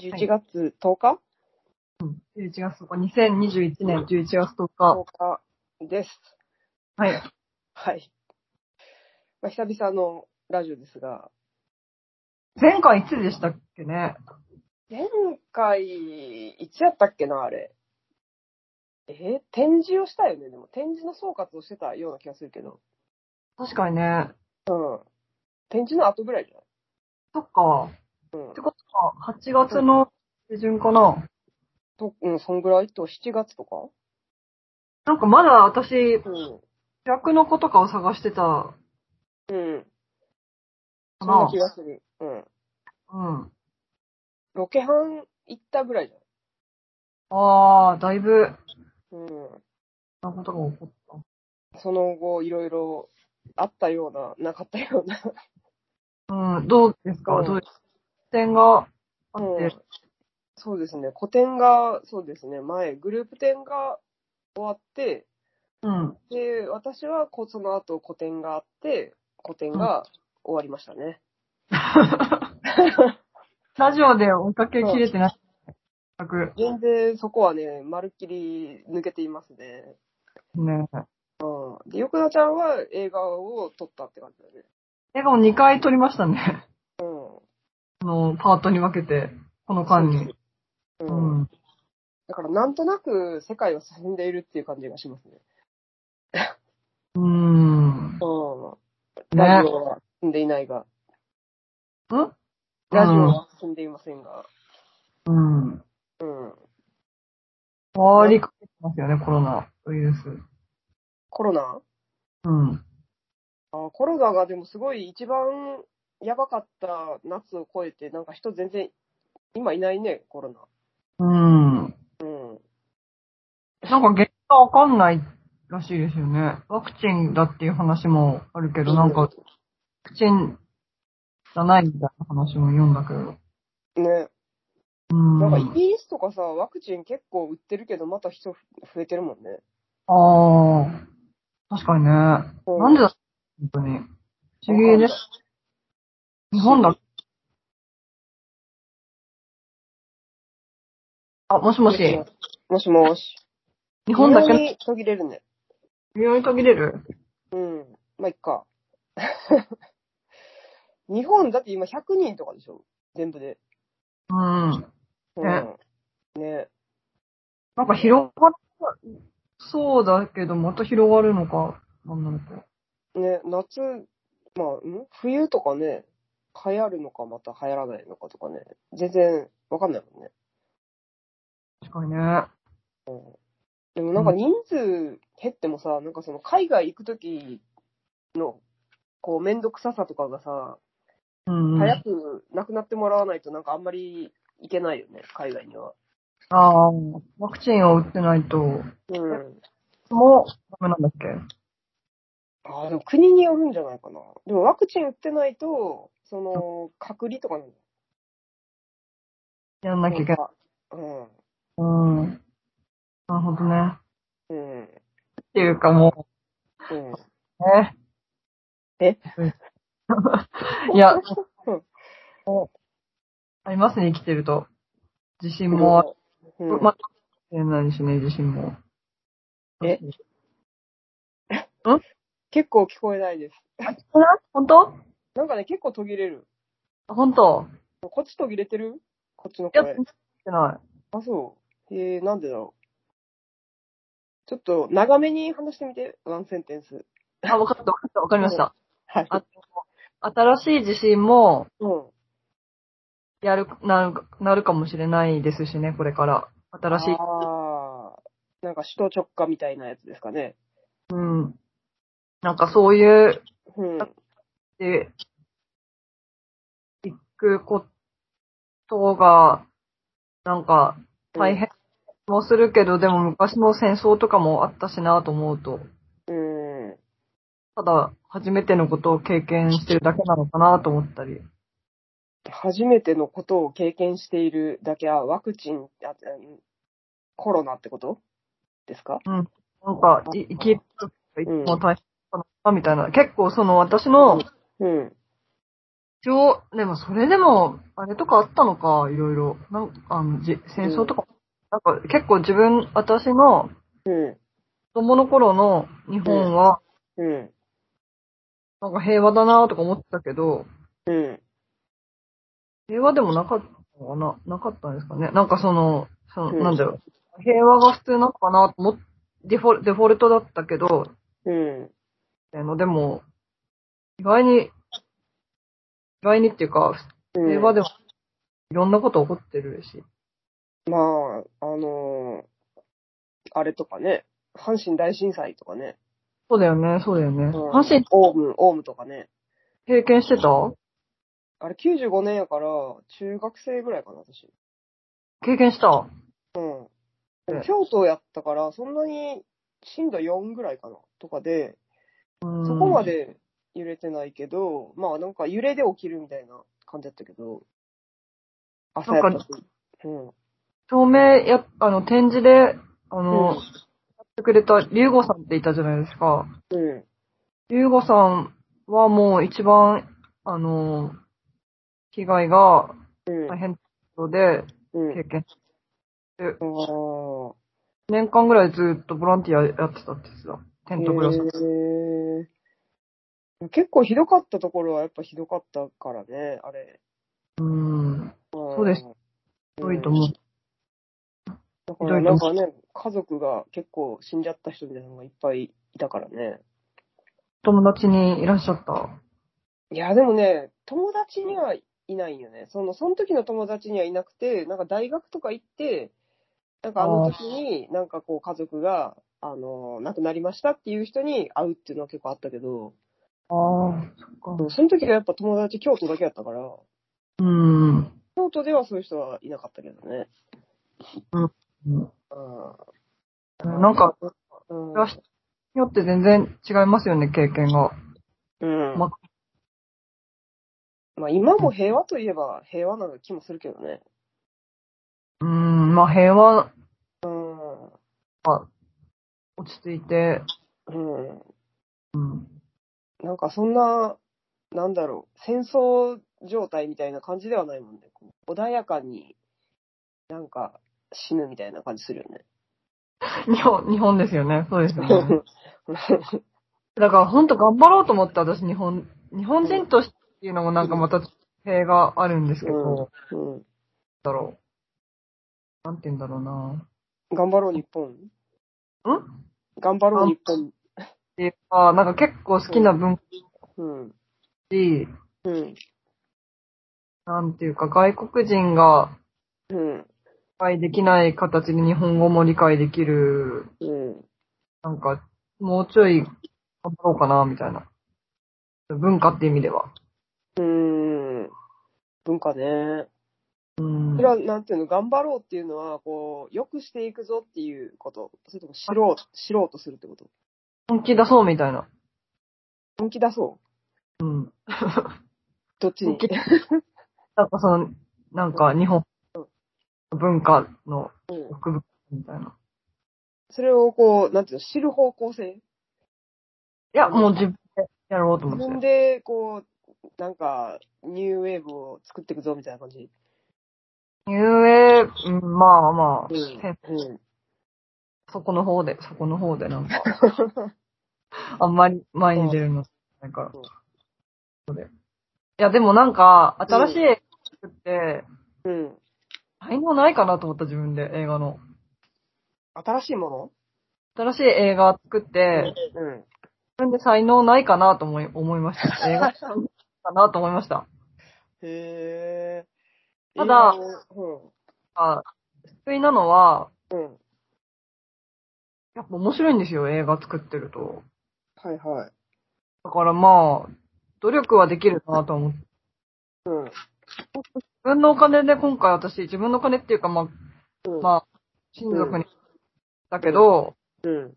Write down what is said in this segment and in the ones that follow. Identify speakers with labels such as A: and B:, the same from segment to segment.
A: 1月10日、
B: 11月とか、2021年11月とか、
A: ?10 日です。
B: はい。
A: はい。まあ、久々のラジオですが、
B: 前回いつでしたっけね
A: 前回、いつやったっけな、あれ。えー展示をしたよね。でも展示の総括をしてたような気がするけど。
B: 確かにね。
A: うん。展示の後ぐらいじゃない
B: そっか。
A: うん
B: ってことか、8月の下旬かな。
A: と、うん、そんぐらいと7月とか
B: なんかまだ私、
A: うん。
B: 役の子とかを探してた
A: うん。
B: か
A: そんな
B: な
A: 気。がする。うん。
B: うん。
A: ロケハン行ったぐらいじ
B: あー、だいぶ、
A: ゃないうん。
B: なことが起こった。
A: その後、いろいろあったような、なかったような。
B: うん、どうですか、
A: うん
B: どうですか点があって、
A: うんそうですね。個展が、そうですね。前、グループ展が終わって、
B: うん。
A: で、私はこうその後個展があって、個展が終わりましたね。
B: ラジオで追いかけきれてない。全く。
A: 全然そこはね、まるっきり抜けていますね。
B: ね。
A: うん。で、よくなちゃんは映画を撮ったって感じだね。
B: 映画も2回撮りましたね。
A: う
B: あの、パートに分けて、この間に。
A: ん。
B: う
A: うん。
B: ん。
A: だから、なんとなく世界は進んでいるっていう感じがしますね。
B: うーん。
A: うん。
B: ね
A: ラジオは進んでいないが。
B: ん
A: ラジオは進んでいませんが。
B: うん。
A: うん。
B: 変わりかけてますよね、コロナウイルス。
A: コロナ
B: うん。
A: あコロナがでもすごい一番やばかった夏を超えて、なんか人全然、今いないね、コロ
B: うん。
A: ナ。うん。
B: なんか結果わかんないらしいですよね。ワクチンだっていう話もあるけど、なんか、ワクチンじゃないみたいな話も読んだけど。
A: ね。
B: うん。
A: なんかイギリスとかさ、ワクチン結構売ってるけど、また人増えてるもんね。
B: ああ、確かにね。
A: うん
B: なんでだ本当に。不思議です。日本だ。あ、もしもし。
A: もしもし。
B: 日本だ
A: 微
B: け
A: 妙に途切れるね。
B: 微妙に途切れる
A: うん。まあ、いっか。 日本だって今100人とかでしょ全部で。
B: うん。
A: うん。
B: ね
A: ね。
B: なんか広がる、そうだけど、また広がるのか、なんなのか。
A: ね、夏、まあ、ん冬とかね、流行るのかまた流行らないのかとかね、全然わかんないもんね。
B: 確かにね。
A: でもなんか人数減ってもさ、なんかその海外行くときの、こうめんどくささとかがさ、
B: うん。
A: 早くなくなってもらわないとなんかあんまり行けないよね、海外には。
B: ああ、ワクチンを打ってないと、
A: うん。
B: もう、ダメなんだっけ
A: ああ、でも国によるんじゃないかな。でもワクチン打ってないと、その、隔離とかなんだ
B: やんなきゃいけない。
A: うん。
B: うん。なるほどね。
A: うん。
B: っていうかも
A: うん。
B: う、ね。
A: え
B: いや、
A: うん
B: ありますね、生きてると。自信もある。
A: うん、
B: まあ、変ないしね、自信も。
A: え
B: 聞
A: 結構聞こえないです。
B: こえない本当
A: なんかね、結構途切れる。
B: 本当
A: こっち途切れてるこっちの
B: いや、聞
A: 声。
B: てな
A: あ、そう。えー、なんでだろう。ちょっと、長めに話してみて、ワンセンテンス。
B: い。あ、 わかった、わかった、わかりました。
A: はい。
B: あ新しい自信も、
A: うん。
B: やる、なる、なるかもしれないですしね、これから。新しい。
A: あーなんか首都直下みたいなやつですかね。
B: うん。なんかそういう
A: うん。
B: っていくことが、なんか大変もするけど、でも昔の戦争とかもあったしなと思うと、
A: うん。
B: ただ初めてのことを経験してるだけなのかなと思ったり。
A: 初めてのことを経験しているだけは、ワクチン、あうんコロナってことですか
B: なんか、い生きるといつ
A: うん
B: も大変だな、みたいな。結構その私の
A: うん。
B: 一応、でもそれでも、あれとかあったのか、いろいろ。なんあのじ戦争とか、なんか結構自分、私の
A: うん。
B: 子供の頃の日本は、
A: うん。
B: なんか平和だなとか思ってたけど、
A: うん。
B: 平和でもなかったのかな、なかったんですかね。なんかその、その
A: うん
B: なんだろう、平和が普通なのかなと思っデフォルデフォルトだったけど、
A: うん。
B: あのでも、意外に、意外にっていうか、
A: うん。
B: 平和でもいろんなこと起こってるし。
A: まあ、あのーあれとかね、阪神大震災とかね、
B: そうだよね、そうだよね。
A: うん
B: 阪神
A: オウム、オウムとかね、
B: 経験してた
A: あれ95年やから、中学生ぐらいかな、私。
B: 経験した。
A: うん。
B: ええ
A: 京都やったから、そんなに震度4ぐらいかな、とかで、
B: うん
A: そこま。で揺れてないけど、まあなんか揺れで起きるみたいな感じだったけど、朝やったし。うん。
B: 照明や、あの、展示で、あの、
A: うん
B: やってくれた、龍吾さんっていたじゃないですか。
A: うん。
B: 龍吾さんはもう一番、あの、被害が
A: うん。
B: 大変なことで
A: うん。
B: 経験。
A: あー
B: 年間ぐらいずっとボランティアやってたって言ってた。テントグラス。
A: へー結構ひどかったところはやっぱひどかったからね、あれ。
B: うん。
A: そう
B: です。多いと思う。
A: だからなんかね、家族が結構死んじゃった人みたいなのがいっぱいいたからね。
B: 友達にいらっしゃった。
A: いや、でもね、友達にはいないよね。その、その時の友達にはいなくて、なんか大学とか行って、なんかあの時に、なんかこう家族が、あの、亡くなりましたっていう人に会うっていうのは結構あったけど、
B: ああ、そっか。
A: その時がやっぱ友達京都だけだったから、
B: うん。うん
A: 京都ではそういう人はいなかったけどね。う
B: なんか、
A: ん。
B: 暮らしによって全然違いますよね、経験が。
A: うん。
B: ま
A: まあ今も平和といえば平和な気もするけどね。
B: うん、まあ平和、
A: うん。う
B: 落ち着いて、
A: ん。
B: うん。
A: なんかそんな、なんだろう、戦争状態みたいな感じではないもんね。こう穏やかに、なんか死ぬみたいな感じするよね。
B: 日本、日本ですよね。 そうですよ ね。
A: う
B: だから本当頑張ろうと思って私日本、日本人としてっていうのもなんかまた弊があるんですけど、
A: うん
B: なん
A: ん。
B: だろう。なんて言うんだろうな。
A: 頑張ろう日本。ん頑張ろう日本。
B: っていうか、なんか結構好きな文化
A: うん。
B: だし、
A: うん。
B: なんていうか外国人が
A: うん。
B: 理解できない形で日本語も理解できる、
A: うん。
B: なんか、もうちょい頑張ろうかな、みたいな。文化って意味では。
A: うん。文化ね。
B: うん
A: それは、なんていうの、頑張ろうっていうのは、こう、良くしていくぞっていうこと。それとも知ろう、知ろうとするってこと。
B: 本気出そうみたいな。
A: 本気出そう。
B: うん。
A: どっちに
B: 本。気なんかその、なんか日本文化の
A: うん
B: 奥深さみたいな。
A: それをこう、なんていうの、知る方向性。
B: いや、もう自分でやろうと
A: 自
B: 思
A: 分
B: って。
A: で、こう、なんか、ニューウェーブを作っていくぞみたいな感じ。
B: ニューウェーブうんまあまあ、
A: うん。うん。
B: そこの方で、そこの方でなんか、 あんまり前に出るのないから。
A: そう
B: そうだよいや、でもなんか、新しい映画作って、
A: うん。
B: 才能ないかなと思った自分で、映画の。
A: 新しいも
B: 新しい映画作って、
A: のうん。
B: 自分で才能ないかなと思い、思いました。映画かなと思いました。
A: へー。
B: ただ
A: 映画を、
B: あ救いなのは、
A: うん。うん。
B: やっぱ面白いんですよ、映画作ってると。
A: はいはい。
B: だからまあ、努力はできるなと思って。
A: うん。
B: 自分のお金で今回私、自分のお金っていうかまあ、
A: うん。
B: まあ、親族に、だけど、
A: うん。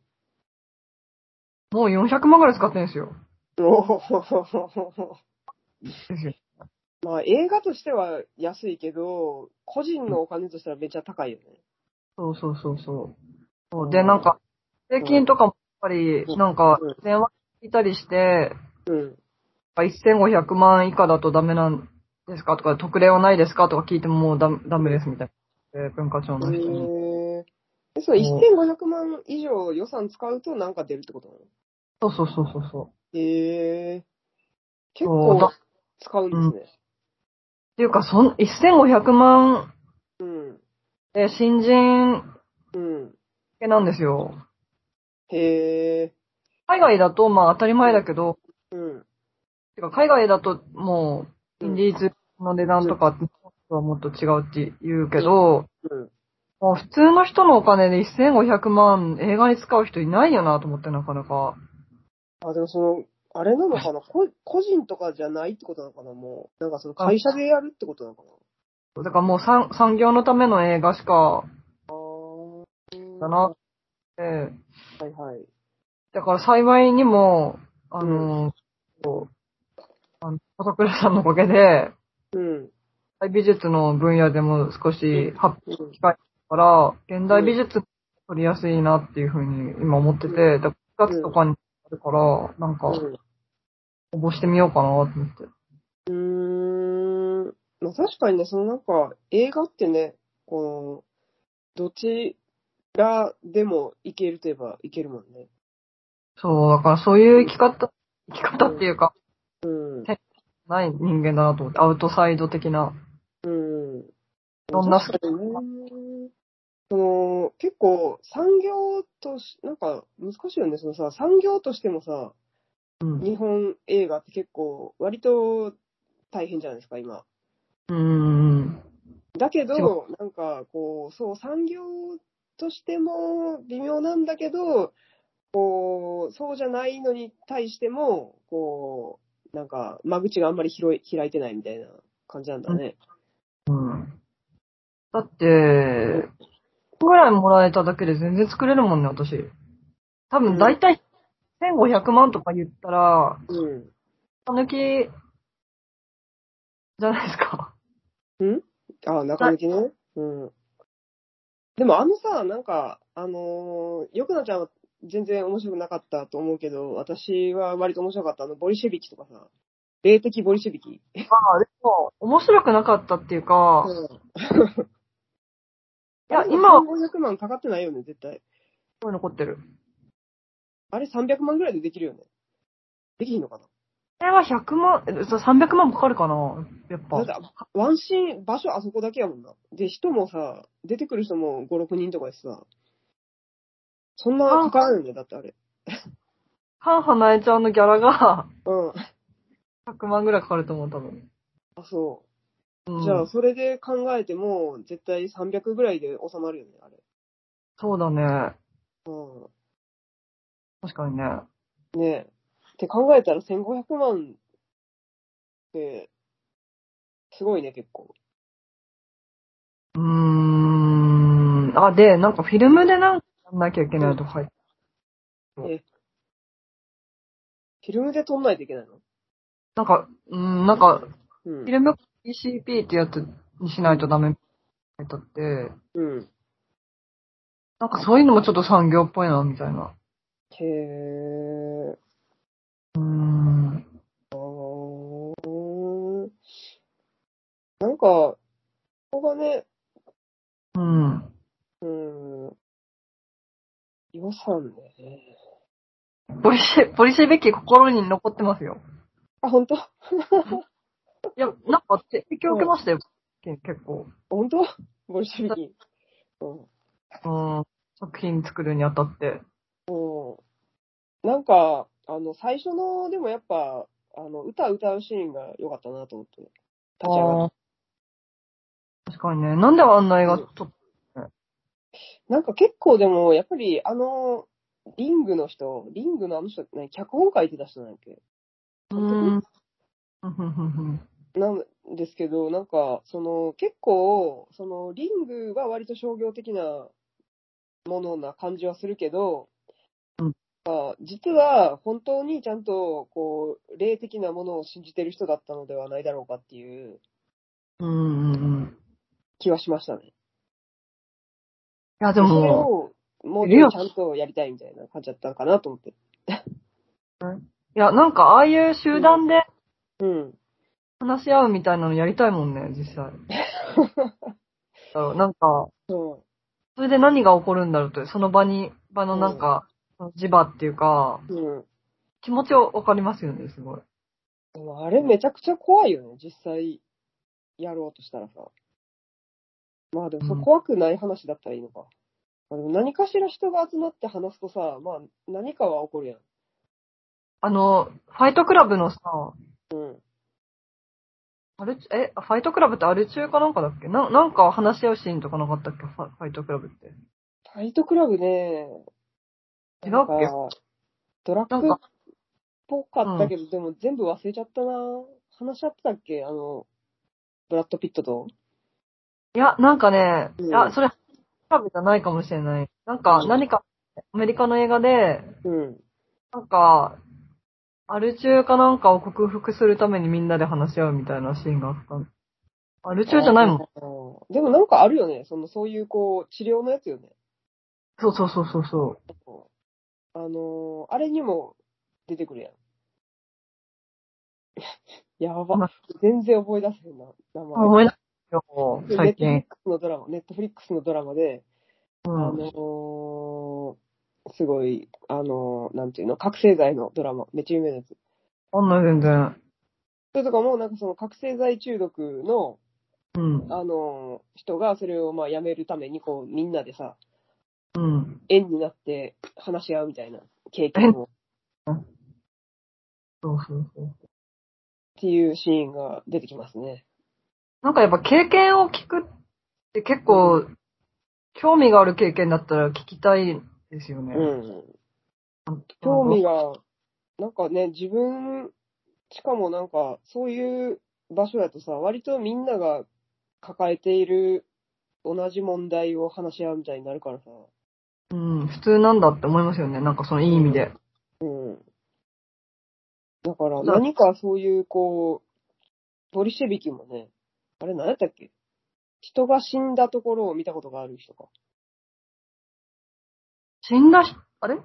B: もう400万ぐらい使ってるんですよ。
A: おー
B: ですよ。
A: まあ映画としては安いけど、個人のお金としてはめっちゃ高いよね。
B: そうそうそうそうそうう。
A: ん
B: で、なんか、税金とかもやっぱり、
A: うん
B: なんか
A: うん、
B: 電話聞いたりして、
A: うん。
B: 1500万以下だとダメなんですかとか、特例はないですかとか聞いてももうダメダメですみたいな。えー文化庁の人に。
A: へえ。え、その1500万以上予算使うとなんか出るってことなの
B: そうそうそうそうそう。
A: へえ。結
B: そう
A: 構
B: だ
A: 使うんですね。
B: っていうか、そん、1500万
A: うん。
B: で新人
A: うん。
B: 系なんですよ。
A: へえ。
B: 海外だと、まあ当たり前だけど、
A: うん。
B: てか海外だともう、イ
A: うん
B: ンディーズの値段とかって、はもっと違うって言うけど、
A: うん。
B: もう普通の人のお金で1500万映画に使う人いないよなと思ってなかなか。
A: あ、でもその、あれなのかなこ個人とかじゃないってことなのかなもう。なんかその会社でやるってことなのかな
B: だからもう産産業のための映画しか、
A: あー
B: だな。ええ
A: はいはい。
B: だから幸いにも、あの、こうあの、片倉さんのおかげで、
A: うん。
B: 美術の分野でも少し発
A: うん
B: 表から、現代美術取りやすいなっていうふうに今思ってて、だから9月とかにあるから、なんか、応募してみようかなと思って。
A: うん。うーん。まあ確かにね、そのなんか、映画ってね、この、どちらでもいけるといえばいけるもんね。
B: そう、だからそういう生き方、生き方っていうか、
A: うん。
B: ない人間だなと思って、アウトサイド的な。
A: うん。
B: どんな
A: 確かにねその、結構、産業とし、なんか、難しいよね。そのさ、産業としてもさ、
B: うん。
A: 日本映画って結構、割と大変じゃないですか、今。
B: うん。
A: だけ
B: 違
A: ど、なんか、こう、そう、産業としても微妙なんだけど、こう、そうじゃないのに対しても、こう、なんか、間口があんまり広い、開いてないみたいな感じなんだね。
B: うん。だって、ぐらいもらえただけで全然作れるもんね、私。多分大体、1500万とか言ったら、
A: うん。
B: たぬき、じゃないですか。
A: ああ、中抜きね。うん。でもあのさ、なんか、あのーよくなちゃんは全然面白くなかったと思うけど、私は割と面白かった。あの、ボリシェビキとかさ、霊的ボリシェビキ。
B: まあ、でも、面白くなかったっていうか、いや、今は、
A: 500万かかってないよね、絶対。
B: 残ってる。
A: あれ300万ぐらいでできるよね。できひんのか
B: これは100万、えそう300万かかるかなやっ
A: な
B: ぱ。
A: だって、ワンシーン、場所あそこだけやもんな。で、人もさ、出てくる人も5、6人とかでさ、そんなかからんよね、だってあれ。
B: カンハナエちゃんのギャラが
A: うん。
B: 100万ぐらいかかると思う、多分。
A: あ、そう。
B: うん、
A: じゃあ、それで考えても、絶対300ぐらいで収まるよね、あれ。
B: そうだね。
A: う
B: 確かにね。
A: ん。ねえ。って考えたら1500万って、すごいね、結構。
B: うーん。あ、で、なんかフィルムでなんかやんなきゃいけないとか入って
A: フィルムで撮んないといけないの
B: なんか、うん、なんか、
A: う
B: フ
A: ん
B: ィ。ルム PCP ってやつにしないとダメだって、
A: うん。
B: なんかそういうのもちょっと産業っぽいな、みたいな。
A: へえ。
B: うーん。
A: あー。なんか、ここがね、
B: うん。
A: うん。予算ね。
B: ポリシェ、ポリシェべき心に残ってますよ。
A: あ、本当
B: いや、なんかって影響受けましたよ、結構。
A: 本当ボリシビキ。うん。
B: うん。作品作るにあたって。
A: うん。なんか、あの、最初の、でもやっぱ、あの、歌歌うシーンが良かったなと思って、立ち上がっ
B: あー確かにね。なんであんな映画撮っ
A: なんか結構でも、やっぱり、あの、リングの人、リングのあの人、ね、脚本書いてた人なんやっけ
B: う
A: うん
B: ん。
A: なんですけど、なんか、その、結構、その、リングは割と商業的なものな感じはするけど、
B: うん
A: あ実は、本当にちゃんと、こう、霊的なものを信じてる人だったのではないだろうかっていう
B: うんうん。
A: 気はしましたね。
B: いや、
A: そ
B: で
A: れ
B: も、
A: を、もう
B: いや
A: ちゃんとやりたいみたいな感じだったのかなと思って。
B: いや、なんかああいう集団で
A: うん。
B: 話し合うみたいなのやりたいもんね、実際。そう なんか、
A: そ
B: それで何が起こるんだろうと、その場に、場のなんか、磁場っていうか、
A: う。うん。
B: 気持ちをわかりますよね、すごい。
A: でもあれめちゃくちゃ怖いよね、実際やろうとしたらさ。まあでもそう
B: うん
A: 怖くない話だったらいいのか。まあでも何かしら人が集まって話すとさ、まあ何かは起こるやん。
B: あの、ファイトクラブのさ、
A: うん。
B: アルチえ、ファイトクラブってアル中かなんかだっけななんか話し合うシーンとかなかったっけファファイトクラブって。
A: ファイトクラブね。
B: 違うっけ
A: なんかドラッグ
B: な
A: っ
B: ん
A: ぽかったけど、でも全部忘れちゃったな。話し合ってたっけあの、ブラッド・ピットと。
B: いや、なんかね、
A: うん
B: あ、それ、ファイトクラブじゃないかもしれない。なんか
A: う、ん
B: 何か、アメリカの映画で、
A: うん。
B: なんか、アル中かなんかを克服するためにみんなで話し合うみたいなシーンがあったの。アル中じゃないもん。
A: うん。でもなんかあるよね。その、そういうこう、治療のやつよね。
B: そうそうそうそうそう。
A: あのーあれにも出てくるやん。 やば
B: ま。
A: 全然覚え出せへんな、名
B: あ
A: 前。
B: 思い出すよ、
A: ネッ
B: 最
A: トフリッ
B: 近。
A: クスのドラマ、ネットフリックスのドラマで、
B: う
A: あ
B: ん。
A: のーすごい、あのーなんていうの、覚醒剤のドラマ、めっちゃ有名なやつ。
B: あんな全然。
A: それとかも、なんかその覚醒剤中毒の、
B: うん。
A: あのー人がそれをまあやめるために、こう、みんなでさ、
B: うん。
A: 縁になって話し合うみたいな経験を、
B: そうそうそう。
A: っていうシーンが出てきますね。
B: なんかやっぱ経験を聞くって結構、興味がある経験だったら聞きたいですよね。
A: うん。
B: うん。
A: 興味が、なんかね、自分、しかもなんか、そういう場所だとさ、割とみんなが抱えている同じ問題を話し合うみたいになるからさ。
B: うん、普通なんだって思いますよね。なんかそのいい意味で。
A: うん。だから、
B: な
A: 何かそういう、こう、ボリシェビキもね、あれ何やったっけ人が死んだところを見たことがある人か。
B: 死んだし、あれ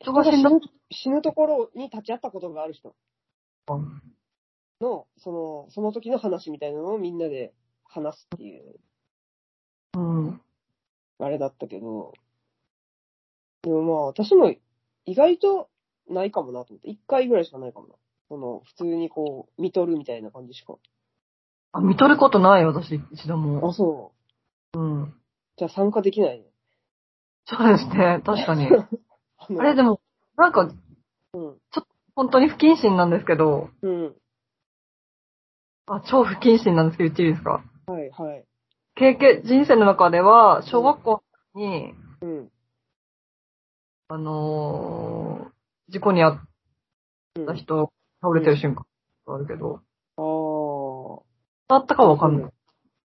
B: 人が死んだ
A: 人が死ぬところに立ち会ったことがある人
B: あ
A: の、その、その時の話みたいなのをみんなで話すっていう。
B: うん。
A: あれだったけど、でもまあ私も意外とないかもなと思って、一回ぐらいしかないかもな。その、普通にこう、見とるみたいな感じしか。
B: あ、見とることないよ、私、一度も。
A: あ、そう。
B: うん。
A: じゃあ参加できないね。
B: そうですね、確かに。
A: あの
B: あれでも、なんか、
A: うん。
B: 本当に不謹慎なんですけど、
A: うん。
B: あ、超不謹慎なんですけど、言っていいですか
A: はい、はい。
B: 経験、人生の中では、小学校に、
A: うん。
B: あのー事故に遭っ
A: うん、
B: た
A: あ
B: 人、倒れてる瞬間があるけど、
A: あー。そ
B: あったかはわかんない。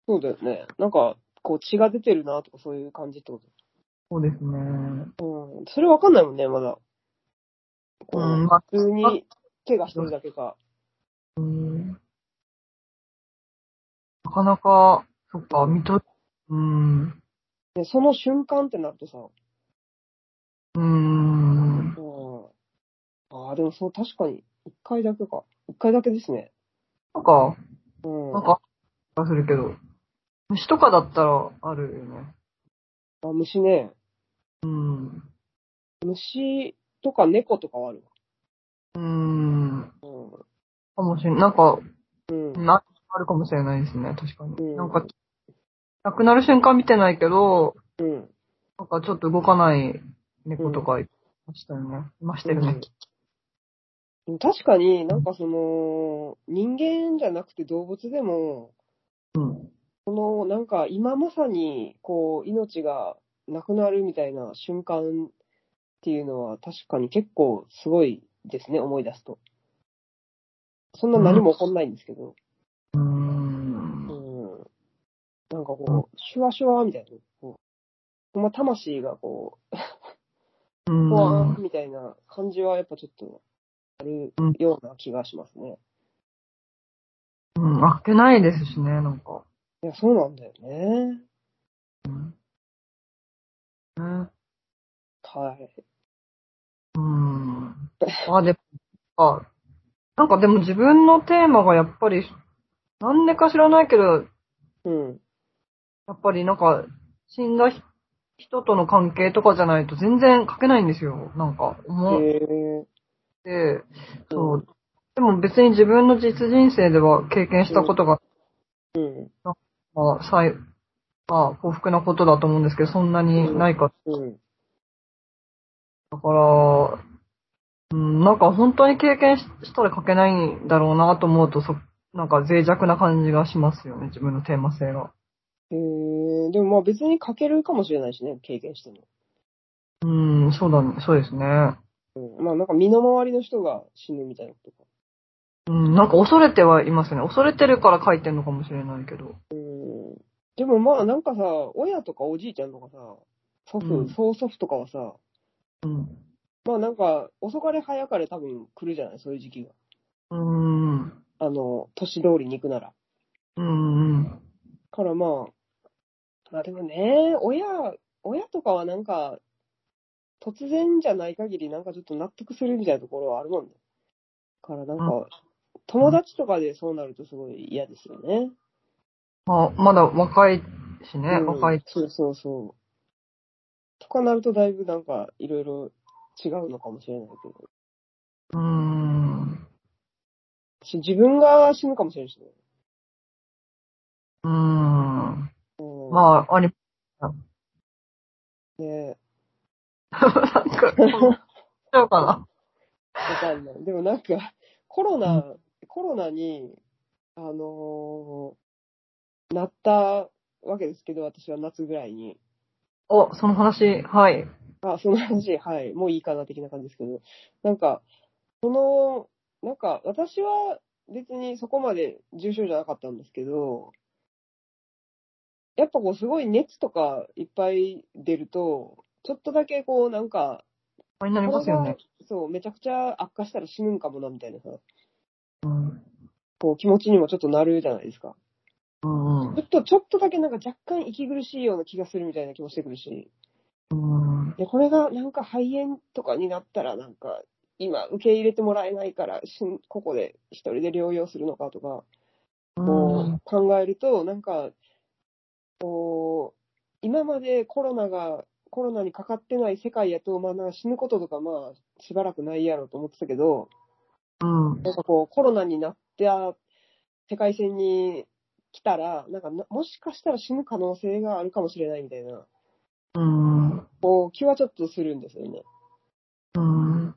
A: うだよね。なんか、こう血が出てるなとかそういう感じってこ
B: そうですね。
A: と。うん。それわかんないもんね、まだ。こう
B: うん、まあ、
A: 普通に怪我してるだけか。
B: うんなかなか、そっか、見と、うん、
A: で、その瞬間ってなるとさ、
B: うん、
A: うん。ああ、でもそう、確かに、一回だけか。一回だけですね。
B: なんか、
A: うん。
B: なんか、気がするけど、虫とかだったらあるよね。
A: あ、虫ね。
B: うん、
A: 虫とか猫とかはある
B: うん、
A: わ。
B: かもしれん。なんか、
A: うん。うん。
B: な、あるかもしれないですね、確かに。
A: うん
B: なんか、亡くなる瞬間見てないけど、
A: うん。
B: なんかちょっと動かない猫とかいましたよね。いましたよね。
A: うん確かになんかその、人間じゃなくて動物でも、
B: うん。
A: このなんか今まさに、こう、命がなくなるみたいな瞬間っていうのは確かに結構すごいですね、思い出すと。そんな何も起こんないんですけど。
B: うー。
A: うんんなんかこう、シュワシュワみたいな、こう、ほんま魂がこう、
B: うん
A: ほわーみたいな感じはやっぱちょっとあるような気がしますね。
B: うん。あけないですしね、なんか。
A: いや、そうなんだよね。
B: うん。ね
A: はい。
B: うん。あ、でも、あ、なんかでも自分のテーマがやっぱり、なんでか知らないけど、
A: うん。
B: やっぱりなんか、死んだひ人との関係とかじゃないと全然書けないんですよ。なんか、思っ
A: へえ。
B: て、そう。でも別に自分の実人生では経験したことが、
A: うん。
B: まあ、さいまあ、幸福なことだと思うんですけど、そんなにないか
A: うん。
B: だから、うん、なんか本当に経験ししたら書けないんだろうなと思うと、そ、なんか脆弱な感じがしますよね、自分のテーマ性が。
A: へえ。でもまあ別に書けるかもしれないしね、経験しても。
B: うん、そうだね、そうですね。
A: うん。まあなんか身の回りの人が死ぬみたいなことか。
B: うん、なんか恐れてはいますね。恐れてるから書いてるのかもしれないけど。
A: うん。でもまあなんかさ、親とかおじいちゃんとかさ、祖父、
B: うん
A: 曽祖父とかはさ、
B: うん。
A: まあなんか遅かれ早かれ多分来るじゃない、そういう時期が。
B: うん、うん、
A: あの、年通りに行くなら。
B: うん。
A: からまあ、まあでもね、親、親とかはなんか、突然じゃない限りなんかちょっと納得するみたいなところはあるもんね。からなんか、友達とかでそうなるとすごい嫌ですよね。
B: まあ、まだ若いしね、
A: うん
B: 若い。
A: そうそうそう。とかなるとだいぶなんかいろいろ違うのかもしれないけど。
B: うん、
A: し自分が死ぬかもしれないしね。
B: うん。ま
A: うん、あ。
B: あ、あり、
A: ね
B: なんか、このしようかな。
A: わかんない。でもなんか、コロナ、コロナに、あのーなったわけですけど、私は夏ぐらいに。
B: お、その話、はい。
A: あ、その話、はい、もういいかな的な感じですけど、なんか、その、なんか、私は別にそこまで重症じゃなかったんですけど、やっぱこう、すごい熱とかいっぱい出ると、ちょっとだけこう、なんか、
B: になりますよね。
A: そう、めちゃくちゃ悪化したら死ぬんかもな、みたいなさ、
B: うん。
A: こう、気持ちにもちょっとなるじゃないですか。
B: うんうん
A: ちょっと、ちょっとだけなんか若干息苦しいような気がするみたいな気もしてくるし。
B: うん
A: で、これがなんか肺炎とかになったらなんか、今受け入れてもらえないから、しんここで一人で療養するのかとか、こう考えると、なんか、こう、今までコロナが、コロナにかかってない世界やと、まあなんか死ぬこととかまあしばらくないやろうと思ってたけど、
B: うん
A: なんかこう、コロナになって、あ世界線に来たら、なんかな、もしかしたら死ぬ可能性があるかもしれないみたいな、
B: うん
A: こう、気はちょっとするんですよね。
B: うん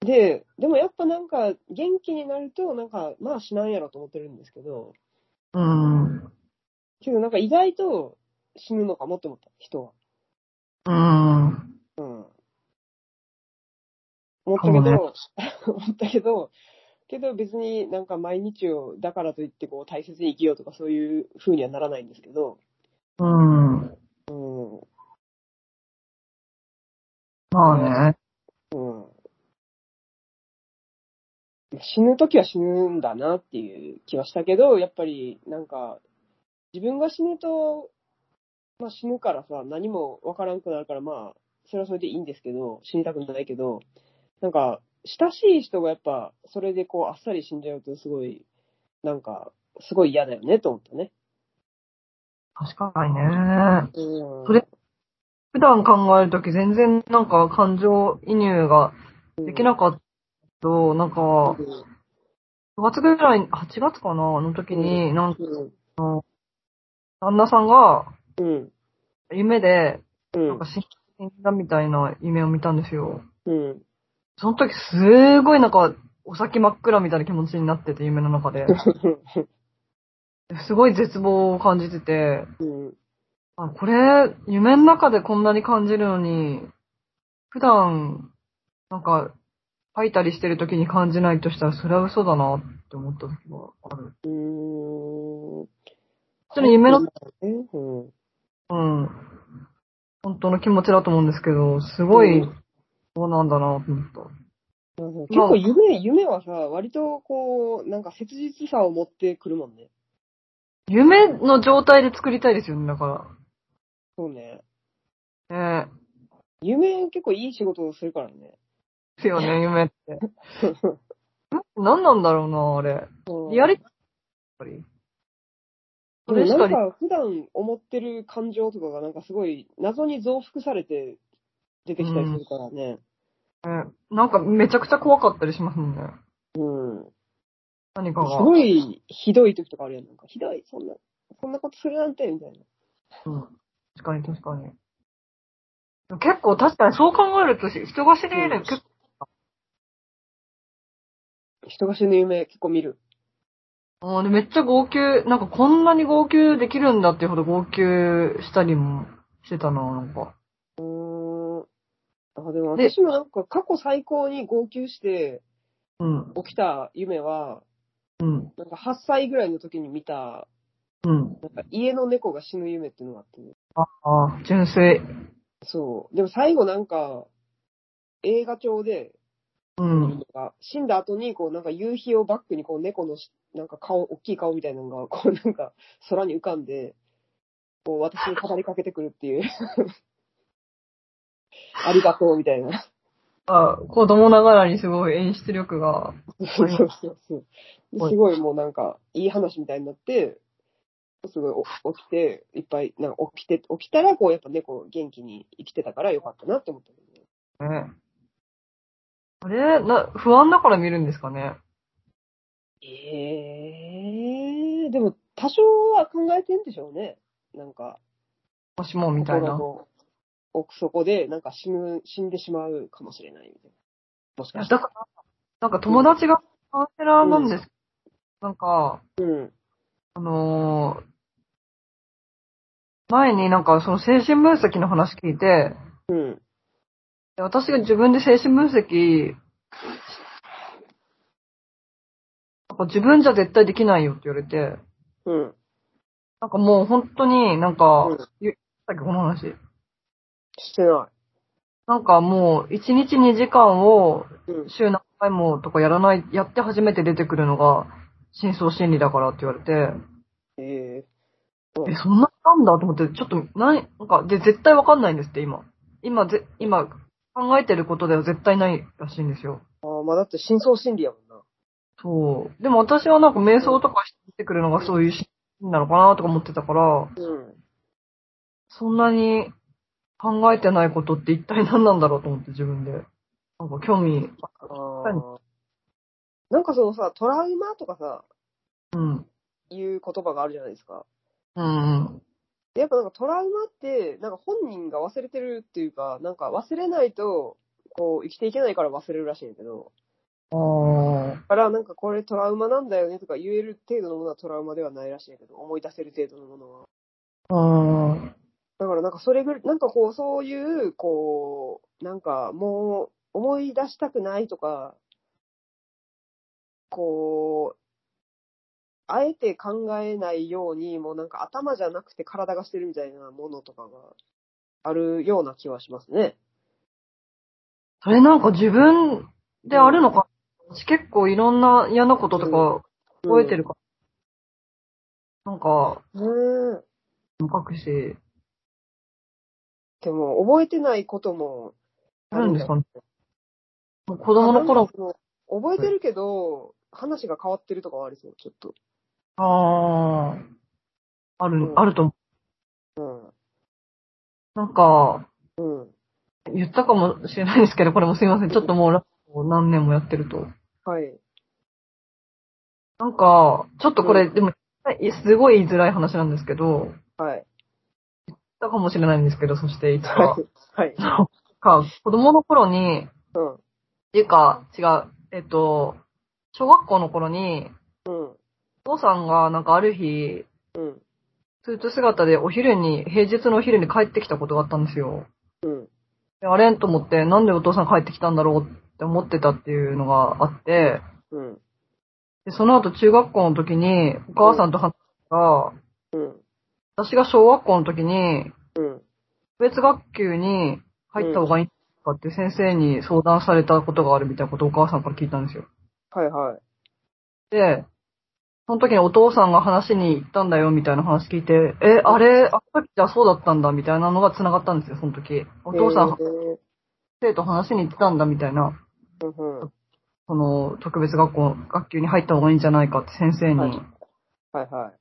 A: で、でもやっぱなんか、元気になると、なんか、まあ死なんやろと思ってるんですけど、
B: うん
A: けどなんか意外と死ぬのかもって思った、人は。
B: うん
A: うん。思ったけど、
B: かも
A: 思ったけど、けど別になんか毎日を、だからといってこう大切に生きようとかそういう風にはならないんですけど、
B: うん
A: うん、
B: まあね。
A: うん死ぬときは死ぬんだなっていう気はしたけど、やっぱりなんか、自分が死ぬと、まあ死ぬからさ、何もわからんくなるから、まあ、それはそれでいいんですけど、死にたくないけど、なんか、親しい人がやっぱ、それでこう、あっさり死んじゃうと、すごい、なんか、すごい嫌だよね、と思ったね。
B: 確かにね。
A: うん。
B: それ普段考えるとき全然なんか感情移入ができなかったけど、なんか、
A: う
B: 9月ぐらい、8月かな、あの時に、なんか、
A: ん。
B: 旦那さんが
A: うん。
B: 夢で、
A: うん。
B: なんか死んだみたいな夢を見たんですよ。
A: うん。
B: その時すごいなんか、お先真っ暗みたいな気持ちになってて、夢の中 で。すごい絶望を感じてて、
A: うん。
B: あ、これ、夢の中でこんなに感じるのに、普段、なんか、書いたりしてる時に感じないとしたら、それは嘘だなって思った時がある。
A: うん。
B: それ夢の、
A: うん。
B: うん、本当の気持ちだと思うんですけど、すごい、そうなんだなと思った。
A: うん結構夢、夢はさ、割とこう、なんか切実さを持ってくるもんね。
B: 夢の状態で作りたいですよね、だか
A: そうね。
B: ら。ね
A: 夢結構いい仕事をするからね。
B: ですよね、夢って。 何なんだろうな、あれ。
A: うん
B: リアリティやっぱり。それし
A: な
B: か
A: ん
B: り、
A: か普段思ってる感情とかがなんかすごい謎に増幅されて出てきたりするからね。
B: なんかめちゃくちゃ怖かったりしますもんね。
A: うん。
B: 何かが。
A: すごいひどい時とかあるやん。なんかひどい、そんな、そんなことするなんて、みたいな。
B: うん。確かに確かに。結構確かにそう考えるとし人が死ぬより結構
A: 人が死ぬ夢結構見る。
B: あーでめっちゃ号泣、なんかこんなに号泣できるんだっていうほど号泣したりもしてたな、なんか。
A: うーん。あ、でも
B: で
A: 私もなんか過去最高に号泣して
B: うん、
A: 起きた夢は、
B: うん、
A: なんか8歳ぐらいの時に見た、
B: うん。
A: なんか家の猫が死ぬ夢っていうのがあってね。
B: ああ、純粋。
A: そう。でも最後なんか、映画調で、
B: うん。
A: なんか死んだ後に、こうなんか夕日をバックにこう猫のしなんか顔、大きい顔みたいなのが、こうなんか空に浮かんで、こう私に語りかけてくるっていう。 ありがとうみたいな。
B: あ子供ながらにすごい演出力が。
A: そうそうそう
B: はい
A: すごいもうなんか、いい話みたいになって、すごいお起きて、いっぱい、なんか起きて、起きたらこうやっぱ猫元気に生きてたからよかったなって思ったけどね。
B: ね、あれな、不安だから見るんですかね。
A: ええー、でも多少は考えてんでしょうね。なんか。
B: もしもみたいな。
A: 心
B: い
A: の奥底で、なんか死ぬ、死んでしまうかもしれないみたいな。もしか
B: や
A: して。
B: だから、なんか友達がカウンセラーなんです。なんか、
A: うん。
B: あのー前になんかその精神分析の話聞いて、
A: うん。
B: で私が自分で精神分析、なんか自分じゃ絶対できないよって言われて、
A: うん。
B: なんかもう本当になんか、
A: うん
B: ゆさっきこの話。
A: してな
B: なんかもう1日2時間を
A: い。うん。
B: 週何回もとかやらない、やって初めて出てくるのが真相心理だからって言われて、
A: え
B: え、そんななんだと思って、ちょっと、ない、なんか、で、絶対わかんないんですって、今。今、ぜ、今、考えてることでは絶対ないらしいんですよ。
A: ー、ああ、まあだって真相心理やもんな。
B: そう。でも私はなんか瞑想とかしてくるのがそういうシーンなのかなとか思ってたから、
A: うん。
B: そんなに考えてないことって一体何なんだろうと思って自分で。なんか興味、
A: ああ。なんかそのさ、トラウマとかさ、
B: うん。
A: いう言葉があるじゃないですか。
B: うん。
A: でやっぱなんかトラウマって、なんか本人が忘れてるっていうか、なんか忘れないと、こう、生きていけないから忘れるらしいんだけど、
B: うん。ああ。
A: だからなんかこれトラウマなんだよねとか言える程度のものはトラウマではないらしいんだけど、思い出せる程度のものは。
B: うん。
A: だからなんかそれぐらい、なんかこう、そういう、こう、なんかもう思い出したくないとか、こう、あえて考えないように、もうなんか頭じゃなくて体がしてるみたいなものとかがあるような気はしますね。
B: それなんか自分であるのか、私結構いろんな嫌なこととか覚えてるから、なんか、
A: うん。ねえ
B: も書くし、
A: でも、覚えてないことも
B: あるんですかね。もう子
A: 子
B: 供の頃、
A: 覚えてるけど、話が変わってるとかはありそう、ちょっと。
B: ああ、ある、あると思う。なんか、
A: うん。うん。
B: 言ったかもしれないですけど、これもすいません。ちょっともうラジオを何年もやってると。
A: はい。
B: なんか、ちょっとこれ、
A: う
B: でも、いすごい言いづらい話なんですけど、言っ
A: はい。
B: たかもしれないんですけど、そしていつか
A: は。い。はい。
B: か、子供の頃に、
A: うん。
B: っていうか、違う、えっと、小学校の頃に、
A: うん。
B: お父さんがなんかある日、
A: うん。
B: スーツ姿でお昼に、平日のお昼に帰ってきたことがあったんですよ。
A: うん。
B: であれと思って、なんでお父さん帰ってきたんだろうって思ってたっていうのがあって、
A: うん。
B: でその後中学校の時に、お母さんと話したら、
A: うん。
B: 私が小学校の時に、
A: うん。
B: 別学級に入った方がいいかって先生に相談されたことがあるみたいなことをお母さんから聞いたんですよ。
A: はいはい。
B: で、その時にお父さんが話しに行ったんだよみたいな話聞いて、え、あれ、あの時じゃそうだったんだみたいなのが繋がったんですよ、その時。お父さん、
A: えー
B: 生徒話しに行ってたんだみたいな。
A: うんうん
B: その、特別学校、学級に入った方がいいんじゃないかって先生
A: は
B: に
A: いはいはい。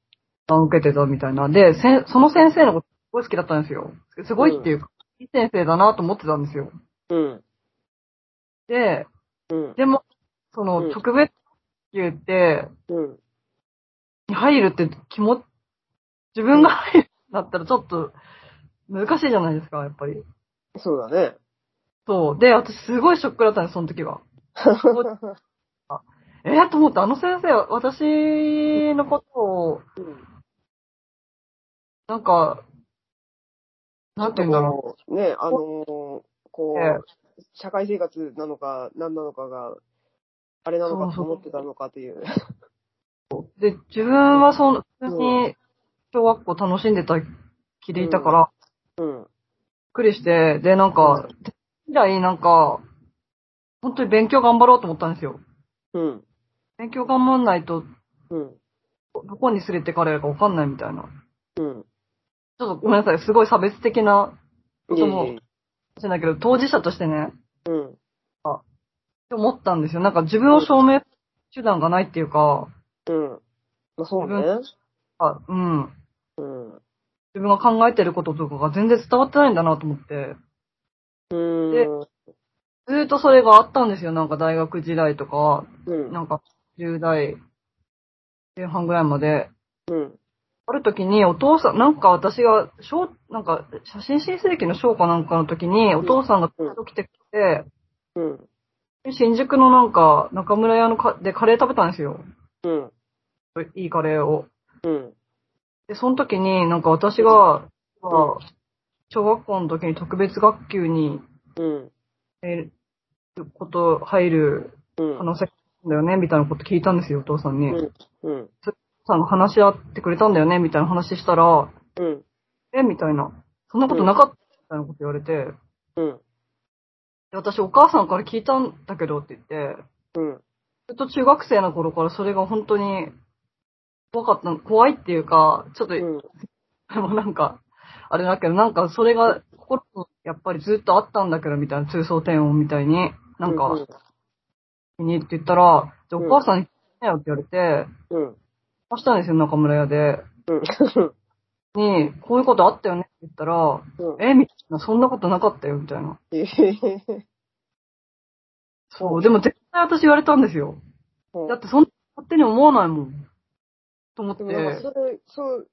B: 談を受けてたみたいな。で、せんその先生のことすごい好きだったんですよ。すごいっていうか、いい先生だなと思ってたんですよ。
A: うん。
B: で、
A: うん。
B: でも、そ
A: うん
B: の、特別級って、
A: うん。
B: に入るって気持自分が入るんだったらちょっと難しいじゃないですか、やっぱり。
A: そうだね。
B: そう。で、私すごいショックだったんです、その時は。 えー、と思って、あの先生、私のことを、
A: うん
B: なんか、なんて言うんだろ
A: う。ね、あのーこ
B: え
A: う、社会生活なのか、何なのかが、あれなのかと
B: そうそう
A: 思ってたのかという。
B: う。で、自分はその、普通
A: う
B: に小学校楽しんでた気でいたから、びっ
A: うん。
B: くりして、で、なんか、以来、なんか、本当に勉強頑張ろうと思ったんですよ。
A: うん。
B: 勉強頑張んないと、
A: うん。
B: どこに連れてかれるかわかんないみたいな。
A: うん。
B: ちょっとごめんなさい、すごい差別的なことも
A: いえいえ
B: 話だけど、当事者としてね、
A: うん。
B: って思ったんですよ。なんか自分を証明する手段がないっていうか、
A: うん。まあそうね。
B: あうん。
A: うん。う
B: 自分が考えてることとかが全然伝わってないんだなと思って、
A: ーん。
B: ずーっとそれがあったんですよ。なんか大学時代とか、
A: うん。
B: なんか10代前半ぐらいまで。
A: うん。
B: ある時にお父さん、なんか私が、小なんか写真申請期の賞かなんかの時に、お父さんがピンと来てくれ
A: うん。
B: て、新宿のなんか中村屋のかでカレー食べたんですよ。
A: うん。
B: いいカレーを。
A: うん。
B: で、その時に、なんか私が、まあ小学校の時に特別学級に、
A: うん。
B: えー、こと、入る
A: うん。
B: 可能性があるんだよね、みたいなこと聞いたんですよ、お父さんに。お父
A: うん。
B: さんが話し合ってくれたんだよね、みたいな話したら、
A: うん。
B: え、みたいな。そんなことなかった、みたいなこと言われて、
A: うん。
B: で私お母さんから聞いたんだけどって言って、
A: うん。
B: ずっと中学生の頃からそれが本当に怖かった、怖いっていうか、ちょっと、
A: うん。
B: で もなんか、あれだけど、なんかそれが、心にやっぱりずっとあったんだけど、みたいな、通奏低音みたいに、なん
A: う
B: か、気に入って言ったら、じゃあ
A: うん
B: お母さんに聞きなよって言われて、
A: うん。
B: 明日ですよ、中村屋で。
A: うん。
B: に、こういうことあったよねって言ったら、
A: うん。
B: えみたいな、そんなことなかったよ、みたいな。
A: え
B: そう、でも絶対私言われたんですよ。だってそんな勝手に思わないもん。と思っ
A: で
B: て。
A: もなんかそれ、そう、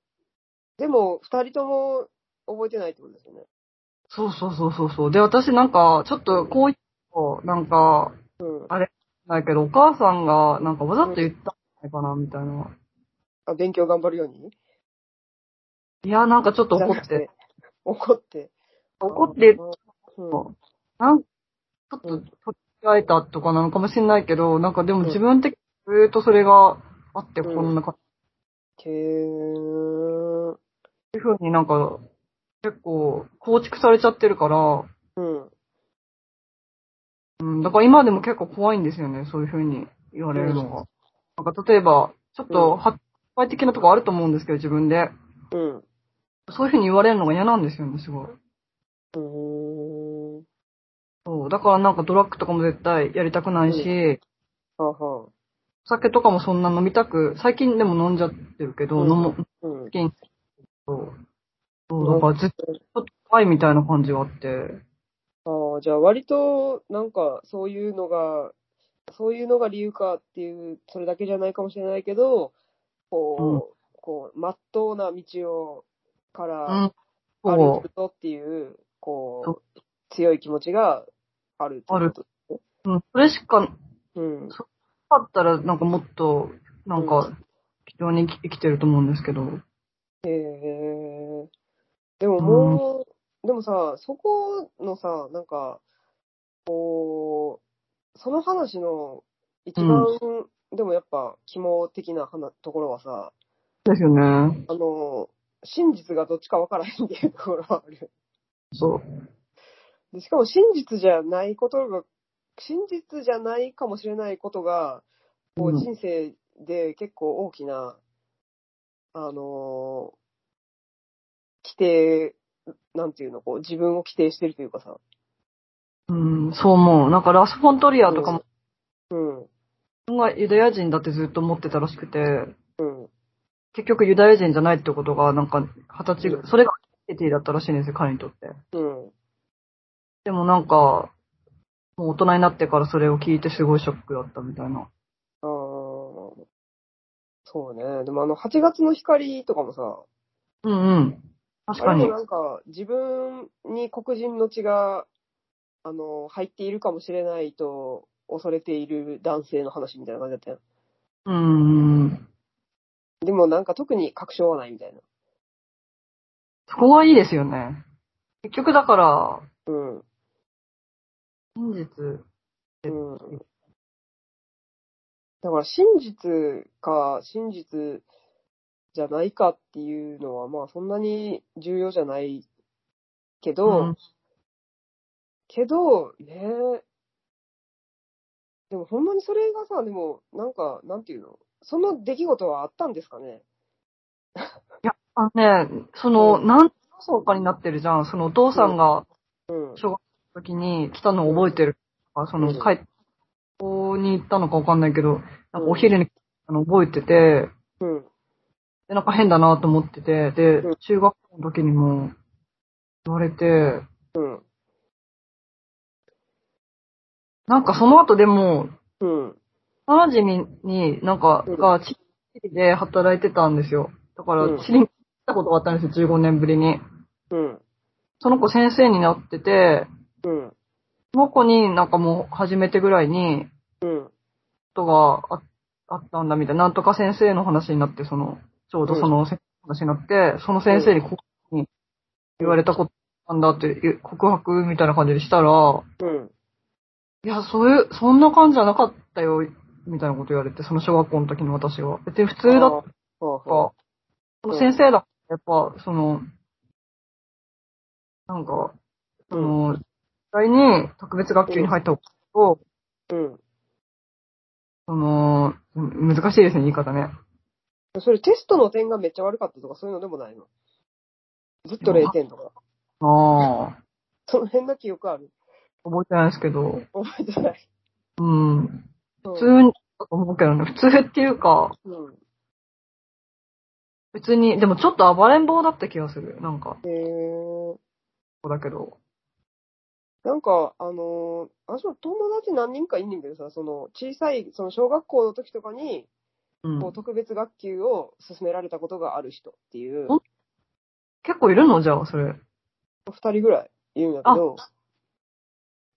A: でも、二人とも覚えてないってことですよね。
B: そうそうそうそうそう。で、私なんか、ちょっとこういうの、なんか、
A: うん。
B: だけど、お母さんが、なんかわざと言ったんじゃないかな、みたいな。
A: あ、勉強頑張るように
B: いや、なんかちょっと怒っ
A: じゃなく
B: て。
A: て。怒って。
B: 怒って、
A: うん。
B: なんちょっと取り替えたとかなのかもしれないけど、なんかで
A: うん
B: も自分的にずっとそれがあって、
A: うん
B: こんな感
A: へー。
B: じいう風になんか、結構構築されちゃってるから、
A: うん。
B: うん、だから今でも結構怖いんですよね、そういう風に言われるのが。なんか例えば、ちょっ
A: う
B: と
A: ん
B: 発売的なとこあると思うんですけど、自分で。
A: うん。
B: そういう風に言われるのが嫌なんですよね、すごい。
A: うーん。
B: そう、だからなんかドラッグとかも絶対やりたくないし、
A: はあはあ。
B: お酒とかもそんな飲みたく、最近でも飲んじゃってるけど、
A: うん
B: 飲む
A: うん。
B: 時に、そう。そう、だからずっと怖いみたいな感じがあって、
A: ああ、じゃあ割と、なんか、そういうのが、そういうのが理由かっていう、それだけじゃないかもしれないけど、こう、こう、まっとうな道を、か
B: う
A: ら
B: ん。
A: 歩い
B: そ
A: てるぞっていう、こ、
B: そう
A: 強い気持ちがあるってこと。
B: う。うん、それしかな
A: うん。
B: かったら、なんかもっと、なん
A: う
B: か、貴重に生き生きてると思うんですけど。
A: へえ。でももう、でもさ、そこのさ、なんか、こう、その話の一番、でもやっぱ肝的な話ところはさ、
B: ですよね。
A: あの、真実がどっちかわからへんっていうところはある。
B: そう。
A: でしかも真実じゃないことが、真実じゃないかもしれないことが、こ
B: う
A: うん人生で結構大きな、あのー規定、なんていうの、こう自分を規定してるというかさ。
B: うん、そう思う。なんかラスフォントリアとかも、
A: うん。
B: 自分がユダヤ人だってずっと思ってたらしくて、
A: うん。
B: 結局ユダヤ人じゃないってことが、なんか、二十
A: うん
B: 歳、それがアイデンティティだったらしいんですよ、彼にとって。
A: うん。
B: でもなんか、もう大人になってからそれを聞いてすごいショックだったみたいな。
A: あーそうね。でもあの、8月の光とかもさ、
B: うんうん。確か
A: あれ
B: に
A: も。なんか、自分に黒人の血が、あの、入っているかもしれないと恐れている男性の話みたいな感じだったよ。
B: うんうん。
A: でもなんか特に確証はないみたいな。
B: そこはいいですよね。結局だから、
A: うん。
B: 真実。
A: うん。だから真実か真実じゃないかっていうのはまあそんなに重要じゃないけど、
B: うん
A: けどね、でもほんまにそれがさ、でもなんかなんていうのその出来事はあったんですかね
B: あのね、その、
A: うん
B: 何層かになってるじゃん。そのお父さんが
A: うん。
B: 小学生の時に来たのを覚えてる。その、
A: うん
B: 帰って、ここに行ったのかわかんないけど、なんかお昼に来たの覚えてて、
A: うん。
B: で、なんか変だなと思ってて、で
A: うん、
B: 中学校の時にも言われて、
A: うん。
B: なんかその後でも、
A: うん。
B: 幼馴染に、なんか、
A: うん
B: が、チリで働いてたんですよ。だか
A: うん
B: ら、チリに来たことがあったんですよ、15年ぶりに。
A: うん。
B: その子先生になってて、
A: うん。
B: その子になんかもう初めてぐらいに、
A: うん。
B: ことがああったんだみたいな、なんとか先生の話になって、その、ちょうどその先生の話になって、その先生にこういうふうに言われたことなんだっていう告白みたいな感じでしたら、
A: うん。
B: いや、そういう、そんな感じじゃなかったよ、みたいなこと言われて、その小学校の時の私は。別に普通だっ
A: あー
B: た
A: はあはあ
B: か、その先生だやっぱ、その、なんか、その、実際に特別学級に入った方と、
A: うん。
B: その、うん難しいですね、言い方ね。
A: それテストの点がめっちゃ悪かったとかそういうのでもないのずっと0点とか。
B: ああ、
A: その辺の記憶ある
B: 覚えてないですけど、
A: 覚えてない。
B: うん。
A: 普
B: 普通に、と思うけどね、普通っていうか、
A: うん。
B: 別に、でもちょっと暴れん坊だった気がする、なんか、
A: へえ
B: そうだけど。
A: なんか、あのー、私も友達何人かいんねんけどさ、その、小さい、その小学校の時とかに、
B: うん
A: こう、特別学級を勧められたことがある人っていう、
B: お結構いるのじゃあ、それ。
A: 二人ぐらいいるんだけど、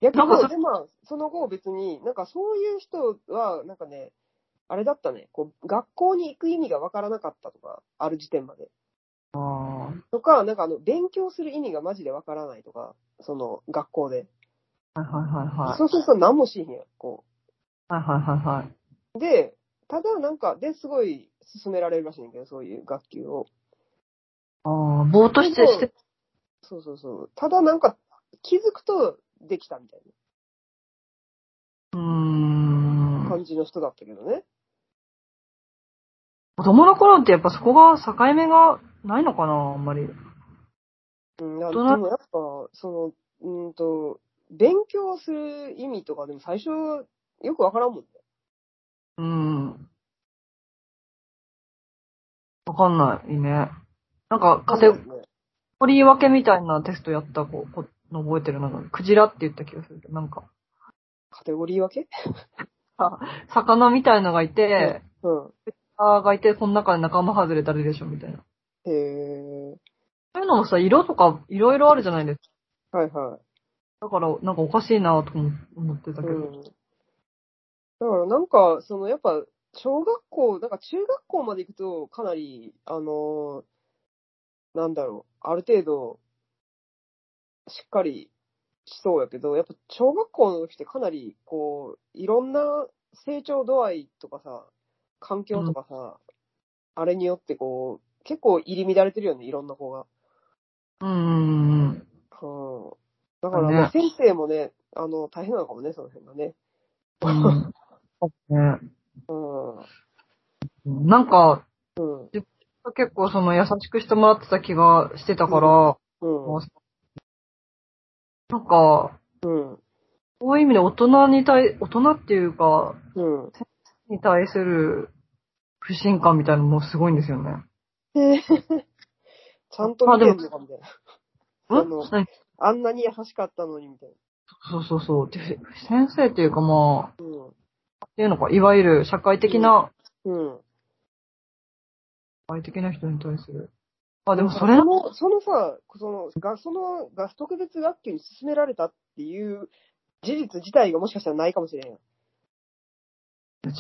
A: いやけ
B: なんか
A: ど、
B: そ
A: で、まあ、その後別に、なんかそういう人は、なんかね、あれだったね、こう、学校に行く意味がわからなかったとか、ある時点まで。
B: ああ。
A: とか、なんかあの、勉強する意味がマジでわからないとか、その、学校で。
B: はいはいはいはい。
A: そうすると何もしへんやん、こ
B: はいはいはいはい。
A: う。で、ただなんか、で、すごい勧められるらしいんだけど、そういう学級を。
B: ああ、ぼーっとして、して、
A: そうそうそう。ただなんか、気づくとできたみたいう
B: ー。
A: なん感じの人だったけどね。
B: 子供の頃ってやっぱそこが、境目がないのかな、あんまり。
A: うん、いやで
B: どな
A: もやっぱ、その、うーんと、勉強する意味とか、でも最初、よくわからんもんね。
B: うん。わかんないね。なんか、カテゴ
A: ね。
B: リー分けみたいなテストやった子、この覚えてるなんか、クジラって言った気がするけど、なんか、
A: カテゴリー分け
B: 魚みたいのがいて、
A: うん。
B: あーがいて、この中で仲間外れ誰でしょみたいな。
A: へえ。
B: そういうのもさ、色とか、いろいろあるじゃないですか。
A: はいはい。
B: だから、なんかおかしいなとか思思ってたけど。
A: うんだからなんか、そのやっぱ、小学校、なんか中学校まで行くと、かなり、あのーなんだろう、ある程度、しっかりしそうやけど、やっぱ小学校の時ってかなり、こう、いろんな成長度合いとかさ、環境とかさ、あれによってこう、結構入り乱れてるよね、いろんな子が。
B: うんうんうん。
A: うん。だから、
B: ね
A: ね、先生もね、あの、大変なのかもね、その辺がね。
B: うんね、
A: うん。
B: なん か、
A: うん。
B: 結構その優しくしてもらってた気がしてたから、
A: うん。
B: なんか、
A: うん。
B: そういう意味で大人に対、大人っていうか、
A: うん。
B: に対する不信感みたいなのもすごいんですよね。
A: へえちゃんと見てんのかみたいな。
B: ん
A: あの
B: 何
A: あんなに優しかったのにみたい
B: そうそうそう。で先生っていうかまあ、
A: な。
B: っていうのか、いわゆる社会的な、
A: うん。うん。
B: 社会的な人に対する。あ、でもそれも、
A: も、そのさ、その、が、その、が、特別学級に勧められたっていう事実自体がもしかしたらないかもしれんよ。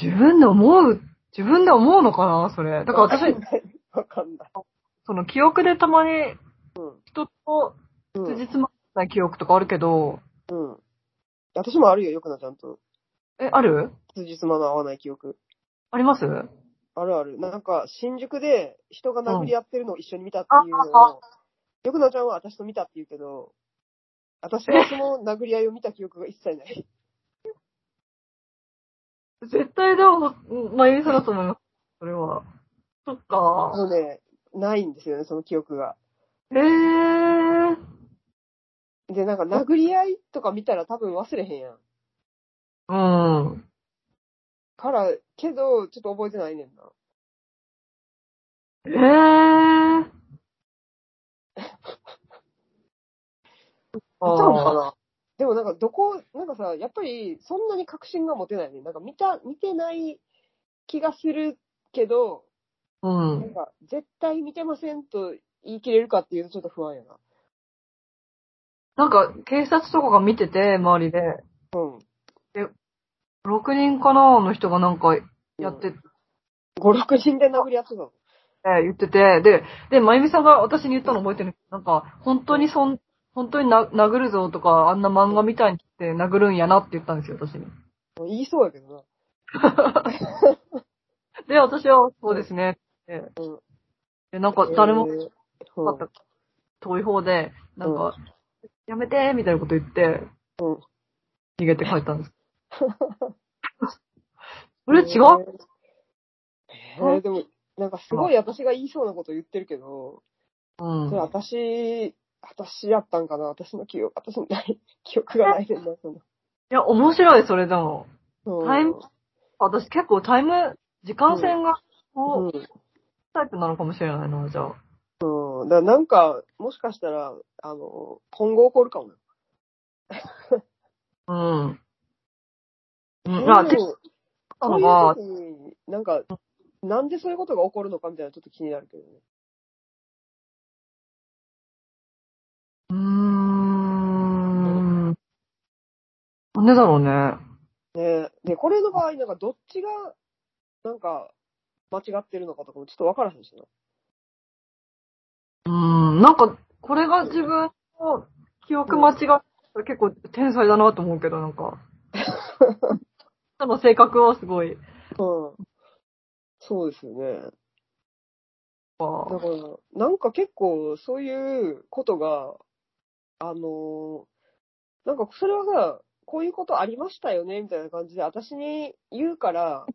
B: 自分で思う、自分で思うのかなそれ。だから私、
A: わかんない。
B: その記憶でたまに
A: うん、
B: 人と
A: う
B: つ
A: ん
B: じ。つまらない記憶とかあるけど、
A: うん。私もあるよ、よくなちゃんと。
B: え、ある
A: 辻褄の合わない記憶。
B: あります
A: あるある。なんか、新宿で人が殴り合ってるのを一緒に見たっていうの
B: ああ
A: を、よくなちゃんは私と見たって言うけど、私はその殴り合いを見た記憶が一切ない。
B: 絶対でも、まゆみさんだと思います。それは。そっ
A: あ
B: か。
A: のね、ないんですよね、その記憶が。
B: へえー。
A: で、なんか殴り合いとか見たら多分忘れへんやん。
B: うん。
A: から、けど、ちょっと覚えてないねんな。
B: えー。
A: 見たのか
B: あー
A: なでもなんかどこ、なんかさ、やっぱりそんなに確信が持てないね。なんか見た、見てない気がするけど、
B: う
A: なん
B: ん。
A: か絶対見てませんと言い切れるかっていうとちょっと不安やな。
B: なんか、警察とかが見てて、周りで、
A: うん。
B: 6人かなの人がなんかやってて、
A: 5、6人で殴り合ってたの。
B: 言ってて、で、で、まゆみさんが私に言ったの覚えてるなんか、本当にそん、本当にな殴るぞとか、あんな漫画みたいにって殴るんやなって言ったんですよ、私に。
A: もう言いそうやけど
B: で、私は、そうですね。
A: な。うん。
B: で、なんか、誰も
A: え、ー
B: なかった遠い方で、なんか、やめてーみたいなこと言って、
A: うん
B: 逃げて帰 ったんです。それ違う
A: えーえーでも、なんかすごい私が言いそうなこと言ってるけど、
B: うん
A: それ。私、私やったんかな私の記憶、私のない、 記憶がないねんな、そんな。
B: いや、面白い、それでも。
A: うん
B: タイム私結構タイム、時間線が、こう、
A: うん
B: タイプなのかもしれないな、じゃあ。
A: うん、だからなんか、もしかしたら、あの、今後起こるかもよ。
B: うん。うん。まあ、
A: で
B: て
A: も
B: た
A: そうい
B: の
A: う
B: が、
A: 時に、なんか、なんでそういうことが起こるのかみたいなのちょっと気になるけどね。
B: うーん。なんでだろうね。
A: ねえで、これの場合、なんかどっちが、なんか、間違ってるのかとかもちょっとわからへんしな。
B: うん。なんか、これが自分の記憶間違ったら結構天才だなと思うけど、なん か。人の性格はすごい。
A: うん。そうですよね。だ
B: あ
A: から、なんか結構、そういうことが、あのーなんかそれはさ、こういうことありましたよね、みたいな感じで、私に言うから、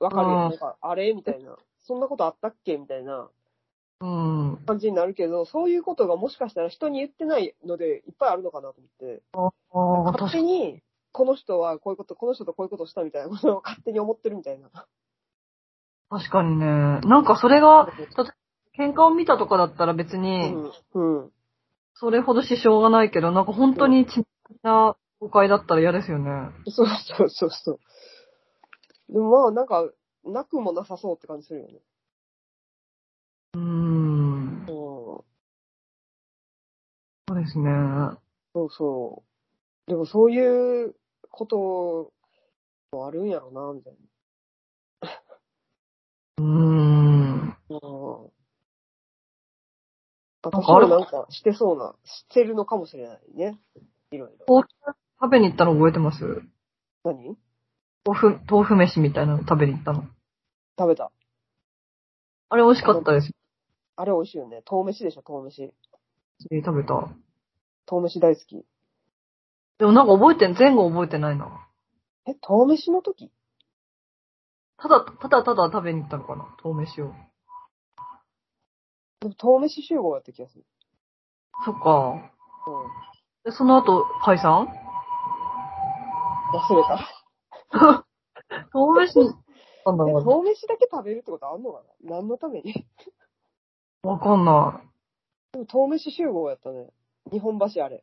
A: わかる
B: う
A: よ。
B: ん
A: なんか、あれみたいな。そんなことあったっけみたいな
B: うん。
A: 感じになるけど、そういうことがもしかしたら人に言ってないので、いっぱいあるのかなと思って。
B: ああ、確
A: 勝
B: かに。
A: 手に、この人はこういうこと、この人とこういうことをしたみたいなことを勝手に思ってるみたいな。
B: 確かにね。なんかそれが、喧嘩を見たとかだったら別
A: う
B: に、
A: ん。うん。
B: それほど支障がないけど、なんか本当にちっちゃな誤解だったら嫌ですよね。
A: そうそうそうそう。でもまあなんか、なくもなさそうって感じするよね。
B: うーん。
A: うん。
B: そうですね。
A: そうそう。でもそういうこともあるんやろな、みたいう
B: ーん。
A: な。うん。
B: なん
A: 私
B: かあ
A: も
B: る
A: なんかしてそうな、してるのかもしれないね。いろいろ。
B: 食べに行ったの覚えてます
A: 何
B: 豆腐、豆腐飯みたいなの食べに行ったの。
A: 食べた。
B: あれ美味しかったです。
A: あれ美味しいよね。豆飯でしょ、豆飯。
B: 食べた。
A: 豆飯大好き。
B: でもなんか覚えてん、前後覚えてないな。
A: え、豆飯の時
B: ただ、ただただ食べに行ったのかな、豆飯を。
A: でも豆飯集合やった気がする。
B: そっか。
A: うん。
B: で、その後、解散
A: 忘れた。
B: 遠飯に、なんだ
A: え、
B: ろ
A: 豆飯だけ食べるってことあんのかな何のために
B: う。わかんな
A: でも、豆飯集合やったね。日本橋あれ。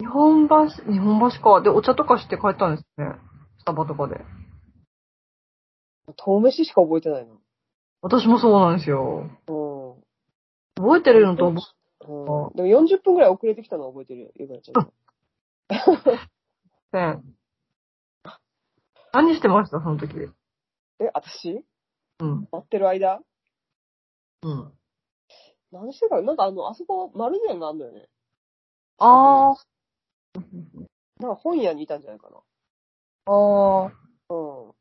B: い。日本橋、日本橋か。で、お茶とかして帰ったんですね。スタバとかで。
A: 豆飯しか覚えてない
B: 私もそうなんですよ。
A: の。
B: 覚えてるのと、
A: うん。うん。でも40分くらい遅れてきたのは覚えてるよ、ゆかりちゃん。
B: ね何してましたその時。
A: え、私
B: うん。
A: 待ってる間
B: うん。
A: 何してたのなんかあの、あそこ、丸善があんのよね。
B: あー。
A: なんか本屋にいたんじゃないかな。
B: あー。
A: うん。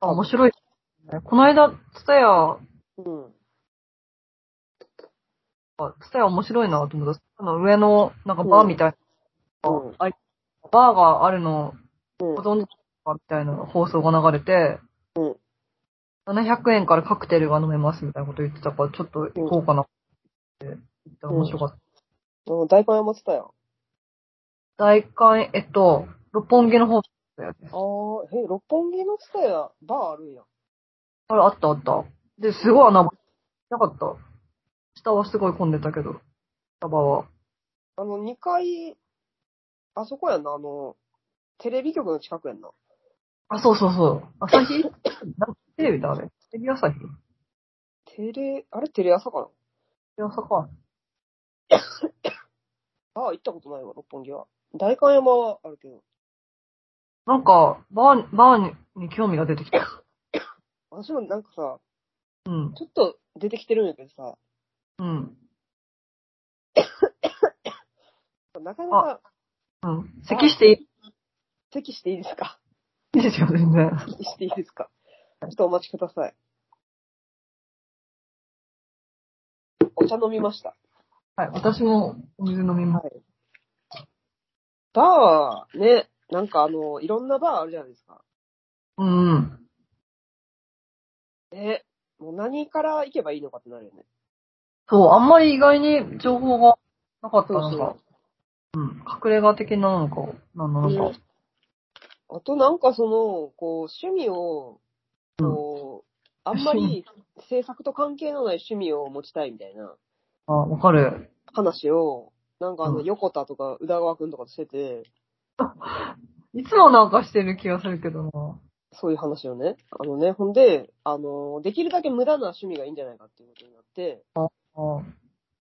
B: あ、面白い。この間、ツタヤ、
A: うん。
B: ツタヤ面白いなと思った。あの上の、なんかバーみたいな、
A: うん
B: あバーがあるの、
A: うん
B: ご。存知ですかみたいな放送が流れて、
A: うん
B: 700円からカクテルが飲めますみたいなこと言ってたから、ちょっと行こうかなって言ったら面白かった。
A: うん、大根山ってたよ。
B: 大会、えっと、六本木の方だよね。
A: ああ、え、六本木の蔦屋、バーあるんや。
B: あれ、あったあった。で、すごい穴場、なかった。下はすごい混んでたけど、下場は。
A: あの、2階、あそこやんな、あの、テレビ局の近くやんな。
B: あ、そうそうそう。朝日なんテレビだ、あれ。テレビ朝日テレ
A: テレ、あれテレ朝かな
B: ビ朝か。
A: バー行ったことないわ、六本木は。大観山はあるけど。
B: なんか、バー、バーにに興味が出てきた。
A: 私もなんかさ、
B: うん。
A: ちょっと出てきてるんやけどさ、
B: うん。
A: なかなか
B: うん。咳してい
A: 席していいですか
B: いですよ、全然。
A: 席していいですかちょっとお待ちください。お茶飲みました。
B: はい。私もお水飲みます。
A: バー、ね、なんかあの、いろんなバーあるじゃないですか。
B: うんうん。
A: ね、もう何から行けばいいのかってなるよね。
B: そう、あんまり意外に情報がなかった
A: そう
B: のか
A: そ。
B: うん。隠れ家的なのか、なんなのか。
A: う。あとなんかその、こう、趣味を、こう、あんまり制作と関係のない趣味を持ちたいみたいな
B: あ、わかる。
A: 話を、なんかあの、
B: うん
A: 横田とか宇田川くんとかとしてて、
B: いつもなんかしてる気がするけどな。
A: そういう話をね。あのね、ほんで、あの、できるだけ無駄な趣味がいいんじゃないかっていうことになって、
B: あ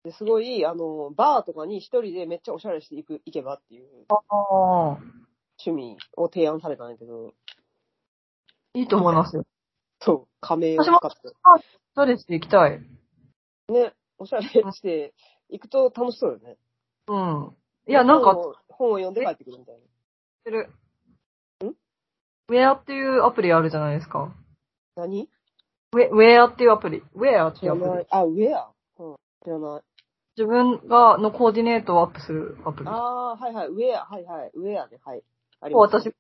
A: で、すごい、あの、バーとかに一人でめっちゃおしゃれしていく、行けばっていう
B: あ
A: 趣味を提案されたんやけど、
B: ー。いいと思いますよ。
A: そう、仮名を使って。
B: ドレスで行きたい。
A: ね、おしゃれして行くと楽しそうよね。
B: うん。いや、なんか、
A: 本を本を読んで帰ってくるみたいな。
B: てる。
A: ん
B: ウェアっていうアプリあるじゃないですか。
A: 何
B: ウェウェアっていうアプリ。ウェアって
A: 知
B: いう
A: ら
B: アプ
A: な
B: リ
A: い。。あ、ウェアうん。知らない。
B: 自分が、のコーディネートをアップするアプリ。
A: あー、はいはい。ウェア、はいはい。ウェアね、はい。あり
B: そう
A: ます。
B: 私、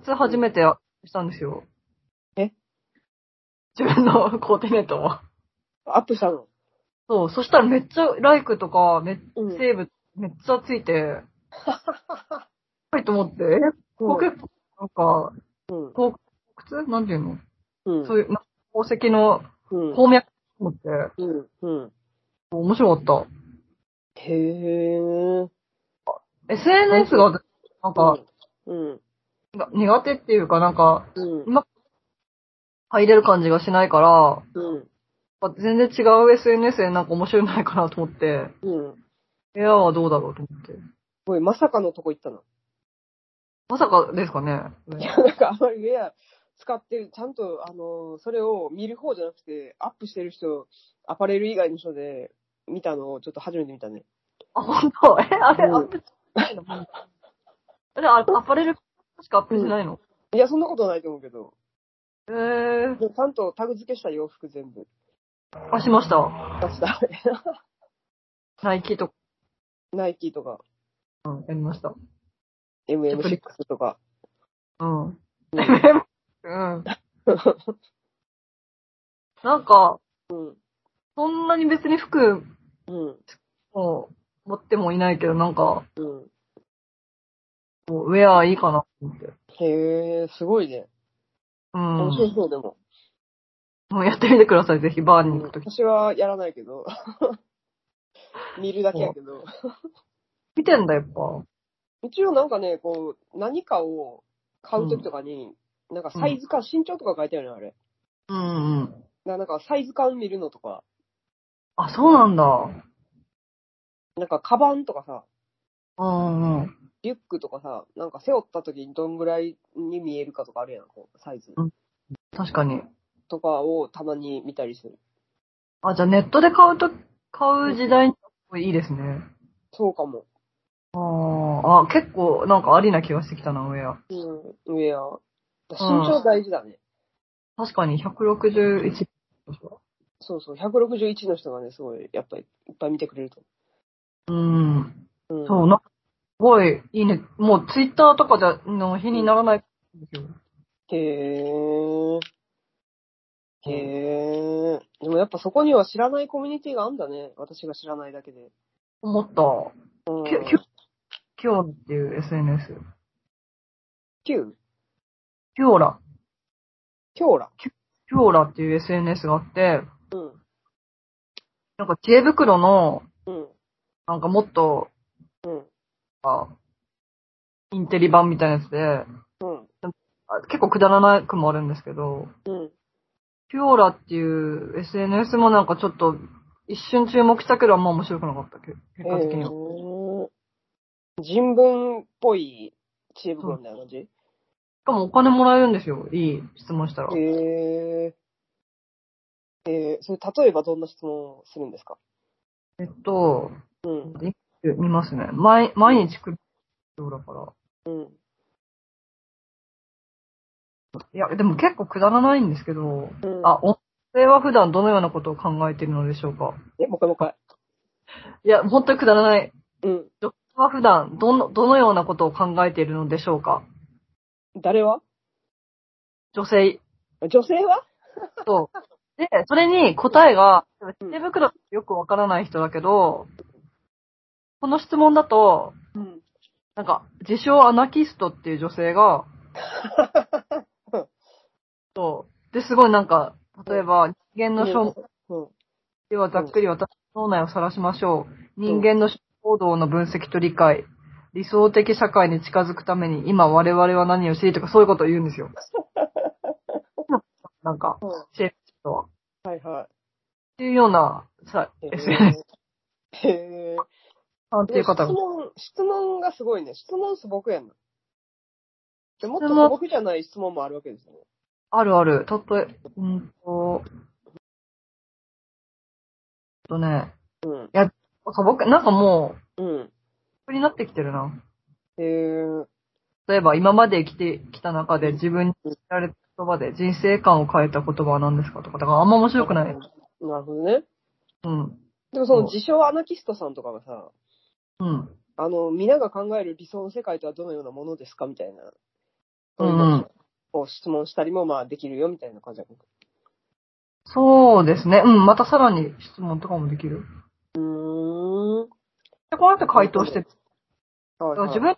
B: 二つ初めてしたんですよ。
A: え
B: 自分の コーディネートを。
A: アップしたの。
B: そう、そしたらめっちゃ、ライクとか、めっち
A: う
B: ゃ、
A: ん。
B: セーブ、めっちゃつい て、はいと思って、え、ここ結構、なんか、
A: うん。
B: 靴なんていうの、
A: うん。
B: そういう、なんか宝石の
A: うん。
B: 鉱脈持って、
A: うん。うん。
B: 面白かっ
A: へー。
B: た。SNS が、なんか、
A: うん。
B: が苦手っていうか、なんか、
A: うん。
B: 入れる感じがしないから、
A: うん。
B: やっぱ全然違う SNS でなんか面白いのないかなと思って、
A: うん。す
B: エアはどうだろうと思って。
A: ごい、まさかのとこ行ったの。
B: まさかですかね
A: いや、なんかあんまりウェア使ってる、ちゃんと、あの、それを見る方じゃなくて、アップしてる人、アパレル以外の人で見たのをちょっと初めて見たね。
B: あ、本当え、あれ、
A: うん
B: アップしないのあれ、あアパレルしかアップしないの、
A: いや、そんなことないと思うけど。
B: ええ
A: でもちゃんとタグ付けした洋服全部
B: ー、あ、しました。
A: 出した。
B: ナイキとか、
A: ナイキとか、
B: うん、やりました。
A: MM6 とか。
B: うん。うん
A: う。
B: なんか、
A: うん。
B: そんなに別に服
A: うん。
B: を持ってもいないけど、なんか、
A: うん。
B: ウェアいいかなと思って。
A: へえ、すごいね。
B: うん。
A: 面白そうでも。
B: もうやってみてください、ぜひ、バーに行くとき。
A: 私はやらないけど。 見るだけやけど。
B: 見てんだ、やっぱ。
A: 一応なんかね、こう、何かを買うときとかに、なんかサイズ感、身長とか書いてあるのよあれ。
B: うんうん。
A: ななんかサイズ感見るのとか、
B: あ、そうなんだ。
A: なんかカバンとかさ、
B: うんうん。
A: リュックとかさ、なんか背負ったときにどんぐらいに見えるかとかあるやん、こう、サイズ。
B: 確かに。
A: とかをたまに見たりする。
B: あ、じゃあネットで買うと、買う時代にいいですね。
A: そうかも。
B: あーあ、結構なんかありな気がしてきたな、ウェア。
A: うん、ウェア。身長大事だね。
B: 確かに161。
A: そうそう、161の人がね、すごい、やっぱりいっぱい見てくれると。
B: うん。
A: うん、
B: そう、なんか、すごいいいね。もうツイッターとかじゃ、の日にならないんですよ。
A: へー。へー。でもやっぱそこには知らないコミュニティがあるんだね。私が知らないだけで。
B: 思った。
A: うん、
B: きゅきゅキュオラっていう SNS。
A: 9?
B: キュオラ。
A: 今日ら。
B: キュオラっていう SNS があって、
A: うん。
B: なんか知恵袋の、
A: うん。
B: なんかもっと、
A: うん。
B: あインテリ版みたいなやつで、
A: うん。
B: あ結構くだらなくもあるんですけど、
A: うん。
B: ピュオーラっていう SNS もなんかちょっと一瞬注目したけどあんま面白くなかったけど、結果的には。
A: へー人文っぽい知恵袋みたいな感じ、
B: しかもお金もらえるんですよ、いい質問したら。
A: へー。えー、それ例えばどんな質問をするんですか
B: えっと、
A: うん。
B: 見ますね。毎毎日来るピュオーラか
A: うん。
B: ら。いや、でも結構くだらないんですけど、
A: うん、
B: あ、音声は普段どのようなことを考えているのでしょうか
A: え、もう一回もう一回。
B: いや、本当にくだらない。
A: うん。
B: は普段どの、どのようなことを考えているのでしょうか
A: 誰は
B: 女性
A: 女性は
B: と。で、それに答えが、
A: うん
B: 手袋よくわからない人だけど、この質問だと、
A: うん。
B: なんか、自称アナキストっていう女性が、そう。で、すごいなんか、例えば、人間の消
A: うん。
B: ではざっくり私の脳内を晒しましょう。人間の行動の分析と理解。理想的社会に近づくために今我々は何をしとかそういうことを言うんで すよ。なんか、
A: うん
B: シェイプとは。っ
A: はいは
B: ていうような、さ、
A: い。
B: SNS
A: へえ。
B: さんっていう方
A: 質
B: が。
A: 問、質問がすごいね。質問素朴やんな。でもっと
B: 質問
A: 素朴じゃない質問もあるわけですよね。
B: あるある。たとえ、うんと、えっとね、
A: うん。
B: 素朴、なんかもう、
A: うん。
B: 素朴になってきてるな。
A: へえ。
B: 例えば今まで生きてきた中で自分に知られた言葉で人生観を変えた言葉は何ですかとか、だからあんま面白くない。
A: なるほどね。
B: うん。
A: でもその
B: そう
A: 自称アナキストさんとかがさ、
B: うん。
A: あの、皆が考える理想の世界とはどのようなものですかみたいな。
B: うんう
A: そうい
B: ん
A: うのを質問したりも、まあ、できるよ、みたいな感じだ
B: そうですね。うん。またさらに質問とかもできる。
A: うーん。
B: で、こうやって回答してる、
A: はいはい
B: 自分、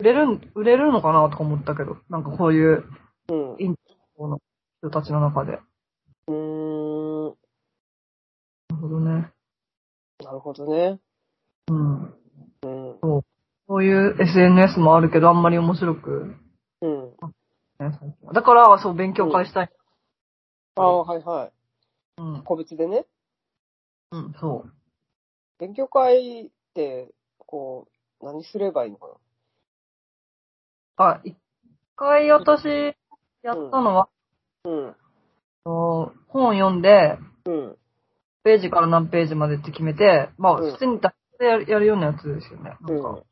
B: 売れるん、売れるのかなとか思ったけど、なんかこういう
A: うん。う
B: この人たちの中で。な
A: ーん。
B: るほどね。
A: なるほどね。
B: うん。
A: うん。
B: そういう SNS もあるけど、あんまり面白く、
A: うん。
B: ね、最近はだから、そう、勉強会したい。
A: ああ、はいはい。
B: うん。
A: 個別でね。
B: うん、そう。
A: 勉強会って、こう、何すればいいのか
B: あ、一回私、やったのは、
A: な。うん。
B: あの本読んで、
A: うん。
B: ページから何ページまでって決めて、まあ、
A: うん
B: 普通にダッでやるやるようなやつですよね。なんか、
A: う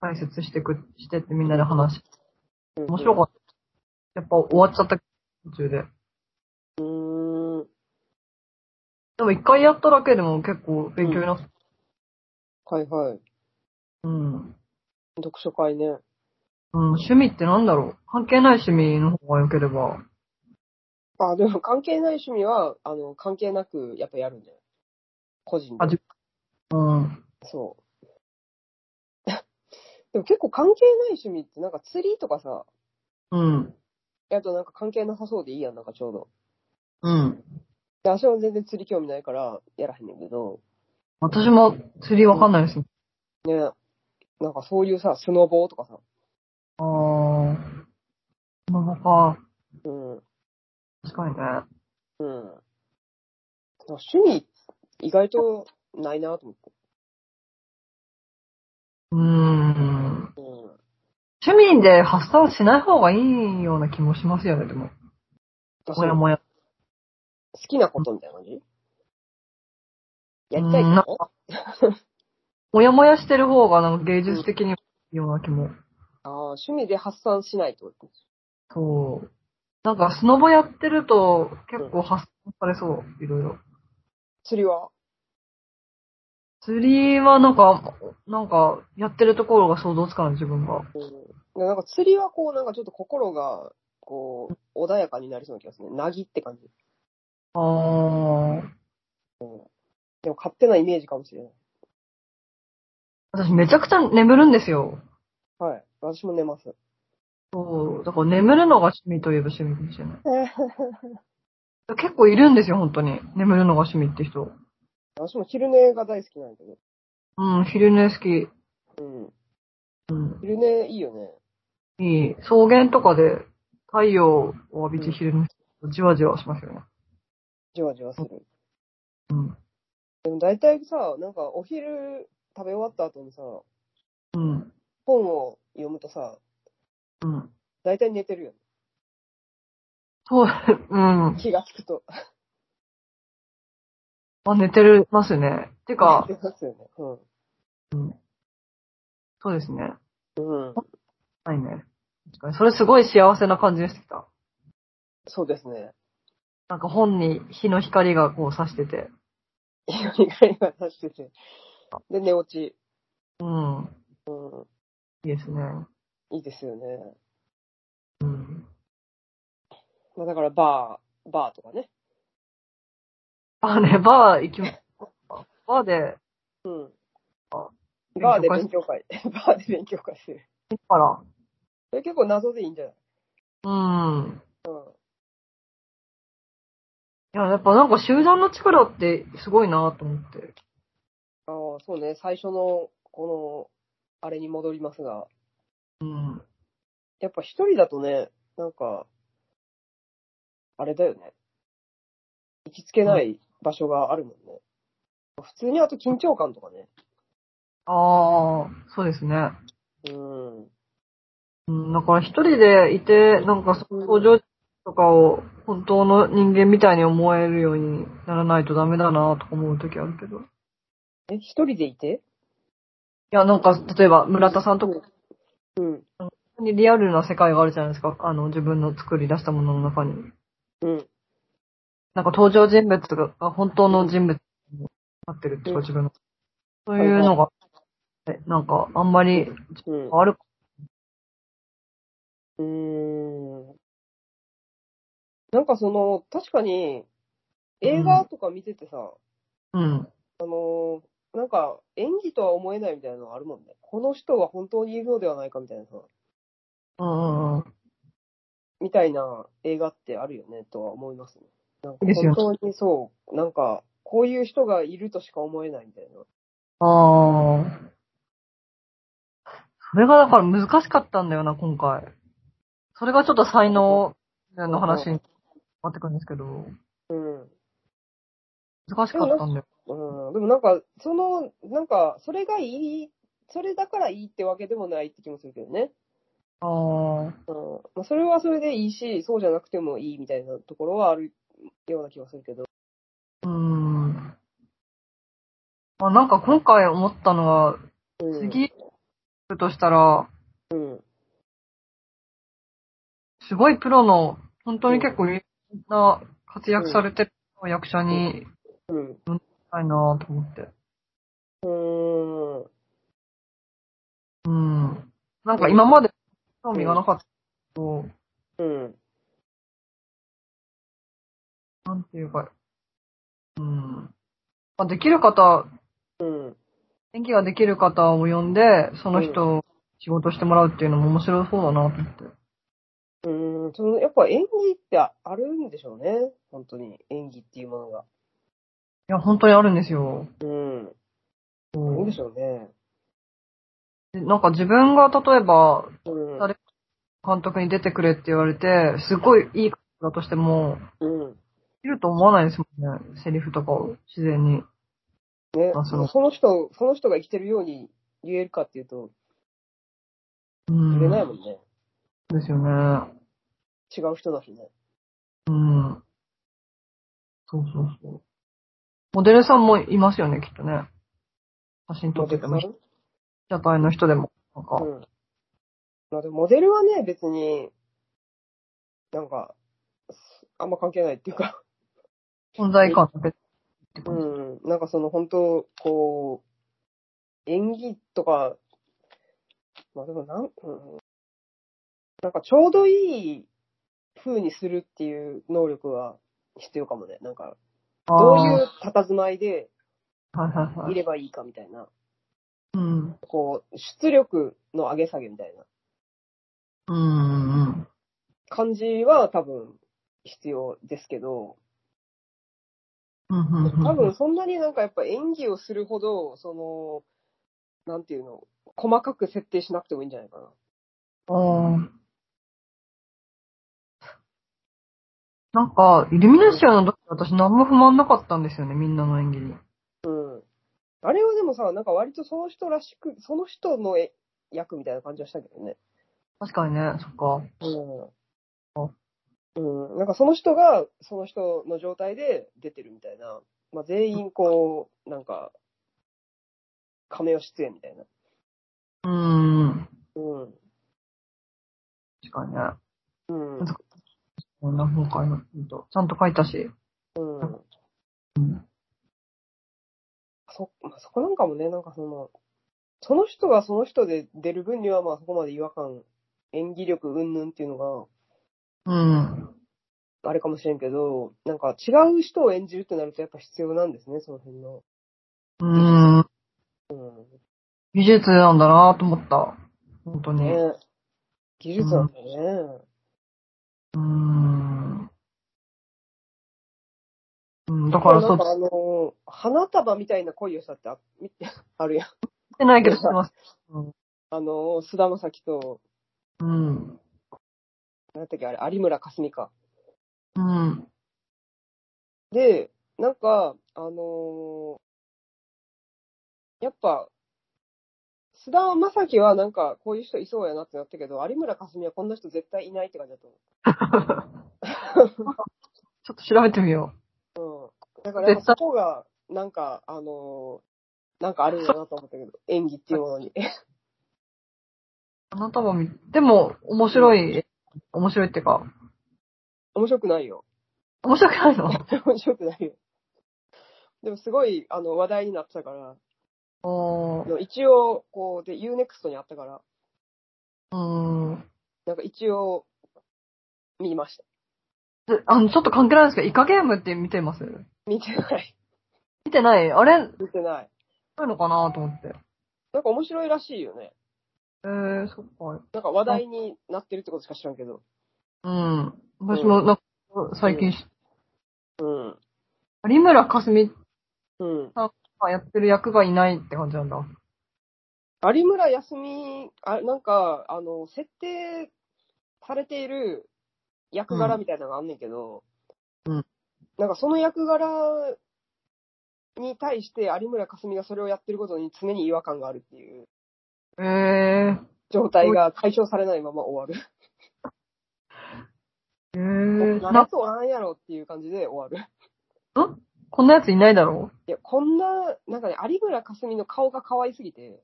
B: 解説してく、してってみんなで話し
A: ん。
B: 面白か
A: っ
B: った。やっぱ終わっちゃった途中で。
A: た。うーん。
B: でも一回やっただけでも結構勉強になった。
A: はいはい。
B: うん。
A: 読書会ね。
B: うん、趣味ってなんだろう関係ない趣味の方が良ければ。
A: あ、でも関係ない趣味は、あの、関係なく、やっぱやるんだよ。個人
B: あ
A: で
B: じ。うん。
A: そ でも結構関係ない趣味って、なんか釣りとかさ、
B: うん。
A: あとなんか関係なさそうでいいやん、なんかちょうど。
B: うん。
A: で、私は全然釣り興味ないから、やらへんねんけど、
B: 私も釣りわかんないですよ。
A: ね、なんかそういうさ、スノボーとかさ、
B: あー。まあか。
A: うん、うん。
B: 確かにね。
A: そう趣味、意外とないなと思って。
B: うーん。
A: うん。
B: 趣味で発散しない方がいいような気もしますよね、でも。
A: だか
B: もや
A: ら好
B: もや。
A: きなことみたいな感じやりた
B: うん
A: い
B: なん
A: こと
B: もやもやしてる方がなんか芸術的にいいような気も。
A: ああ、趣味で発散しないってこと
B: そう。なんかスノボやってると結構発散されそう、いろいろ。
A: 釣りは
B: 釣りはなんか、なんか、やってるところが想像つかない自分が。
A: うん。なんか釣りはこう、なんかちょっと心が、こう、穏やかになりそうな気がするね。なぎって感じ。
B: あー。
A: でも勝手なイメージかもしれない。
B: 私めちゃくちゃ眠るんですよ。
A: はい。私も寝 ます。
B: そう。だから眠るのが趣味といえば趣味かもしれない。結構いるんですよ、本当に。眠るのが趣味って人。
A: 私も昼寝が大好きなんだけど。
B: うん、昼寝好き。
A: うん。
B: うん。
A: 昼寝いいよね。
B: いい。草原とかで太陽を浴びて昼寝、じわじわしますよね。
A: じわじわする。
B: うん。
A: でも大体さ、なんかお昼食べ終わった後にさ、
B: うん。
A: 本を読むとさ、
B: うん。
A: 大体寝てるよね。
B: そう、うん。
A: 気がつくと。
B: あ、寝てるますね。てか、
A: 寝てますよね。
B: そうですね。
A: うん。うん。
B: はいね。確かに。それすごい幸せな感じでしてきた。
A: そうですね。
B: なんか本に日の光がこう差してて。
A: 意外が出してて。で、寝落ち。
B: う
A: う
B: ん。
A: ん。
B: いいですね。
A: いいですよね。
B: うん。
A: まあだからバー、バーとかね。
B: あ、ね、バー行きます。バーで、
A: うん。
B: あ
A: バーで勉強会。 バーで勉強会する。
B: いいから。
A: それ結構謎でいいんじゃない
B: うん。
A: うん。
B: いや、やっぱなんか集団の力ってすごいなと思って。
A: ああ、そうね。最初の、この、あれに戻りますが、
B: うん。
A: やっぱ一人だとね、なんか、あれだよね。行きつけない場所があるもんね。普通にあと緊張感とかね。
B: ああ、そうですね。
A: うん。
B: うん、だから一人でいて、なんか登場とかを本当の人間みたいに思えるようにならないとダメだなとか思う時あるけど。い
A: え、一人でいて
B: や、なんか例えば村田さんとか
A: うん。
B: にリアルな世界があるじゃないですか。あの、自分の作り出したものの中に。
A: うん。
B: なんか登場人物が本当の人物になってるってい
A: う
B: うか、
A: ん
B: 自分の。そういうのが、えなんか、あんまり、
A: うん。
B: ある、
A: うーんなんかその、確かに、映画とか見ててさ、
B: うん。
A: あのーなんか演技とは思えないみたいなのがあるもんね。この人は本当にいるのではないかみたいなさ、
B: うんうん
A: みたいな映画ってあるよねとは思いますね。なんか
B: ですよ
A: 本当にそう、なんか、こういう人がいるとしか思えないみたいな。
B: うん。ああ。それがだから難しかったんだよな、今回。それがちょっと才能の話になってくるんですけど、
A: うん。
B: 難しかったんだよ。
A: うん、でもなんか、その、なんか、それがいい、それだからいいってわけでもないって気もするけどね。
B: ああ。
A: うんまあ、それはそれでいいし、そうじゃなくてもいいみたいなところはあるような気がするけど。
B: うーん。まあ、なんか今回思ったのは、
A: うん、
B: 次、としたら、
A: うん。
B: すごいプロの、本当に結構いろんな活躍されてる役者に、い
A: うん。
B: たいなと思って。
A: うーん。
B: うん。なんか今まで興味がなかったけど、
A: うん。
B: なんていうか、うん。まあ、できる方、
A: うん。
B: 演技ができる方を呼んで、その人を仕事してもらうっていうのも面白そうだなと思って。
A: うーん、その、やっぱ演技ってあるんでしょうね。本当に。演技っていうものが。
B: いや、本当にあるんですよ。
A: うん。
B: そう
A: どうでしょうね。
B: でなんか自分が例えば
A: うん。
B: 誰監督に出てくれって言われて、すごいいい監督だとしても、
A: うん。
B: いると思わないですもんね。セリフとかを自然に。
A: ね
B: あその
A: その人、その人が生きてるように言えるかっていうと、
B: うん。
A: 言えないもんね。
B: ですよね。
A: 違う人だしね。
B: うん。そうそうそう。モデルさんもいますよね、きっとね。写真撮
A: モ
B: って
A: デ
B: て
A: ル
B: も、被
A: さん
B: 写体の人でも。なんか、
A: うん。まあでもモデルはね、別に、なんか、すあんま関係ないっていうか、
B: 存在感だけって
A: う
B: 感じ。
A: ん。なんかその本当、こう、演技とか、まあでもなん、うん、なんかちょうどいい風にするっていう能力は必要かもね。なんか、
B: あ
A: どう
B: ー
A: いう佇まいで
B: はいはいはいい。
A: ればいいかみたいな。
B: うん。
A: こう、出力の上げ下げみたいな
B: うんうん。
A: 感じは多分必要ですけど、
B: うんうんうん。
A: 多分そんなになんかやっぱ演技をするほど、その、なんていうの、細かく設定しなくてもいいんじゃないかな。
B: うん。なんか、イルミネーションの時私何も不満なかったんですよね、みんなの演技に。
A: うん。あれはでもさ、なんか割とその人らしく、その人のえ役みたいな感じはしたけどね。
B: 確かにね、そっか。
A: うん。うん。なんかその人が、その人の状態で出てるみたいな。まあ、全員こう、なんか、亀を出演みたいな。
B: うん。
A: うん。
B: 確かにね。
A: うん。
B: こんな本かな、ほんとちゃんと書いたし。
A: うん。
B: うん。
A: そ、まあ、そこなんかもね、なんかその、その人がその人で出る分には、まあそこまで違和感、演技力云々っていうの
B: うん。
A: があれかもしれんけど、なんか違う人を演じるってなるとやっぱ必要なんですね、その辺の。
B: うん。
A: うん。
B: 技術なんだなと思った。本当に。
A: ね技術なんだよね。
B: うん。うん、だ
A: だか
B: からら
A: なん
B: そう、
A: か
B: 知っ
A: あの、花束みたいな恋をしたってあ あるやん。
B: てないけど知ってます。
A: あの、菅田将暉と、
B: うん。
A: なんだったっけ、あれ、有村架純か。
B: うん。
A: で、なんか、あのーやっぱ、菅田将暉はなんか、こういう人いそうやなってなったけど、有村架純はこんな人絶対いないって感じだと
B: ちょっと調べてみよ
A: 思う。うん。だから、
B: 絶対
A: そこが、なんか、あのーなんかあるんだなと思ったけど、 演技っていうもの に。
B: う。花束み、でも、面白い、面白いってか、
A: 面白くないよ。
B: 面白くないの
A: 面白くないよ。でもすごい、あの、話題になってたから、
B: お
A: あ
B: ー
A: の一応、こう、で、UNEXT にあったから、
B: うーん。
A: なんか一応、見ました。
B: であの、ちょっと関係ないんですけど、イカゲームって見てます
A: 見てない。
B: 見てないあれ、
A: 見てない。
B: そういうのかなと思って。
A: なんか面白いらしいよね。
B: えー、そっか。
A: なんか話題になってるってことしか知らんけど。
B: うん。私も、なんか、最近知っ、
A: うん。
B: 有村架純
A: うん。
B: がやってる役がいないって感じなんだ。
A: 有村康美、あなんか、あの、設定されている役柄みたいなのがあんねんけど、
B: うん。
A: なんかその役柄に対して有村架純がそれをやってることに常に違和感があるっていう
B: え
A: 状態が解消されないまま終わる。
B: ー、
A: 何
B: えー、
A: や
B: な、
A: つおらんやろっていう感じで終わる。
B: こんなやついないだろ
A: いや、こんな、なんかね、有村架純の顔が可愛すぎて、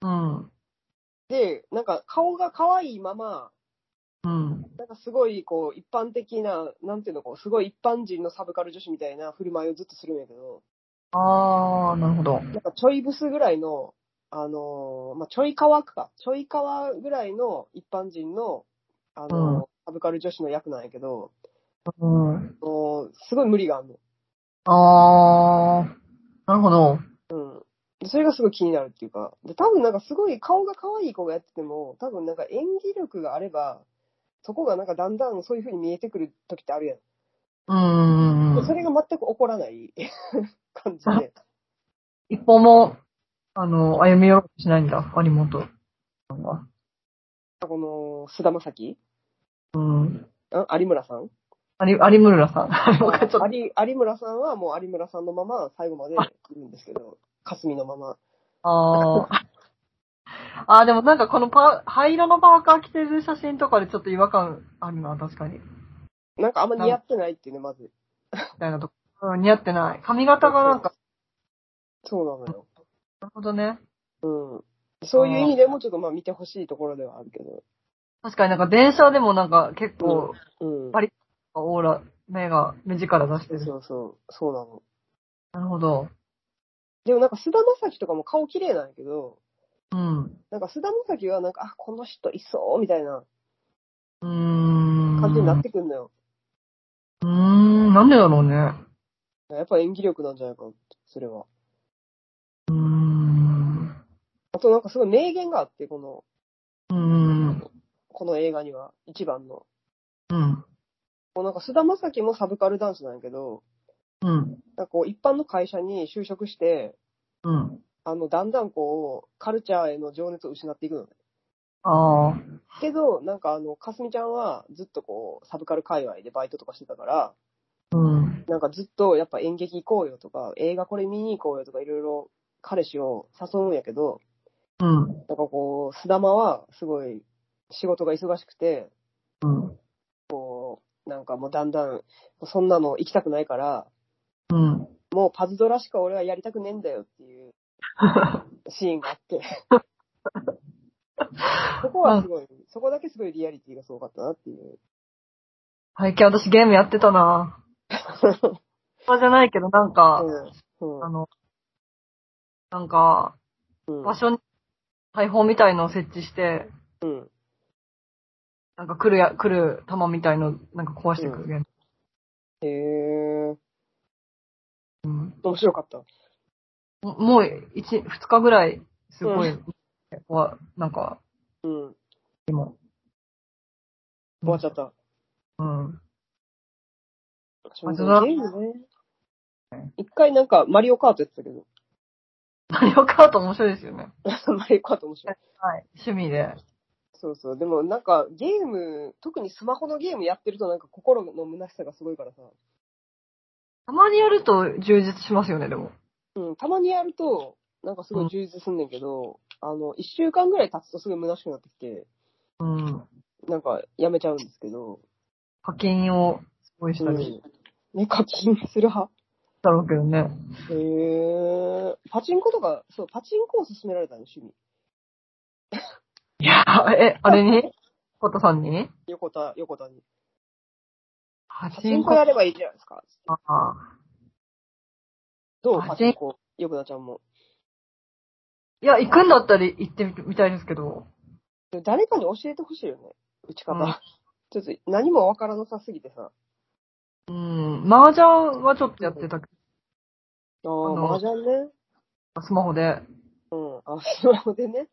B: ううん。
A: で、なんか顔が可愛いまま、
B: うん。
A: なんかすごい、こう、一般的な、なんていうの、こう、すごい一般人のサブカル女子みたいな振る舞いをずっとするんやけど、
B: あー、なるほど。
A: なんかちょいブスぐらいの、あのーまあ、ちょいかわか、ちょいかわぐらいの一般人の、あのー
B: うん
A: サブカル女子の役なんやけど、
B: うん。
A: あのーすごい無理があるの。
B: あー、なるほど。
A: うん。でそれがすごい気になるっていうか、で多分なんかすごい顔が可愛い子がやってても、多分なんか演技力があれば、そこがなんかだんだんそういう風に見えてくる時ってあるやん。
B: うん。
A: それが全く起こらない 感じで。
B: 一歩も、あの、歩み寄ろうとしないんだ、有本さんは。
A: この、菅田将暉
B: うん。
A: あ有村さん
B: 有有村さん。 僕はちょっと、
A: 有有村さんはもう有村さんのまま最後までいるんですけど、霞のまま。
B: あーあー、でもなんかこのパ、灰色のパーカー着てる写真とかでちょっと違和感あるな、確かに。み
A: なんかあんま似合ってないっていうね、まず。
B: たいなとこ。うん、似合ってない。髪型がなんか、
A: そうなのよ。
B: なるほどね。
A: うん。そういう意味でもちょっとまあ見てほしいところではあるけど。
B: 確かになんか電車でもなんか結構、
A: うん。
B: パリオーラ、目が、目力出してる。
A: そうそう、そうなの。
B: なるほど。
A: でもなんか菅田将暉とかも顔綺麗なんやけど、
B: うん。
A: なんか菅田将暉はなんか、あ、この人いそうみたいな
B: うーん。
A: 感じになってくるのよ。
B: うーん、なんでだろうね。う
A: やっぱ演技力なんじゃないかなって、それは。
B: ーん。
A: あとなんかすごい名言があって、この、
B: うーん。
A: この映画には、一番の。
B: うん。
A: もうなんか菅田将暉もサブカル男子なんやけど、
B: うん。
A: なんかこう一般の会社に就職して、
B: うん。
A: あの、だんだんこう、カルチャーへの情熱を失っていくのね。
B: ああ。
A: けど、なんかあの、かすみちゃんはずっとこう、サブカル界隈でバイトとかしてたから、
B: うん。
A: なんかずっとやっぱ演劇行こうよとか、映画これ見に行こうよとかいろいろ彼氏を誘うんやけど、
B: うん。
A: なんかこう、菅田間はすごい仕事が忙しくて、
B: うん。
A: なんかもうだんだん、そんなの行きたくないから、
B: うん。
A: もうパズドラしか俺はやりたくねえんだよっていうシーンがあって。そこはすごい、そこだけすごいリアリティがすごかったなっていう。
B: 最近私ゲームやってたなぁ。じゃないけど、なんか、
A: うん。
B: あの、なんか、
A: うん。
B: 場所に大砲みたいのを設置して、
A: うん。
B: なんか来るや、来る弾みたいの、なんか壊していくゲーム。
A: へえ、
B: うん。
A: 面白かった。
B: ももう、一、二日ぐらい、すごい、
A: う
B: わなんか、
A: うん。
B: 今。
A: 終わっちゃった。
B: うん。
A: そうねゲームね。一回なんか、マリオカートやってたけど。
B: マリオカート面白いですよね。
A: マリオカート面白い。
B: はい。趣味で。
A: そうそう。でもなんか、ゲーム、特にスマホのゲームやってるとなんか心の虚しさがすごいからさ。
B: たまにやると充実しますよね、でも。
A: うん、たまにやると、なんかすごい充実すんねんけど、あの、一週間ぐらい経つとすごい虚しくなってきて、
B: うん。
A: なんか、やめちゃうんですけど。
B: 課金を、すごいした
A: う
B: りし
A: ん。ね、課金する派
B: たろうけどね。
A: へえ。パチンコとか、そう、パチンコを勧められたの、趣味。
B: いや、え、あれにコタさ んに
A: 横田、横田に。
B: パ
A: パ
B: チ
A: チ
B: ン
A: ン
B: コ
A: コ
B: や
A: や
B: れ
A: ればいいじゃないですか。
B: ば。
A: どう
B: あ
A: パチンコ、よくなちゃんも。
B: いや、行くんだったら行ってみたいですけど。
A: 誰かに教えてほしいよね、打ち方。
B: うん
A: ちょっと何もわからなさすぎてさ。
B: うん。麻雀はちょっとやってたけ
A: あ
B: の
A: あ、麻雀ね。
B: ど、スマホで。
A: うん。あ、スマホでね。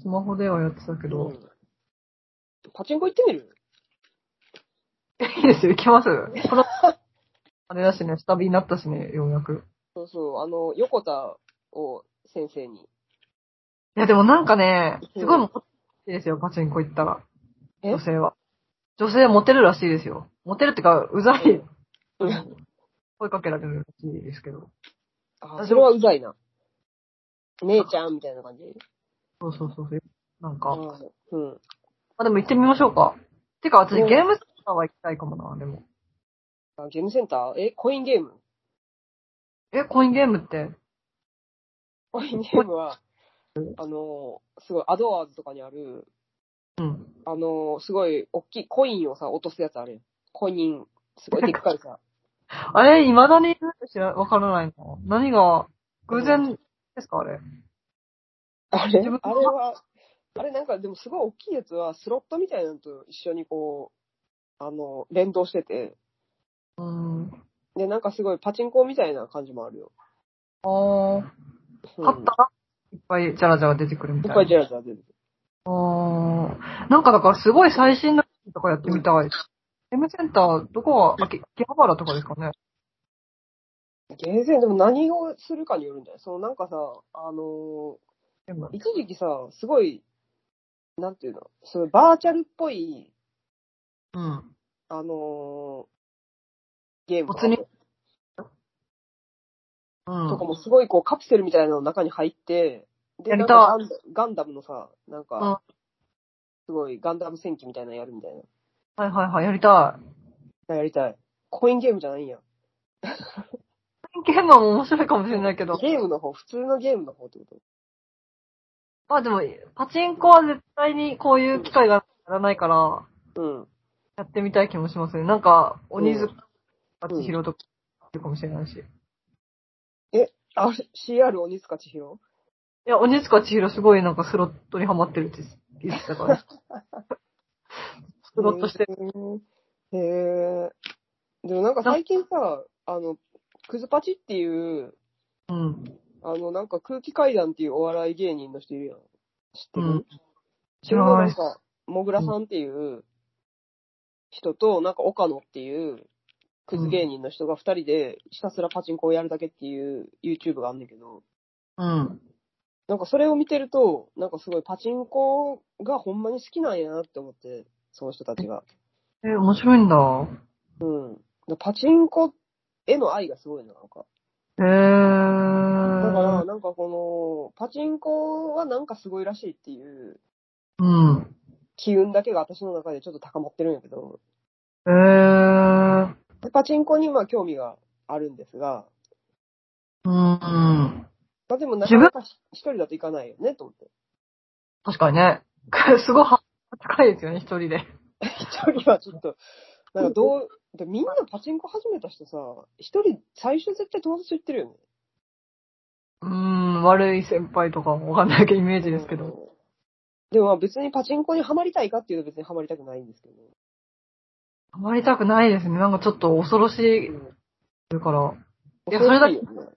B: スマホではやってたけ
A: う
B: ど。
A: んパチンコ行ってみる
B: いいですよ、行きます。この、あれだしね、下火になったしね、ようやく。
A: そうそう、あの、横田を先生に。
B: いや、でもなんかね、すごいモテるですよ、パチンコ行ったら。
A: え
B: 女性は。女性はモテるらしいですよ。モテるってか、うざい。
A: うん
B: 声かけられるらしいですけど。
A: あ、それはうざいな。姉ちゃんみたいな感じ。
B: そうそうそうそう。なんか。
A: うん。
B: あ、でも行ってみましょうか。てか、私
A: うん
B: ゲームセンターは行きたいかもな、でも。
A: あゲームセンターえ、コインゲーム
B: え、コインゲームって
A: コインゲームは、あの、すごい、アドアーズとかにある、
B: うん。
A: あのーすごい、大きいコインをさ、落とすやつあるやん。コイン、すごいでっかいさ。
B: あれ、未だに知らわからないの何が、偶然ですか、あれ。
A: あれあ
B: 自
A: れ
B: 分の
A: は、あれなんか、でもすごい大きいやつは、スロットみたいなのと一緒にこう、あの、連動してて、
B: うーん。
A: で、なんかすごいパチンコみたいな感じもあるよ。
B: あー。
A: うん
B: 買ったら、いっぱいジャラジャラ出てくるみ
A: い
B: た
A: っ
B: い
A: ぱ
B: な。
A: いジャラジャラ出てくる。
B: あーなんかだからすごい最新のとかやってみたい。ゲームセンター、どこは、あ秋葉原とかですかね。
A: ゲーセンでも何をするかによるんじゃないそのなんかさ、あの
B: でも
A: ー、一時期さ、すごい、なんていうの、そのバーチャルっぽい、
B: うん。
A: あのー、ゲームとか
B: 没入うん。
A: とかもすごいこうカプセルみたいなのの中に入って、で、な
B: やり
A: ん
B: たい
A: かガンガンダムのさ、なん
B: うん
A: か、すごいガンダム戦記みたいなのやるみたいな
B: はいはいはい、やりたい。。
A: あやりたい。コインゲームじゃないんや。
B: ゲームは面白いかもしれないけど。
A: ゲームの方、普通のゲームの方ってこと
B: まあでも、パチンコは絶対にこういう機会がやらないから、
A: うん。
B: やってみたい気もしますね。なんか、鬼塚
A: う、
B: パチヒロとか、いるかもしれないし。い
A: あ、CR 鬼塚千尋
B: や、鬼塚千尋すごいなんかスロットにハマってるって言ってたから、 スロットして。
A: へえ。でもなんか最近さ、あの、クズパチっていう、
B: うん。
A: あの、なんか空気階段っていうお笑い芸人の人いるやん。知ってる、
B: うん
A: それのなんか、もぐらさんっていう人と、なんか岡野っていう、クズ芸人の人が二人で、ひたすらパチンコをやるだけっていう YouTube があんねんけど、
B: うん。
A: なんかそれを見てると、なんかすごいパチンコがほんまに好きなんやなって思って、その人たちが。
B: え、面白いんだ。
A: うん。パチンコへの愛がすごいな、なんか。
B: へえ
A: だから、
B: ー。
A: なんかこの、パチンコはなんかすごいらしいっていう、
B: うん。
A: 機運だけが私の中でちょっと高まってるんやけど、
B: へえー。
A: でパチンコにまあ興味があるんですが、
B: うん。
A: まあでもなかなかし一人だといかないよね、と思って。
B: 確かにね。 すごい、高いですよね、一人で。
A: 一人はちょっと、なんかどう、でみんなパチンコ始めた人さ、一人最初絶対友達と言ってるよね。
B: うーん、悪い先輩とかもわかんないけど、イメージですけど。
A: でもまあ別にパチンコにはまりたいかっていうと別にはまりたくないんですけど。
B: あまりたくないですね。なんかちょっと恐ろしいから、い
A: 恐ろ
B: や
A: し
B: それだけ
A: よね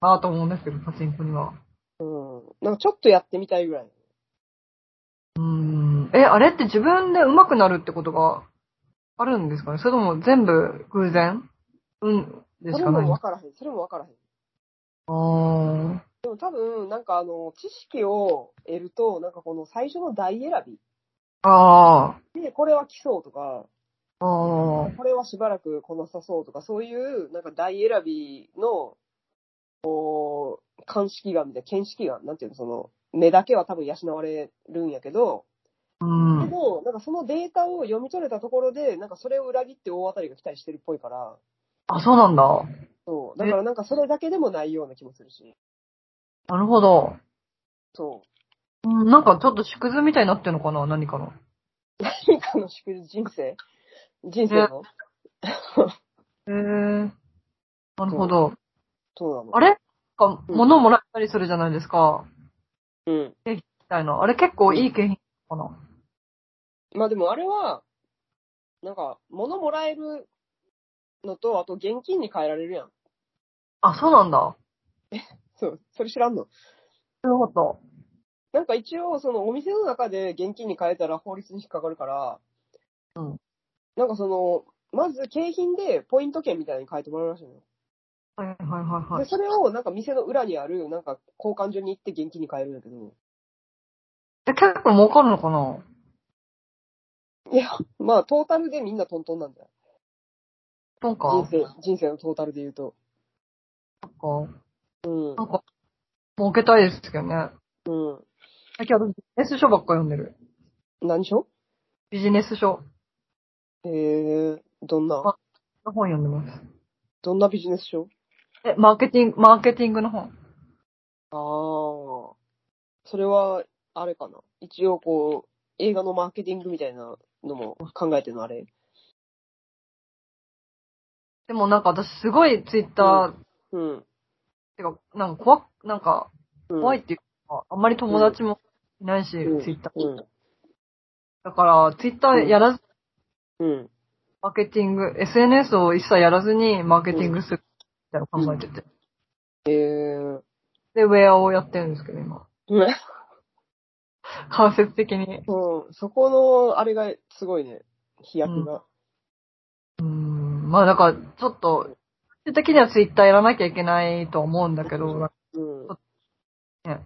B: なぁと思うんですけど、パチンコには。
A: うん。なんかちょっとやってみたいぐらい。
B: うーん。え、あれって自分で上手くなるってことがあるんですかねそれとも全部偶然うん、で
A: そ
B: し
A: れ
B: かない
A: も
B: あ
A: わからへん。それもわからへん。
B: あー。
A: でも多分、なんかあの、知識を得ると、なんかこの最初の台選
B: あ
A: び。で、これは来そうとか、
B: あ。ああ。
A: これはしばらくこなさそうとか、そういう、なんか台選びの、こう、鑑識眼みたいな、見識眼、なんていうの、その、目だけは多分養われるんやけど、
B: う
A: で
B: ん。
A: も、なんかそのデータを読み取れたところで、なんかそれを裏切って大当たりが来たりしてるっぽいから、
B: あ、そうなんだ。
A: そう。だからなんかそれだけでもないような気もするし、
B: なるほど。
A: そう。
B: うん、なんかちょっと縮図みたいになってるのかな何かの。
A: 何かの祝日人生人生の
B: へえ。なるほど。
A: そうなの。
B: あれなんか物をもらったりするじゃないですか。
A: うん。
B: みたいな。あれ結構いい景品かな。
A: まあでもあれは、なんか、物もらえるのと、あと現金に変えられるやん。
B: あ、そうなんだ。
A: そう。それ知らんの
B: 知らなかった。
A: なんか一応、そのお店の中で現金に変えたら法律に引っかかるから、
B: うん。
A: なんかその、まず景品でポイント券みたいに変えてもらうらしいのよ。
B: はいはいはいは
A: で、
B: い。
A: それをなんか店の裏にある、なんか交換所に行って現金に変えるんだけど、
B: え、結構儲かるのかない
A: や、まあトータルでみんなトントンなんだよ。
B: なんか、
A: 人生、人生のトータルで言うと。
B: なんか、
A: うん
B: なんか、儲けたいですけどね。
A: うん。
B: 最近私ビジネス書ばっか読んでる。
A: 何しょ
B: ビジネス書
A: えー、どんな
B: あの本読んでます。
A: どんなビジネス書
B: え、マーケティング、マーケティングの本。
A: ああ。それは、あれかな。一応こう、映画のマーケティングみたいなのも考えてるのあれ。
B: でもなんか私すごいツイッター、
A: ううん。
B: てか、なんか怖っ、なんか
A: うん
B: 怖いっていうか、あんまり友達もいないし、
A: うん
B: ツイッター。
A: うん。
B: だから、ツイッターやらず、
A: うん。
B: マーケティング、SNS を一切やらずにマーケティングするみたいなの考えてて。
A: えー、
B: で、ウェアをやってるんですけど、今。
A: うん
B: 間接的に。
A: うん、そこの、あれがすごいね、飛躍が。
B: うん、まあだから、ちょっと、私的にはツイッターやらなきゃいけないと思うんだけど、
A: うん。
B: ね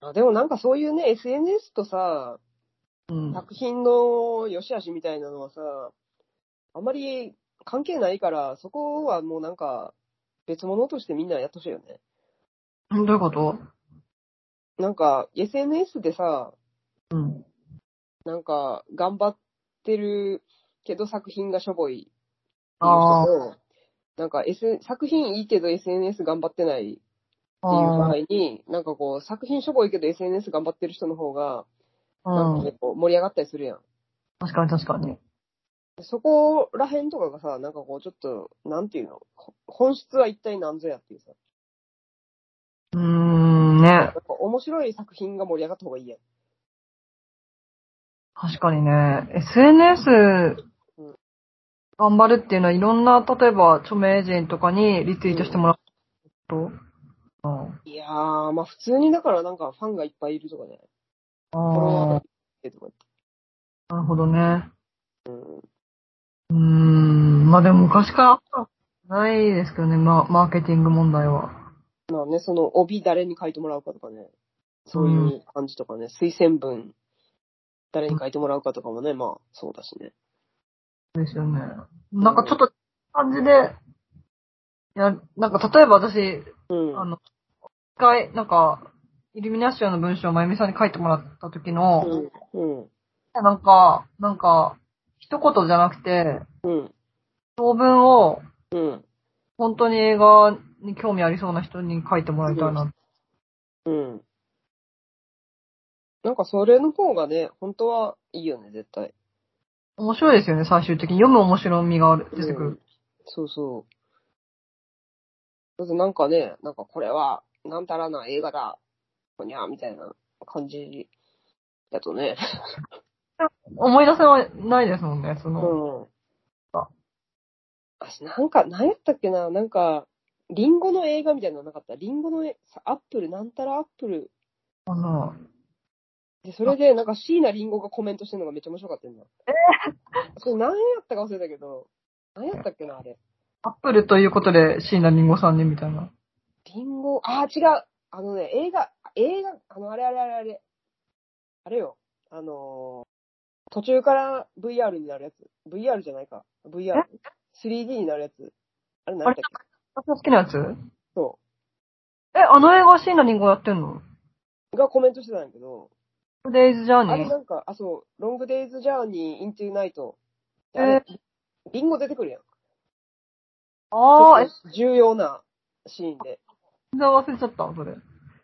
A: あでもなんかそういうね、SNS とさ、
B: うん。
A: 作品の良し悪しみたいなのはさ、あんまり関係ないから、そこはもうなんか、別物としてみんなやってほしいよね。
B: どういうこと
A: なんか、SNS でさ、
B: うん。
A: なんか、頑張ってるけど作品がしょぼいっていう
B: ああ。
A: 人と、なんか、S、作品いいけど SNS 頑張ってないっていう場
B: あ
A: 合に、なんかこう、作品しょぼいけど SNS 頑張ってる人の方が、
B: あ
A: なん
B: う
A: か
B: ん。
A: 結構盛り上がったりするやん。
B: 確かに確かに。
A: そこら辺とかがさ、なんかこう、ちょっと、なんていうの、ほ本質は一体何ぞやっていうさ、
B: うーん、ね。
A: なんか面白い作品が盛り上がった方がいいやん。
B: 確かにね。SNS
A: うん、
B: 頑張るっていうのは、いろんな、例えば、著名人とかにリツイートしてもらうこと、うん、
A: いやー、まあ普通にだからなんかファンがいっぱいいるとかね。フォロワー
B: あ
A: がいっぱいいるとか
B: あ、なるほどね。
A: うん。
B: うーん、まあでも昔からあったことないですけどね、まあ、マーケティング問題は。
A: まあね、その帯誰に書いてもらうかとかね、そう
B: う
A: いう感じとかね、推薦文誰に書いてもらうかとかもね、まあそうだしね。
B: ですよね。なんかちょっと、感じで、いや、なんか例えば私、
A: うん。
B: あの、一回、なんか、イルミナシオの文章をまゆみさんに書いてもらった時の、
A: うん。
B: なんか、なんか、一言じゃなくて、
A: うん。
B: 長文を、
A: うん。
B: 本当に映画に興味ありそうな人に書いてもらいたいな。
A: うん。なんかそれの方がね、本当はいいよね、絶対。
B: 面白いですよね、最終的に。読む面白みがある出てく
A: う
B: る
A: ん。そうそう。だってなんかね、なんかこれは、なんたらな映画だ、ほにゃーみたいな感じだとね。
B: 思い出せはないですもんね、その。
A: うん。
B: あ
A: 私なんか、何やったっけな、なんか、リンゴの映画みたいなのなかった。リンゴのえ、さアップル、なんたらアップル。
B: あの、
A: で、それで、なんか、椎名林檎がコメントしてるのがめっちゃ面白かったんだ。それ何やったか忘れたけど、何やったっけな、あれ。
B: アップルということで、椎名林檎さんね、みたいな。
A: リンゴ、あー、違う。あのね、映画、映画、あの、あれあれあれあれ。あれよ。あのー途中から VR になるやつ。VR じゃないか。VR。3D になるやつ。あれ何
B: あ
A: やっ
B: れ
A: たっけ
B: 私の好きなやつ
A: そ
B: え、あの映画椎名林檎やってんの
A: う。がコメントしてたんやけど、
B: トゥデイズジャー
A: あ
B: ニ
A: れ
B: ー。
A: なんか、あ、そう、ロングデイズジャーニーイントゥナイト。
B: え
A: あれ、リンゴ出てくるやん。
B: ああ、え、
A: 結構重要なシーンで。
B: 全然忘れちゃった、それ。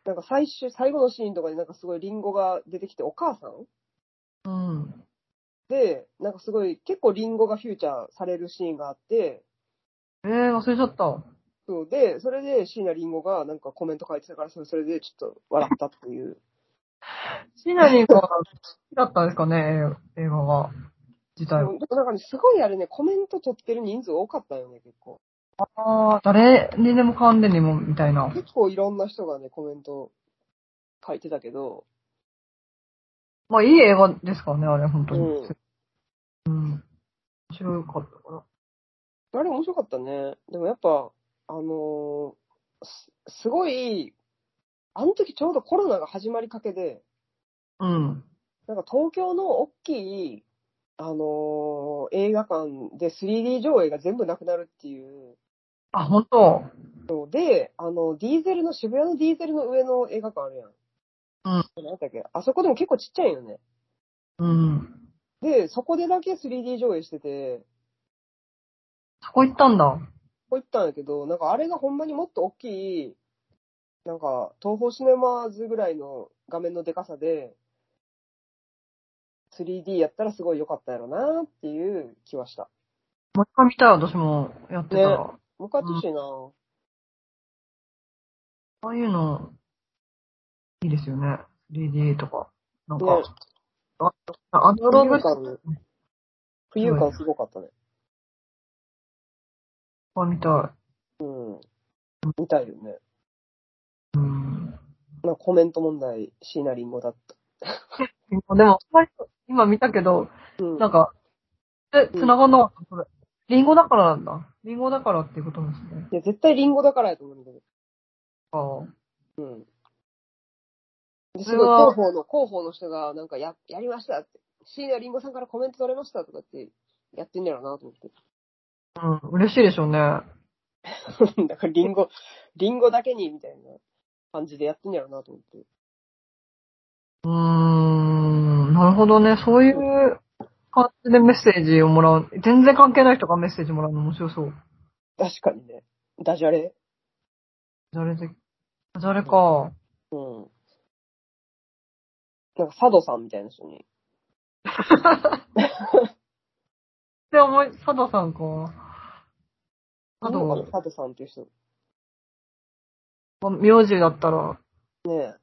A: なんか最終、最後のシーンとかになんかすごいリンゴが出てきて、お母さん
B: うん。
A: で、なんかすごい、結構リンゴがフューチャーされるシーンがあって、
B: えー、忘れちゃった。
A: そうで、それで椎名林檎がなんかコメント書いてたから、それそれでちょっと笑ったっていう。
B: 椎名林檎は好きだったんですかね、映映画が。
A: で
B: 自体は。
A: もなんかね、すごいあれね、コメント取ってる人数多かったよね、結構。
B: ああ、誰にでもかんでにも、みたいな。
A: 結構いろんな人がね、コメント書いてたけど、
B: まあ、いい映画ですからね、あれ、本当に。
A: うん
B: うん。面白かったか
A: あれ面白かったね。でもやっぱ、あのーす、すごい、あの時ちょうどコロナが始まりかけで、
B: ら。うん。
A: なんか東京の大きい、あのー映画館で 3D 上映が全部なくなるっていう
B: あ、本当
A: ので、あの、ディーゼルの、渋谷のディーゼルの上の映画館あるやん。うん。なんだっけ、あそこでも結構ちっちゃいよね。
B: うん。
A: で、そこでだけ 3D 上映してて、
B: そこ行ったんだ。
A: こう行ったんやけど、なんかあれがほんまにもっと大きい、なんか、東宝シネマーズぐらいの画面のでかさで、3D やったらすごい良かったやろなっていう気はした。
B: もう一回見たい、私もやってたら。
A: ねもう一回やってほしいなぁ。
B: ああいうの、いいですよね。3D とか。なんか、
A: ね
B: あアナログ
A: 浮遊
B: とか
A: 感、浮遊感すごかったね。
B: 見た
A: うん。みたいよね。
B: い。うん。
A: まあ、コメント問題、シナリンゴだっ
B: でも、割と今見たけど、
A: た。うん。
B: なんか、え、繋がんなかった、それ。リンゴだからなんだ。リンゴだからっていうことなんですね。
A: いや、絶対リンゴだからやと思うんだけ
B: あー
A: ど。うん。で
B: そ
A: す
B: れ
A: ごい
B: は
A: 広報の、広報の人が、なんかや、やりましたって、椎名林檎さんからコメント取れましたとかって、やってんねやろなと思って。
B: うん、嬉しいでしょうね。
A: だからリンゴ、リンゴだけに、みたいな感じでやってんやろなと思って。
B: うーん、なるほどね。そういう感じでメッセージをもらう。全然関係ない人がメッセージもらうの面白そう。
A: 確かにね。ダジャレ
B: ダジャレで、ダジャレか。
A: うん。なんか、佐渡さんみたいな人に。
B: で、思い、佐藤さんか。佐
A: なん
B: 藤
A: か佐渡さんっていう人。
B: が、名字だったら、
A: ねえ。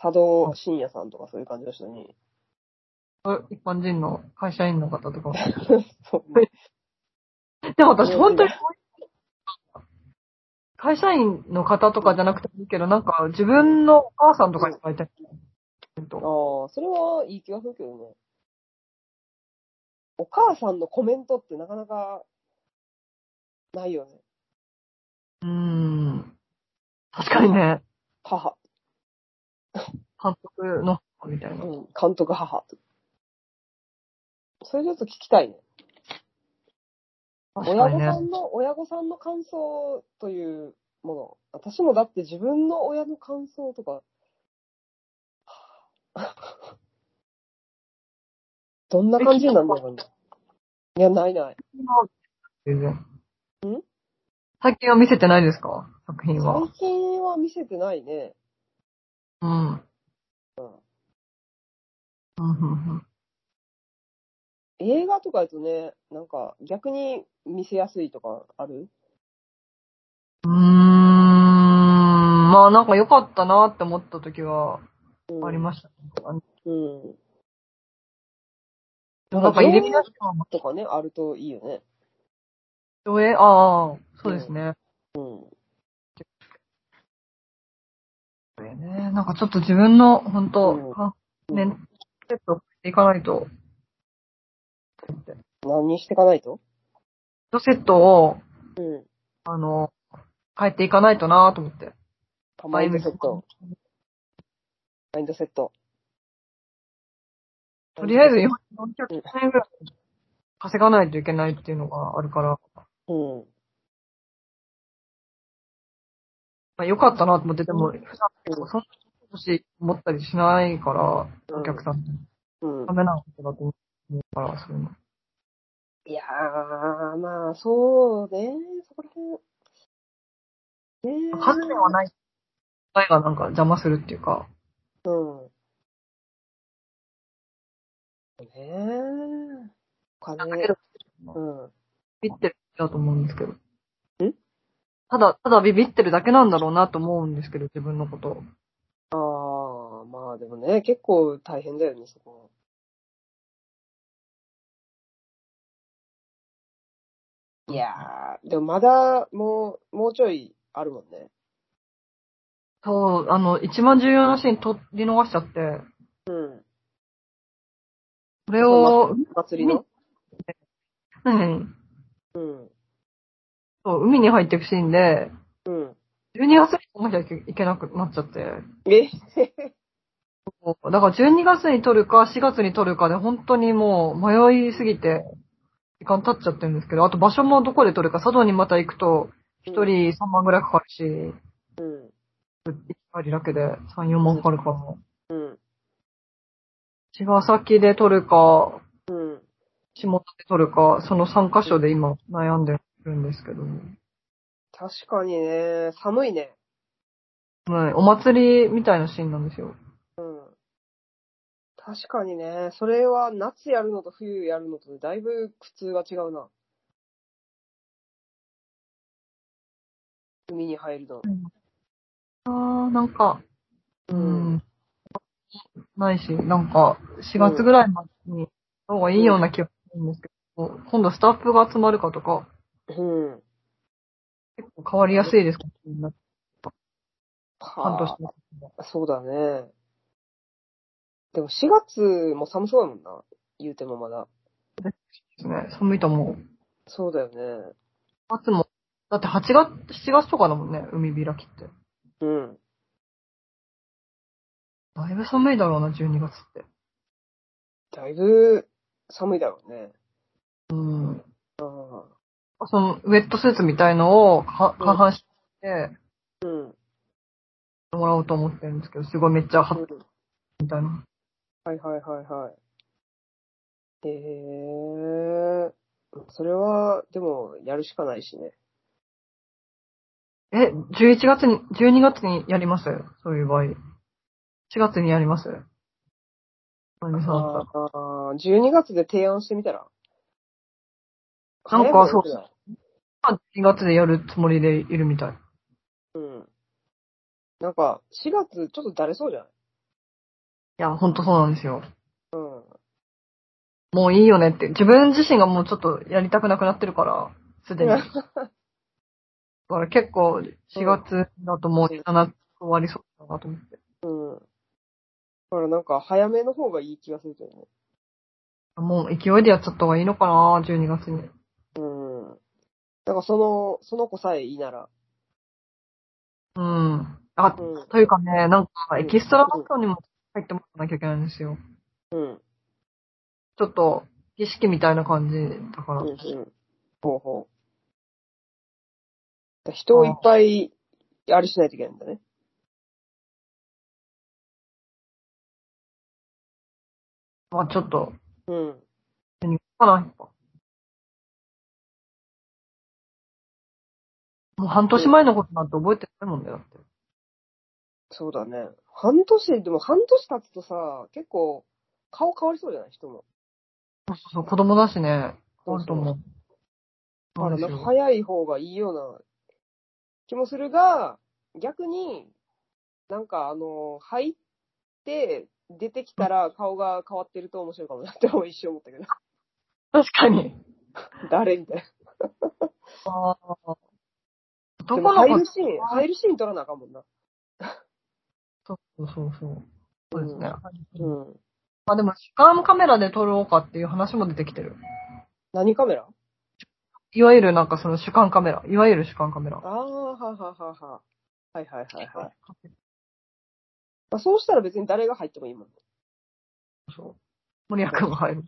A: 佐渡信也さんとかそういう感じの人に。
B: 一般人の会社員の方とか。
A: そうね
B: でも私本当に、会社員の方とかじゃなくてもいいけど、なんか自分のお母さんとかに会いたい。
A: ああ、それはいい気がするけどね。お母さんのコメントってなかなか、ないよね。
B: うーん。確かにね、
A: 母。
B: 監督の、みたいな
A: う。ん。監督母。それちょっと聞きたいね。
B: 確か
A: 親
B: に
A: 御
B: ね
A: さ。んの、親御さんの感想というもの。私もだって自分の親の感想とか、 どんな感じになんだろうね。いや、ないない。
B: 全然
A: ん
B: 最近は見せてないですか作品は
A: 最。近は見せてないね。
B: うん。うん
A: うん、
B: うんうん
A: 映画とかだとね、なんか逆に見せやすいとかある
B: うーん。まあなんか良かったなって思った時は
A: うん、
B: ありました。
A: うん。
B: なんかイルミナション
A: とかね、あるといいよね。
B: 上映ああ、そうですね。
A: うん。
B: そうやね。なんかちょっと自分の、本当、
A: うん
B: かね、ステップを送っていかないと、
A: 何してかないと
B: セットを、
A: うん。
B: あの、変えていかないとなと思って。
A: マインドセット。マインドセット。
B: とりあえず400
A: うん
B: 円ぐらい稼がないといけないっていうのがあるから、
A: うん。
B: まあ、よかったなと思って、でも、普段結構そんなことし思ったりしないから、
A: うん
B: お客さん、
A: うん
B: ダ。メなことだと思うから、そういうの。
A: いやー、まあ、そうね。そこら辺。ねー
B: 数ではない。答えがなんか邪魔するっていうか、
A: うん。ねえ。お
B: なんだ
A: 金
B: け。ど、
A: うん。
B: ビビってるだと思うんですけど。
A: ん
B: ただ、ただビビってるだけなんだろうなと思うんですけど、自分のこと。
A: ああ、まあでもね、結構大変だよね、そこ。いやー、でもまだ、もう、もうちょいあるもんね。
B: そう、あの、一番重要なシーン取り逃しちゃって、
A: うん。
B: それを、
A: 祭りの。
B: うん、
A: うん。
B: そう、海に入っていくシーンで、
A: うん。
B: 12月に撮らなきゃいけなくなっちゃって。
A: え
B: そうだから12月に撮るか4月に撮るかで本当にもう迷いすぎて、時間経っちゃってるんですけど、あと場所もどこで撮るか、佐渡にまた行くと、一人3万ぐらいかかるし、
A: うん。
B: 一人だけで3、4万かかるから。
A: うん。
B: 茅ヶ崎で撮るか、
A: うん。
B: 下田で撮るか、その3箇所で今悩んでるんですけど。
A: 確かにね、寒いね。
B: はい、お祭りみたいなシーンなんですよ。
A: うん。確かにね、それは夏やるのと冬やるのとでだいぶ苦痛が違うな。海に入るの。
B: ああ、なんか、う
A: うん
B: ん。ないし、なんか、4月ぐらいまでに、方がいいような気がするんですけど、今度スタッフが集まるかとか、
A: うん。
B: 結構変わりやすいですか、ね、
A: は
B: 半
A: は
B: 年
A: あ。そうだね。でも4月も寒そうだもんな。言うてもまだ。
B: ですね。寒いと思う。
A: そうだよね。
B: 夏も、だって8月、7月とかだもんね、海開きって。
A: うん。
B: だいぶ寒いだろうな、12月って。
A: だいぶ寒いだろうね。
B: うん。
A: あ
B: その、ウェットスーツみたいのを、は
A: うん
B: 下半身で
A: あ。うん。
B: もらおうと思ってるんですけど、すごいめっちゃ
A: う
B: は
A: ん
B: みたいな。
A: はいはいはいはい。ええそれは、でも、やるしかないしね。
B: え、11月に、12月にやりますそういう場合。4月にやりますまゆみさんだったら
A: ああ、12月で提案してみたら
B: なんかそ
A: 早
B: う
A: くない
B: まあ2月でやるつもりでいるみたい。
A: うん。なんか、4月、ちょっとだれそうじゃない
B: いや、ほんとそうなんですよ。
A: うん。
B: もういいよねって。自分自身がもうちょっとやりたくなくなってるから、す でに。だから結構、4月だともう7月終わりそうだなと思って。
A: うん。だからなんか、早めの方がいい気がするけどね。
B: もう勢いでやっちゃった方がいいのかな、12月に。
A: うん。なんか、その、その子さえいいなら。
B: うん。あ、
A: うん。
B: というかね、なんか、
A: うん
B: エキストラバットにも入ってもらわなきゃいけないんですよ。
A: うん。
B: ちょっと、儀式みたいな感じだから
A: うん。。うん。ほうほう。人をいっぱい、あれしないといけないんだね。
B: まあちょっと、
A: うん。
B: 何かな、やっぱもう半年前のことなんて覚えてないもんだよ、だって。
A: そうだね。半年、でも半年経つとさ、結構、顔変わりそうじゃない人も。
B: そうそうそう、子供だしね。
A: そ
B: そうう
A: そう
B: と思う。
A: だからなんか
B: そう
A: 早い方がいいような気もするが、逆に、なんかあの、入って、出てきたら顔が変わってると面白いかもなっても一瞬思 ったけど。
B: 確かに。
A: 誰みたいな。
B: ああ。
A: で
B: 男
A: も
B: の
A: 入
B: 子
A: るシーン、入るシーン撮らなあかんもんな。
B: そうそうそう。そうですね。
A: う
B: ま
A: ん。
B: あでも、主観カメラで撮ろうかっていう話も出てきてる。
A: 何カメラ
B: いわゆるなんかその主観カメラ。いわゆる主観カメラ
A: あ。あ、はははは。はいはいはいはい。まあ、そうしたら別に誰が入ってもいいもん。
B: そう。森谷君が入る。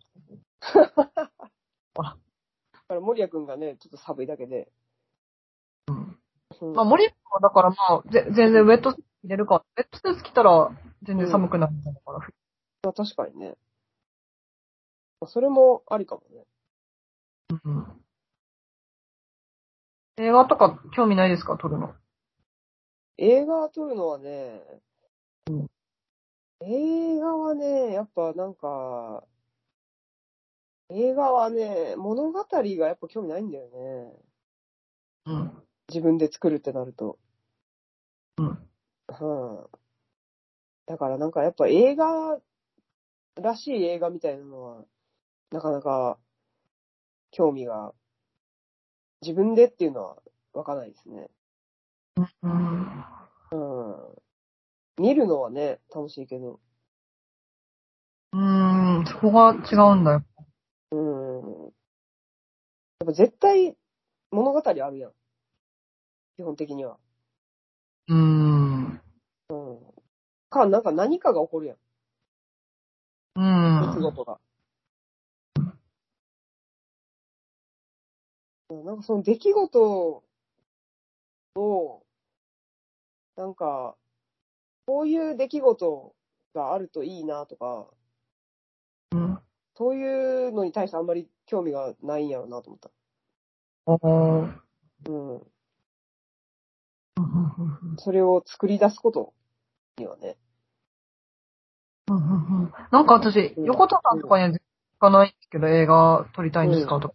A: だから森谷くんがね、ちょっと寒いだけで。
B: うん
A: うん
B: まあ森谷君はだからまあ、ぜ全然ウェットスーツ着れるから、ウェットスーツ着たら全然寒くなるんだから。
A: まあ確かにね。まあそれもありかもね。
B: うん映画とか興味ないですか撮るの。
A: 映画撮るのはね、
B: うん
A: 映画はね、やっぱなんか、映画はね、物語がやっぱ興味ないんだよね。
B: うん。
A: 自分で作るってなると。
B: うん。
A: うん。だからなんかやっぱ映画らしい映画みたいなのは、なかなか興味が、自分でっていうのは湧かないですね。
B: うん。
A: うん。見るのはね、楽しいけど。
B: うーん、そこが違うんだよ。
A: うん。やっぱ絶対物語あるやん。基本的には。
B: うーん。
A: うん。か、なんか何かが起こるやん。
B: う
A: 出来
B: ん。
A: 事が。うんなんかその出来事を、なんか、こういう出来事があるといいなとか、
B: うん。
A: そういうのに対してあんまり興味がないんやろうなと思った。
B: おー
A: うん。
B: うんうん
A: それを作り出すことにはね。
B: うんうんうんなんか私、横田さんとかには全然聞かないんですけど、映画撮りたいんですかとか。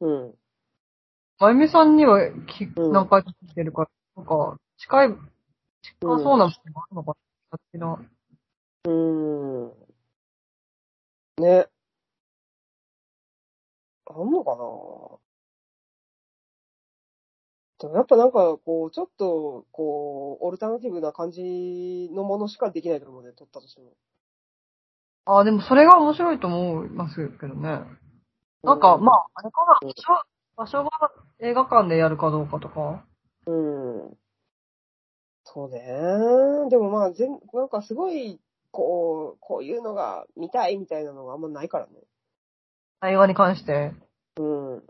A: うん。
B: まゆみさんにはき
A: うん
B: 何回か聞いてるから、なんか、近い、近そうなものがあるのかなってな。
A: うーん。ね。あんのかでもやっぱなんか、こう、ちょっと、こう、オルタナティブな感じのものしかできないと思うね、撮ったとしても。
B: ああ、でもそれが面白いと思いますけどね。なんか、ま
A: あ。
B: あ、あれかな、場所、場所が映画館でやるかどうかとか。
A: うん。そうね。でもまあ、全、なんかすごい、こう、こういうのが見たいみたいなのがあんまないからね。
B: 映画に関して。
A: うん。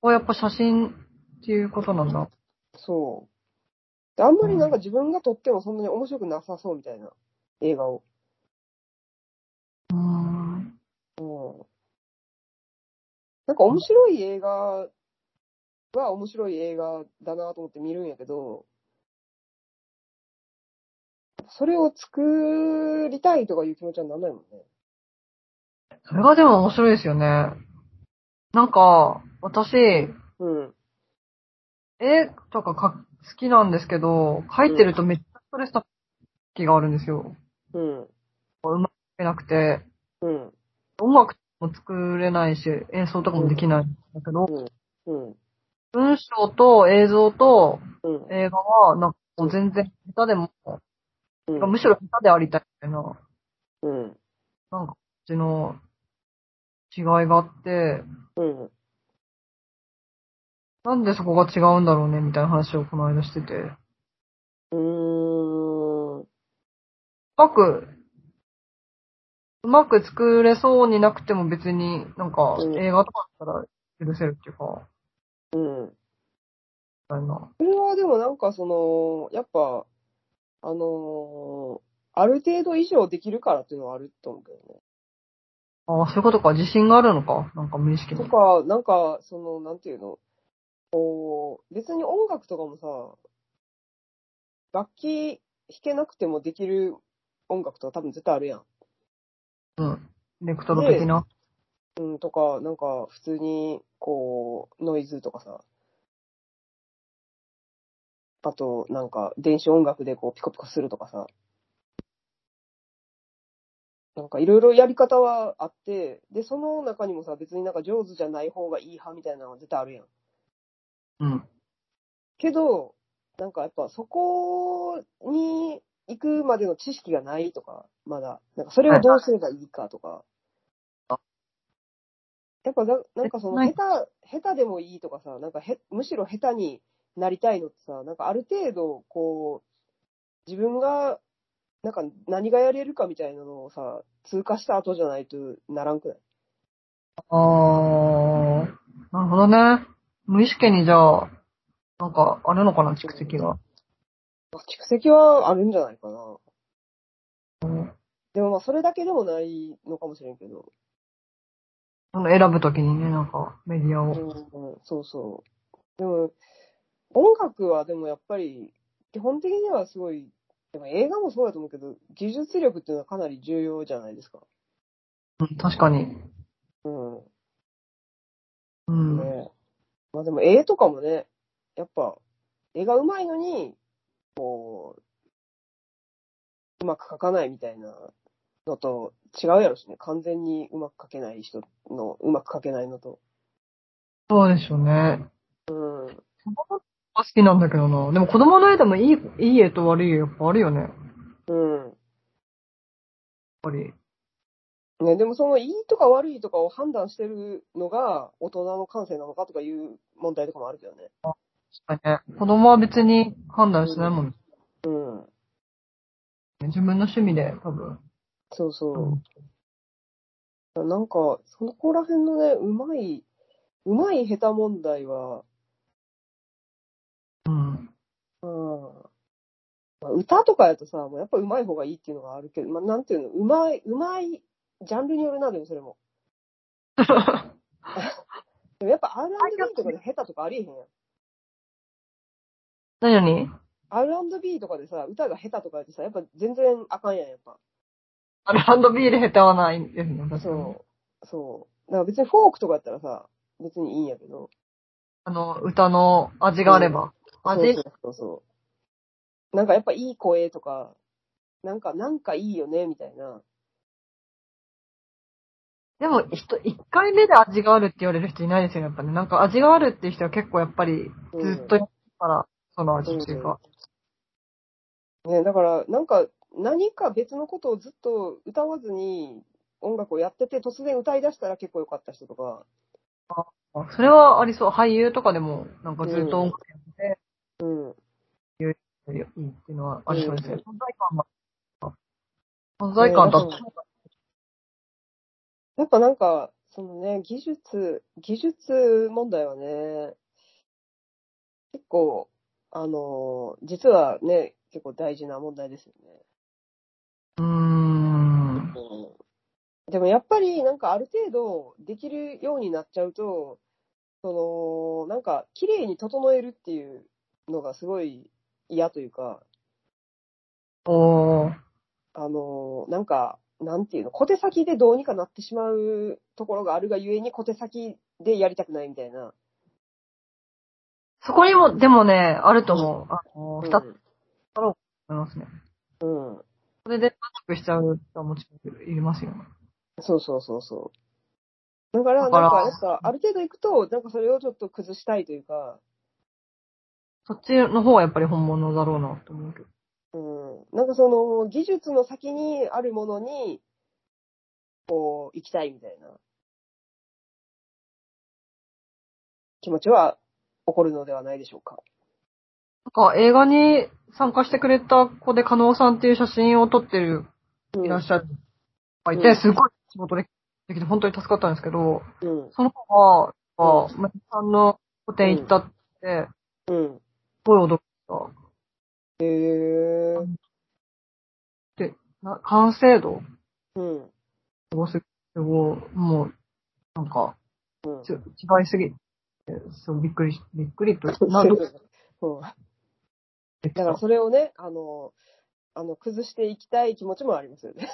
B: これやっぱ写真っていうことなんだ。
A: そう。であんまりなんか自分が撮ってもそんなに面白くなさそうみたいな映画を。
B: うーん。
A: うん。なんか面白い映画は面白い映画だなと思って見るんやけど、それを作りたいとかいう気持ちはなんないもんね。
B: それがでも面白いですよね。なんか、私、
A: うん。
B: 絵とかか好きなんですけど、描いてるとめっちゃストレスな時があるんですよ。
A: うん。
B: 描けなくて。
A: うん。
B: 音楽も作れないし、演奏とかもできないんだけど、
A: うん。
B: 文章と映像と
A: うん。
B: 映画は、なんかもう全然下手でも、
A: うん。
B: むしろ下手でありたいみたいな、う
A: うん。
B: ちの違いがあって、
A: うん。
B: なんでそこが違うんだろうね、みたいな話をこの間してて。
A: うーん。
B: うまく、うまく作れそうになくても別になんか
A: うん
B: 映画とかだったら許せるっていうか、
A: うん。
B: みたいな。
A: それはでもなんかその、やっぱ、あのーある程度以上できるからっていうのはあると思うけどね。
B: ああ、そういうことか。自信があるのか。なんか無意識
A: と
B: に。
A: か、なんか、その、なんていうの、こう、別に音楽とかもさ、楽器弾けなくてもできる音楽とか多分絶対あるやん。
B: うん。ネクトロ的な。
A: うん、とか、なんか、普通に、こう、ノイズとかさ。あと、なんか、電子音楽でこう、ピコピコするとかさ。なんか、いろいろやり方はあって、で、その中にもさ、別になんか上手じゃない方がいい派みたいなのが絶対あるやん。
B: うん。
A: けど、なんかやっぱそこに行くまでの知識がないとか、まだ、なんかそれをどうすればいいかとか
B: あ。
A: やっぱななんかその
B: ない
A: 下手、下手でもいいとかさ、なんかへむしろ下手になりたいのってさ、なんかある程度こう、自分が、なんか何がやれるかみたいなのをさ、通過した後じゃないとならんくない
B: あー、なるほどね。無意識にじゃあ、なんか、あるのかな、蓄積が。
A: まあ蓄積はあるんじゃないかな。
B: うん
A: でもまあそれだけでもないのかもしれんけど。
B: その選ぶときにね、なんか、メディアを。
A: うん、そうそう。でも、音楽はでもやっぱり、基本的にはすごい、でも映画もそうだと思うけど、技術力っていうのはかなり重要じゃないですか。
B: うん、確かに。
A: うん。ね
B: うん。
A: えまあでも絵とかもね、やっぱ、絵が上手いのに、こう、うまく描かないみたいなのと違うやろしね。完全にうまく描けない人の、うまく描けないのと。
B: そうでしょうね。
A: うん。
B: 子供とか好きなんだけどな。でも子供の絵でもいい、いい絵と悪い絵やっぱあるよね。やっ
A: うん。
B: ぱり。
A: ね、でもそのいいとか悪いとかを判断してるのが大人の感性なのかとかいう問題とかもあるけどね。
B: 確かにね。子供は別に判断しないもんね。
A: うん。
B: 自分の趣味で、多分。
A: そうそう。なんか、そこら辺のね、うまい、うまい下手問題は、
B: うん。
A: うん。まあ、歌とかやとさ、もうやっぱうまい方がいいっていうのがあるけど、まあ、なんていうの、うまい、うまい、ジャンルによるな、でもそれ も。でもやっぱ R&B とかで下手とかありえへんやん。
B: 何に
A: R&B とかでさ、歌が下手とかやとさ、やっぱ全然あかんやん、やっぱ。
B: あれ、ハンドビール下手はないですね。確かに
A: そう。そう。だから別にフォークとかやったらさ、別にいいんやけど。
B: あの、歌の味があれば。味
A: そうそうそう。なんかやっぱいい声とか、なんか、なんかいいよね、みたいな。
B: でも、人、一回目で味があるって言われる人いないですよね、やっぱね。なんか味があるっていう人は結構やっぱり、ずっとやってるから、その味っていうか。
A: ね、だから、なんか、何か別のことをずっと歌わずに音楽をやってて、突然歌い出したら結構良かった人とか、
B: それはありそう。俳優とかでも、なんかずっと音楽やって
A: うん。
B: て、いいっていうのはありそうですね。存在感が。存在感だっ
A: ねやっぱなんか、そのね、技術、技術問題はね、結構、あの、実はね、結構大事な問題ですよね。
B: うーん。
A: でもやっぱりなんかある程度できるようになっちゃうと、その、なんか綺麗に整えるっていうのがすごい嫌というか、
B: おー。
A: あの、なんか、なんていうの、小手先でどうにかなってしまうところがあるがゆえに小手先でやりたくないみたいな。
B: そこにも、でもね、あると思う。あの、
A: う
B: 二
A: ん
B: つありますね。
A: うん。
B: それで満足しちゃう人はもちろんいますよね。
A: そうそうそうそう。だから、
B: だから
A: なんか、やっぱ、ある程度行くと、なんかそれをちょっと崩したいというか、
B: そっちの方はやっぱり本物だろうなと思うけど。
A: うん。なんかその、技術の先にあるものに、こう、行きたいみたいな。気持ちは起こるのではないでしょうか。
B: なんか映画に参加してくれた子で加納さんっていう写真を撮ってる、
A: うん
B: いらっしゃる子がいうて、
A: ん
B: すごい仕事できて本当に助かったんですけど、
A: うん。
B: その子が、あまゆみさんの個展行ったって、
A: うん。
B: すごい驚いた。
A: へえ。
B: な完成度
A: うん。
B: すごすぎ、すごい、もう、なんか、
A: うん。
B: ちょ違いすぎて、そう、びっくりし、びっくりと、 など
A: そうだからそれをね、あの、あの、崩していきたい気持ちもありますよね。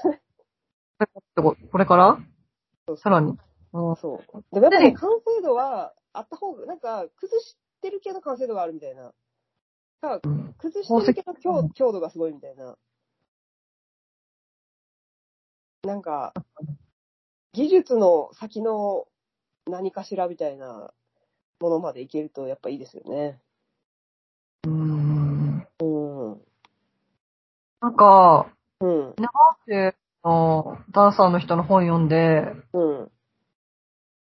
B: これからさらに。うん
A: そう。でもやっぱり完成度はあった方が、なんか、崩してるけど完成度があるみたいな。か
B: うん
A: 崩してるけど強強度がすごいみたいな。なんか、技術の先の何かしらみたいなものまでいけるとやっぱいいですよね。
B: うん。
A: うん。う
B: なんか、
A: ん。
B: であのダンサーの人の本読んで、
A: うん。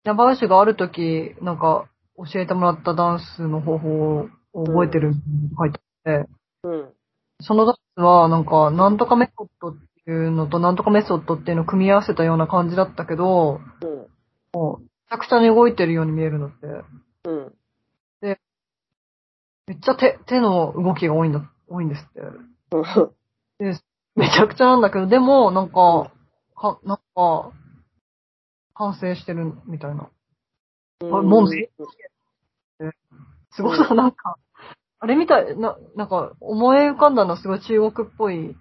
B: 稲葉氏がある時、なんか、教えてもらったダンスの方法を覚えてるって書いてあって、
A: うん。
B: そのダンスは、なんか、なんとかメソッドっていうのと、なんとかメソッドっていうのを組み合わせたような感じだったけど、
A: うん。
B: めちゃくちゃに動いてるように見えるのって、
A: うん。
B: めっちゃ手、手の動きが多いんだ、多いんですって。
A: うん
B: めちゃくちゃなんだけど、でも、なんか、か、なんか、完成してるみたいな。あもうすごい、なんか、あれみたい、な、なんか、思い浮かんだのはすごい中国っぽ
A: う
B: い、
A: ん。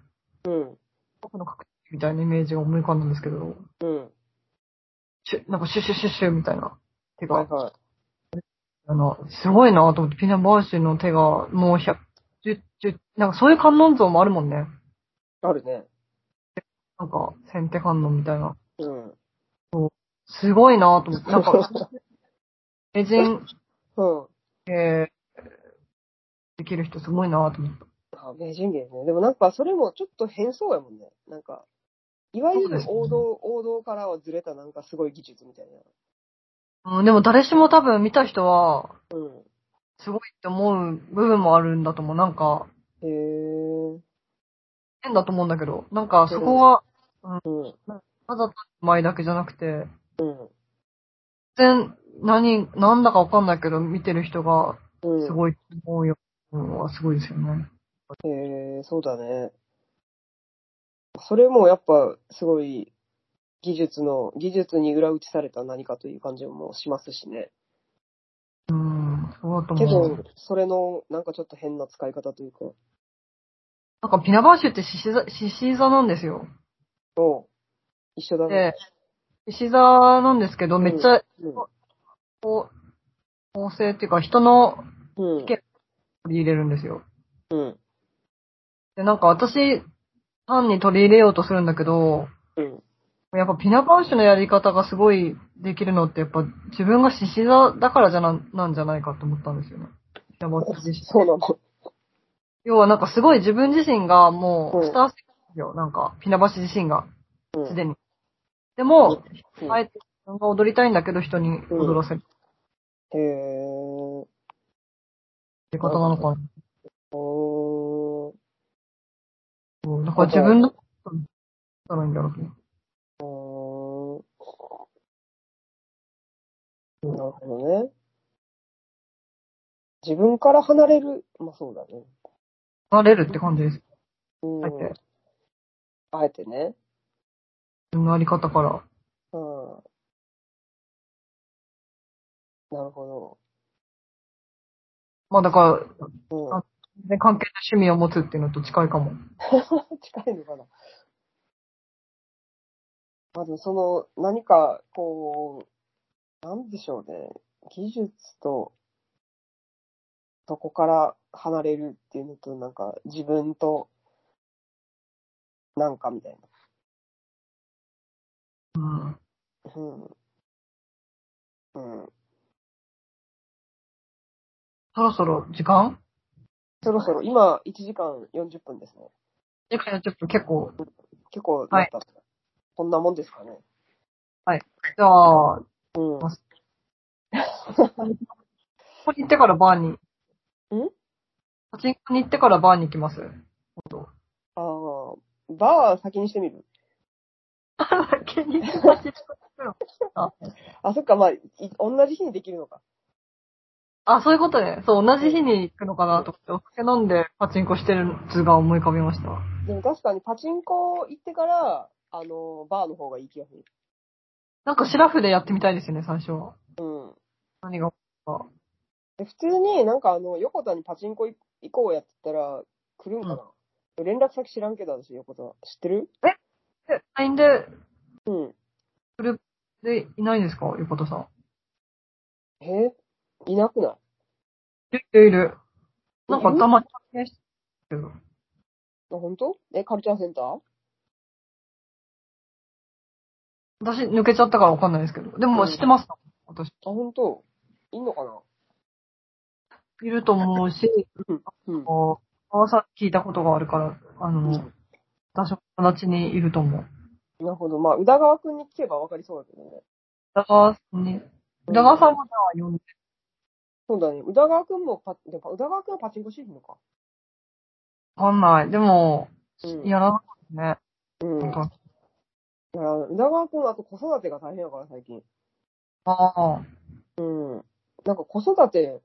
B: 僕の格闘技みたいなイメージが思い浮かんだんですけど、
A: うん。
B: シュなんかシュッシュッシュッシュッみたいな手
A: はい
B: が、
A: は
B: あの、すごいなと思って、ピナバーシーの手が、もう100、10、10、なんかそういう観音像もあるもんね。
A: い。あるね。
B: なんか、先手観音みたいな。
A: うん。
B: すごいなと思って、な んか、名人、
A: うん。
B: えー、できる人すごいなと思った。
A: あ、名人芸ね。でもなんか、それもちょっと変そうやもんね。なんか、いわゆる王道、王道からはずれたなんかすごい技術みたい
B: うん、でも誰しも多分見た人は、
A: な。うん。
B: すごいって思う部分もあるんだと思う。なんか、
A: へえ。
B: 変だと思うんだけど、なんかそこは、
A: うん。
B: ただ前だけじゃなくて、
A: うん。
B: 全然何、なんだかわかんないけど、見てる人が
A: うん。
B: すごいって思うよ。のはすごいですよね。
A: へえ、そうだね。それもやっぱ、すごい、技術の、技術に裏打ちされた何かという感じもしますしね。
B: うん、そうだと
A: け
B: 思う。
A: ど、それの、なんかちょっと変な使い方というか。
B: なんかピナバーシュって獅子座、獅子座なんですよ。
A: お一緒だね。
B: で、獅子座なんですけど、めっちゃ、
A: うん。
B: こう、構成っていうか、人の
A: うん。
B: 取り入れるんですよ。
A: うん。
B: で、なんか私、単に取り入れようとするんだけど、
A: うん。
B: やっぱピナパウシュのやり方がすごいできるのって、やっぱ自分が獅子座だからじゃな、なんじゃないかと思ったんですよね。ピナパウシュ自身
A: そうなの。
B: 要はなんかすごい自分自身がも
A: うん
B: う、スター性ですよ。なんか、ピナパウシュ自身が、
A: うん
B: すでに。でも、
A: うん
B: あえて自分が踊りたいんだけど人に踊らせる
A: へえ。
B: やり方なのかな。
A: おー
B: そうだから自分だったらいいんだろうけど。
A: おーなるほどね。自分から離れる。まあそうだね。
B: なれるって感じです。
A: うん
B: あえて、
A: あえてね。
B: 自分のあり方から。
A: うん。なるほ
B: まあだから、
A: ど。うん。
B: あ全然関係ない趣味を持つっていうのと近いかも。
A: 近いのかな。まあでもその、何か、こう、なんでしょうね。技術と、そこから離れるっていうのと、なんか、自分と、なんかみたい
B: うん。
A: な。うん。うん。
B: そろそろ時間
A: そろそろ、今、1時間40分ですね。
B: 時間ちょっと結構。
A: 結構、
B: はい
A: なんかこんなもんですかね。
B: じゃあ、こ
A: うん。
B: あこに行ってからバーに。んパチンコに行ってからバーに行きます。
A: ああ、バー先にしてみる
B: 先にパチンコ行くの
A: あ、そっか、まあ、い同じ日にできるのか。
B: あ、そういうことね。そう、同じ日に行くのかなと思って、お酒飲んでパチンコしてる図が思い浮かびました。
A: でも確かにパチンコ行ってから、あの、バーの方がいい気がする。
B: なんかシラフでやってみたいですよね、最初は。
A: うん。
B: 何が起こるか。
A: で普通になんかあの、横田にパチンコ行行こうやって言ったら、来るんかな、連絡先知らんけど、私、横田。知ってる
B: え、LINE で、
A: うん。
B: で、いないですか横田さん。
A: えいなくない
B: いるいる。なんかたまに発見してるけど。
A: あ、本当？え、カルチャーセンター
B: 私、抜けちゃったからわかんないですけど。でも、知ってます、私。
A: あ、本当いんのかない
B: ると思うし、
A: うん。
B: こう、噂聞いたことがあるから、あの、私も友達にいると思う。
A: なるほど。まあ、宇田川くんに聞けばわかりそうだけどね。
B: 宇田川さんに、宇田川さんはじゃあ呼んで、
A: そうだね。宇田川くんもパ、でも宇田川くんはパチンコしてるのか。
B: わかんない。でも、
A: うん。
B: やらないね。
A: うん。
B: なんか、
A: いや、宇田川くん、あと子育てが大変やから、最近。
B: ああ、
A: うん。なんか子育て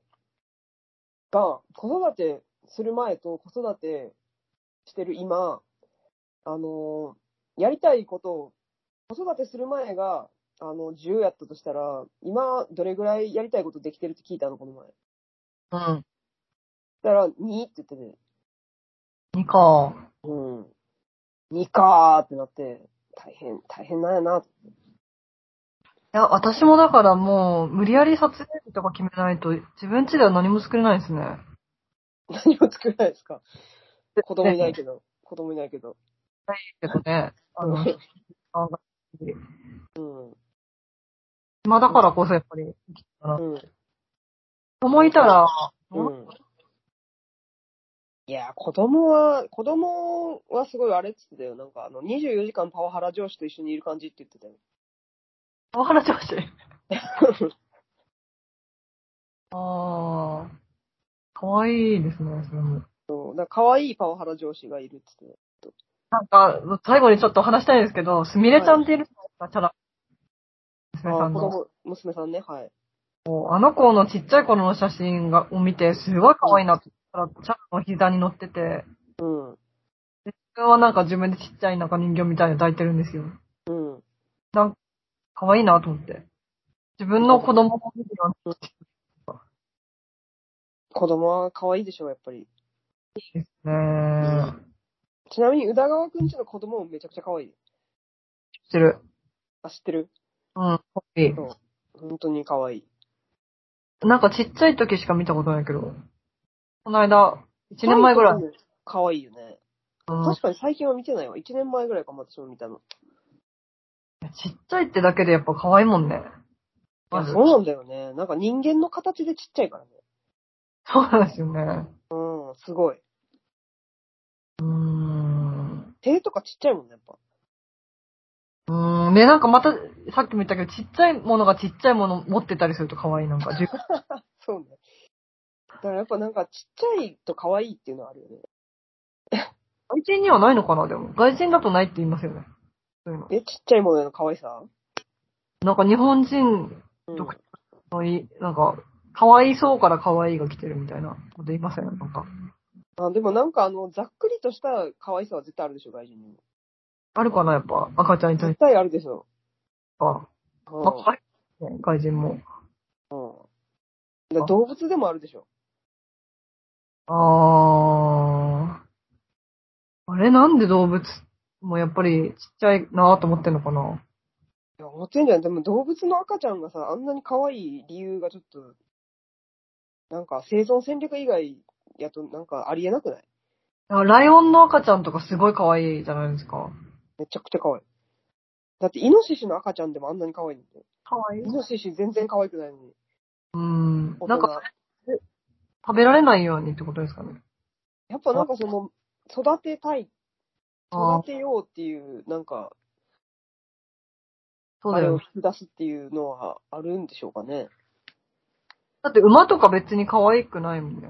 A: が、子育てする前と子育てしてる今、あのーやりたいことを、子育てする前が、あの、10やったとしたら、今、どれぐらいやりたいことできてるって聞いたの、この前。
B: うん。
A: だから、2って言ってて、
B: にか。
A: うん。2かーってなって、大変、大変なんやな。
B: いや、私もだからもう、無理やり撮影日とか決めないと、自分家では何も作れないですね。
A: 何を作らないですか子供いないけど、子供いないけど。
B: けどね。あの、あの
A: うん。
B: 今だからこそやっぱり、
A: うん。
B: 子供いたら、
A: うんいや、子供は、子供はすごいあれっつってたよ。なんか、あの、24時間パワハラ上司と一緒にいる感じって言ってたよ。
B: パワハラ上司。ああ。かわいいですね、それも。
A: そう。だから、可愛いパワハラ上司がいるっつって
B: なんか、最後にちょっと話したいんですけど、すみれちゃんっているじゃないですか、チャラ。
A: た
B: 娘
A: よ。
B: さ
A: あ
B: ん
A: 子
B: の。
A: 供、娘さんね、はい。
B: あの子のちっちゃい頃の写真がを見て、すごい可愛いなって思ったら、チャラの膝に乗ってて、
A: うん。
B: 自分はなんか自分でちっちゃいなんか人形みたいなの抱いてるんですよ。
A: うん。
B: 可愛いなと思って。自分の子供を見てるのはい
A: 子供は可愛いでしょ、やっぱり。
B: いですね。
A: ちなみに、宇田川くんちの子供もめちゃくちゃ可愛い。
B: してる。
A: あ、知ってる
B: うん、可愛い。
A: 本当に可愛い。
B: なんかちっちゃい時しか見たことないけど、この間、1年前ぐらい。。
A: 可愛いよね。
B: うん
A: 確かに最近は見てないわ。1年前ぐらいかも、私も見たの。
B: ちっちゃいってだけでやっぱ可愛いもん
A: い
B: ね。
A: や、
B: まず
A: そうなんだよね。なんか人間の形でちっちゃいからね。
B: そうなんですよね。
A: うん、すごい。
B: うーん。
A: 手とかちっちゃいもんね、やっぱ。
B: うーん。ね、なんかまた、さっきも言ったけど、ちっちゃいものがちっちゃいもの持ってたりすると可愛い。なん か、自分
A: そうね。だからやっぱなんかちっちゃいと可愛いっていうのはあるよね。
B: 外人にはないのかな、でも。外人だとないって言いますよね。そういうの。
A: え、ちっちゃいものの可愛さ
B: なんか日本人
A: うん。
B: 独特のい、なんか、可愛そうから可愛いが来てるみたいなこと言いませんなんか。
A: あでもなんかあの、ざっくりとした可愛さは絶対あるでしょ、外人にも。
B: あるかな、やっぱ。赤ちゃんに対
A: 絶
B: して
A: 対あるでしょ。
B: か。
A: うん。
B: まあ、可愛いね外人も。
A: だから動物でもあるでしょ。
B: あー。あれなんで動物もやっぱりちっちゃいなーと思ってんのかない
A: や、思ってんじゃないでも動物の赤ちゃんがさ、あんなに可愛い理由がちょっと、なんか生存戦略以外やとなんかありえなくない
B: あライオンの赤ちゃんとかすごい可愛いじゃないですか。
A: めちゃくちゃ可愛い。だってイノシシの赤ちゃんでもあんなに可愛いんだよ。
B: 可愛
A: イ
B: い
A: ノシシ全然可愛くないのに。
B: うん。
A: 大人
B: なんか食べられないようにってことですかね。
A: やっぱなんかその、育てたい、
B: あ
A: 育てようっていう、なんか、
B: そう
A: あ
B: だ
A: れを
B: よ
A: 引
B: ね。
A: き出すっていうのはあるんでしょうかね。
B: だって馬とか別に可愛くないもんね。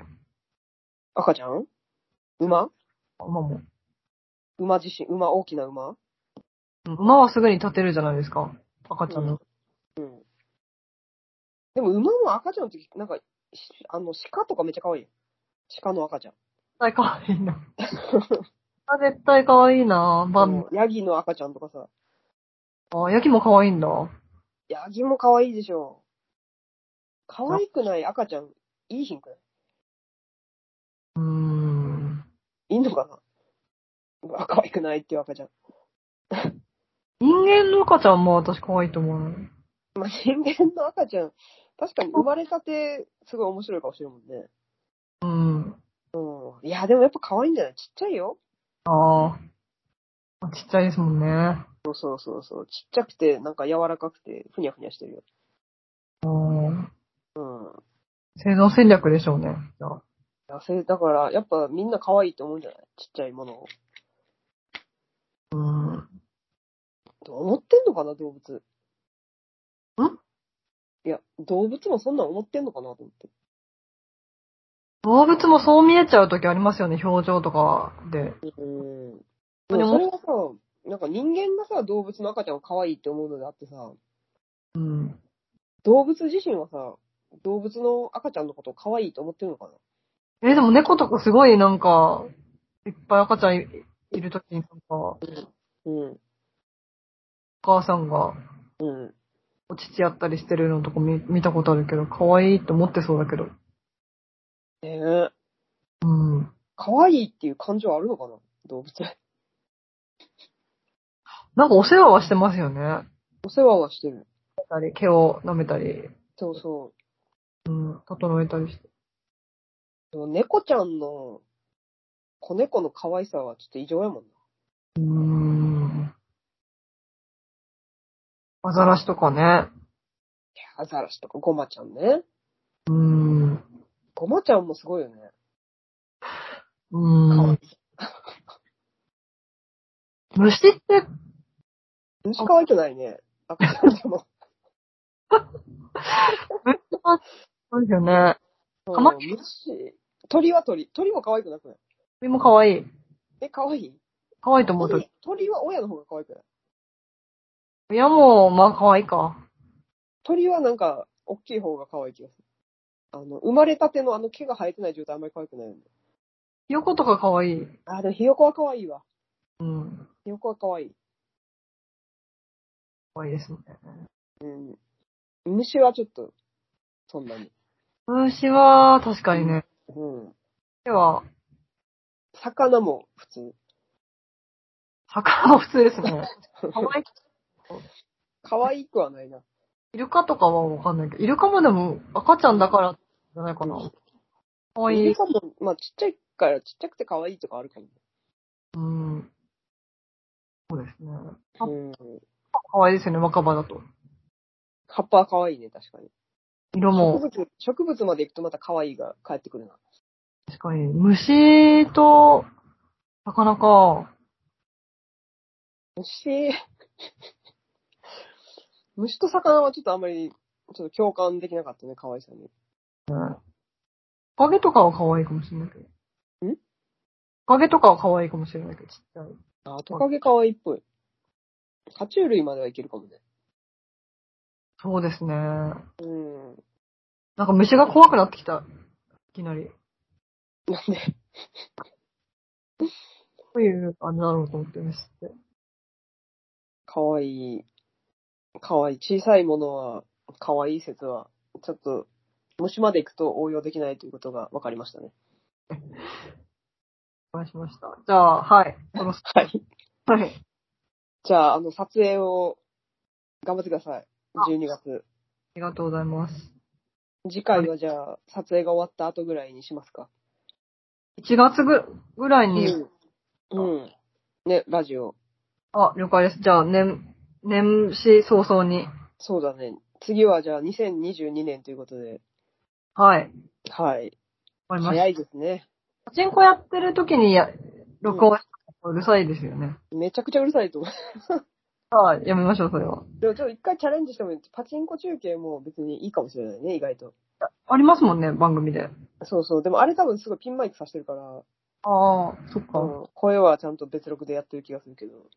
A: 赤ちゃん馬
B: 馬も。
A: 馬自身、馬、大きな馬
B: うん馬はすぐに立てるじゃないですか。赤ちゃんの。
A: うん。でも馬も赤ちゃんの時、なんか、しあの、鹿とかめっちゃ可愛いよ。鹿の赤ちゃん。
B: 絶対可愛い な。あ絶対可愛いなバン
A: うんヤギの赤ちゃんとかさ。
B: あ、ヤギも可愛いんだ。
A: ヤギも可愛いでしょ。可愛くない赤ちゃん、いいひんくないう
B: ーん。
A: いいのかなうわ可愛くないっていう赤ちゃん。
B: 人間の赤ちゃんも私可愛いと思うな。
A: まあ、人間の赤ちゃん、確かに生まれたて、すごい面白い顔してるもんね。
B: うん。
A: うん。いや、でもやっぱ可愛いんじゃないちっちゃいよ。
B: ああ。ちっちゃいですもんね。あ
A: そうそうそうそう。ちっちゃくて、なんか柔らかくて、ふにゃふにゃしてるよ。
B: ー
A: うん。
B: 生存戦略でしょうね。じゃあ
A: いやそれだから、やっぱみんな可愛いと思うんじゃないちっちゃいものを。
B: うん。う
A: どう思ってんのかな、動物。
B: ん
A: いや、動物もそんなん思ってんのかなと思って。
B: 動物もそう見えちゃうときありますよね。表情とかで。
A: うん。
B: で
A: でも
B: も
A: それはさ、なんか人間がさ、動物の赤ちゃんを可愛いって思うのであってさ、
B: うん。
A: 動物自身はさ、動物の赤ちゃんのことを可愛いと思ってるのかな
B: え、でも猫とかすごいなんか、いっぱい赤ちゃんいいるときになんか、お
A: うん。
B: 母さんが
A: うん。
B: お乳やったりしてるのとか見見たことあるけど、可愛いって思ってそうだけど。
A: ねえ。
B: うん。
A: 可愛いっていう感情あるのかな動物。
B: なんかお世話はしてますよね。やっ
A: お世話はしてる。
B: たり、毛を舐めたり、
A: そうそう。
B: うん、整えたりして。
A: でも猫ちゃんの子猫の可愛さはちょっと異常やもんな。
B: うーん。アザラシとかね。
A: アザラシとかゴマちゃんね。
B: うーん。
A: ゴマちゃんもすごいよね。
B: う
A: 可
B: ー
A: 愛
B: ん
A: い。。
B: 虫って、
A: 虫可愛くないね。赤ちゃんで も。
B: そうですよね。たま
A: うん虫。鳥は鳥。鳥も可愛くなくない
B: 鳥も可愛い。
A: え、可愛い
B: 可愛いと思うと
A: 鳥。鳥は親の方が可愛くない
B: 親も、まあ可愛いか。
A: 鳥はなんか、大きい方が可愛い気がする。あの、生まれたてのあの毛が生えてない状態あんまり可愛くないよね。
B: ひよことか可愛い。
A: あ、でもひよこは可愛いわ。
B: うん。
A: ひよこは可愛い。
B: 可愛いですね。
A: うん。虫はちょっと、そんなに。
B: 虫は、確かにね。
A: うん。
B: では、
A: 魚も普通。
B: 魚は普通ですね。可愛い。
A: 可愛くはないな。
B: イルカとかはわかんないけど、イルカもでも赤ちゃんだからじゃないかな。可愛
A: イ
B: い
A: ル。カも、まあちっちゃいから、ちっちゃくて可愛いとかあるかも。
B: うん。そうですね。あ
A: うん。
B: 可愛いですよね、若葉だと。
A: 葉っぱは可愛いね、確かに。
B: 色
A: 植
B: も、
A: 物、植物まで行くとまた可愛いが帰ってくるな。
B: 確かに、虫と、なかなか、
A: 虫、虫と魚はちょっとあんまり、ちょっと共感できなかったね、可愛さに。
B: トカゲとかは可愛いかもしれないけど。
A: ん
B: トカゲとかは可愛いかもしれないけど、ちっちゃい。
A: あ、トカゲ可愛いっぽい。爬虫類まではいけるかもね。
B: そうですね。な
A: うん。
B: んか虫が怖くなってきた。いきなり。
A: なんで、
B: どういう感じなのかと思って虫って。
A: 可愛い、可愛い、小さいものは、可愛い説は、ちょっと、虫まで行くと応用できないということが分かりましたね。
B: お願いしました。じゃあ、 はい。そろそ
A: はい。
B: ろはい。
A: じゃあ、あの、撮影を、頑張ってください。12月。
B: ありがとうございます。
A: 次回はじゃあ、撮影が終わった後ぐらいにしますか。
B: 1月ぐぐらいに、
A: うん。うん。ね、ラジオ。
B: あ、了解です。じゃあ、年、年始早々に。
A: そうだね。次はじゃあ、2022年ということで。
B: はい。
A: はい。
B: わかりまし
A: 早いですね。
B: た。パチンコやってる時にや、録音したらうるさいですよね。
A: めちゃくちゃうるさいと思う。
B: はい、やめましょう、それは。
A: でもちょっと一回チャレンジしてもいいパチンコ中継も別にいいかもしれないね、意外と。
B: ありますもんね、番組で。
A: そうそう。でもあれ多分
B: 哦
A: すごいピンマイクさしてるから、
B: ああ、そっか。
A: うん声はちゃんと別録でやってる気がするけど。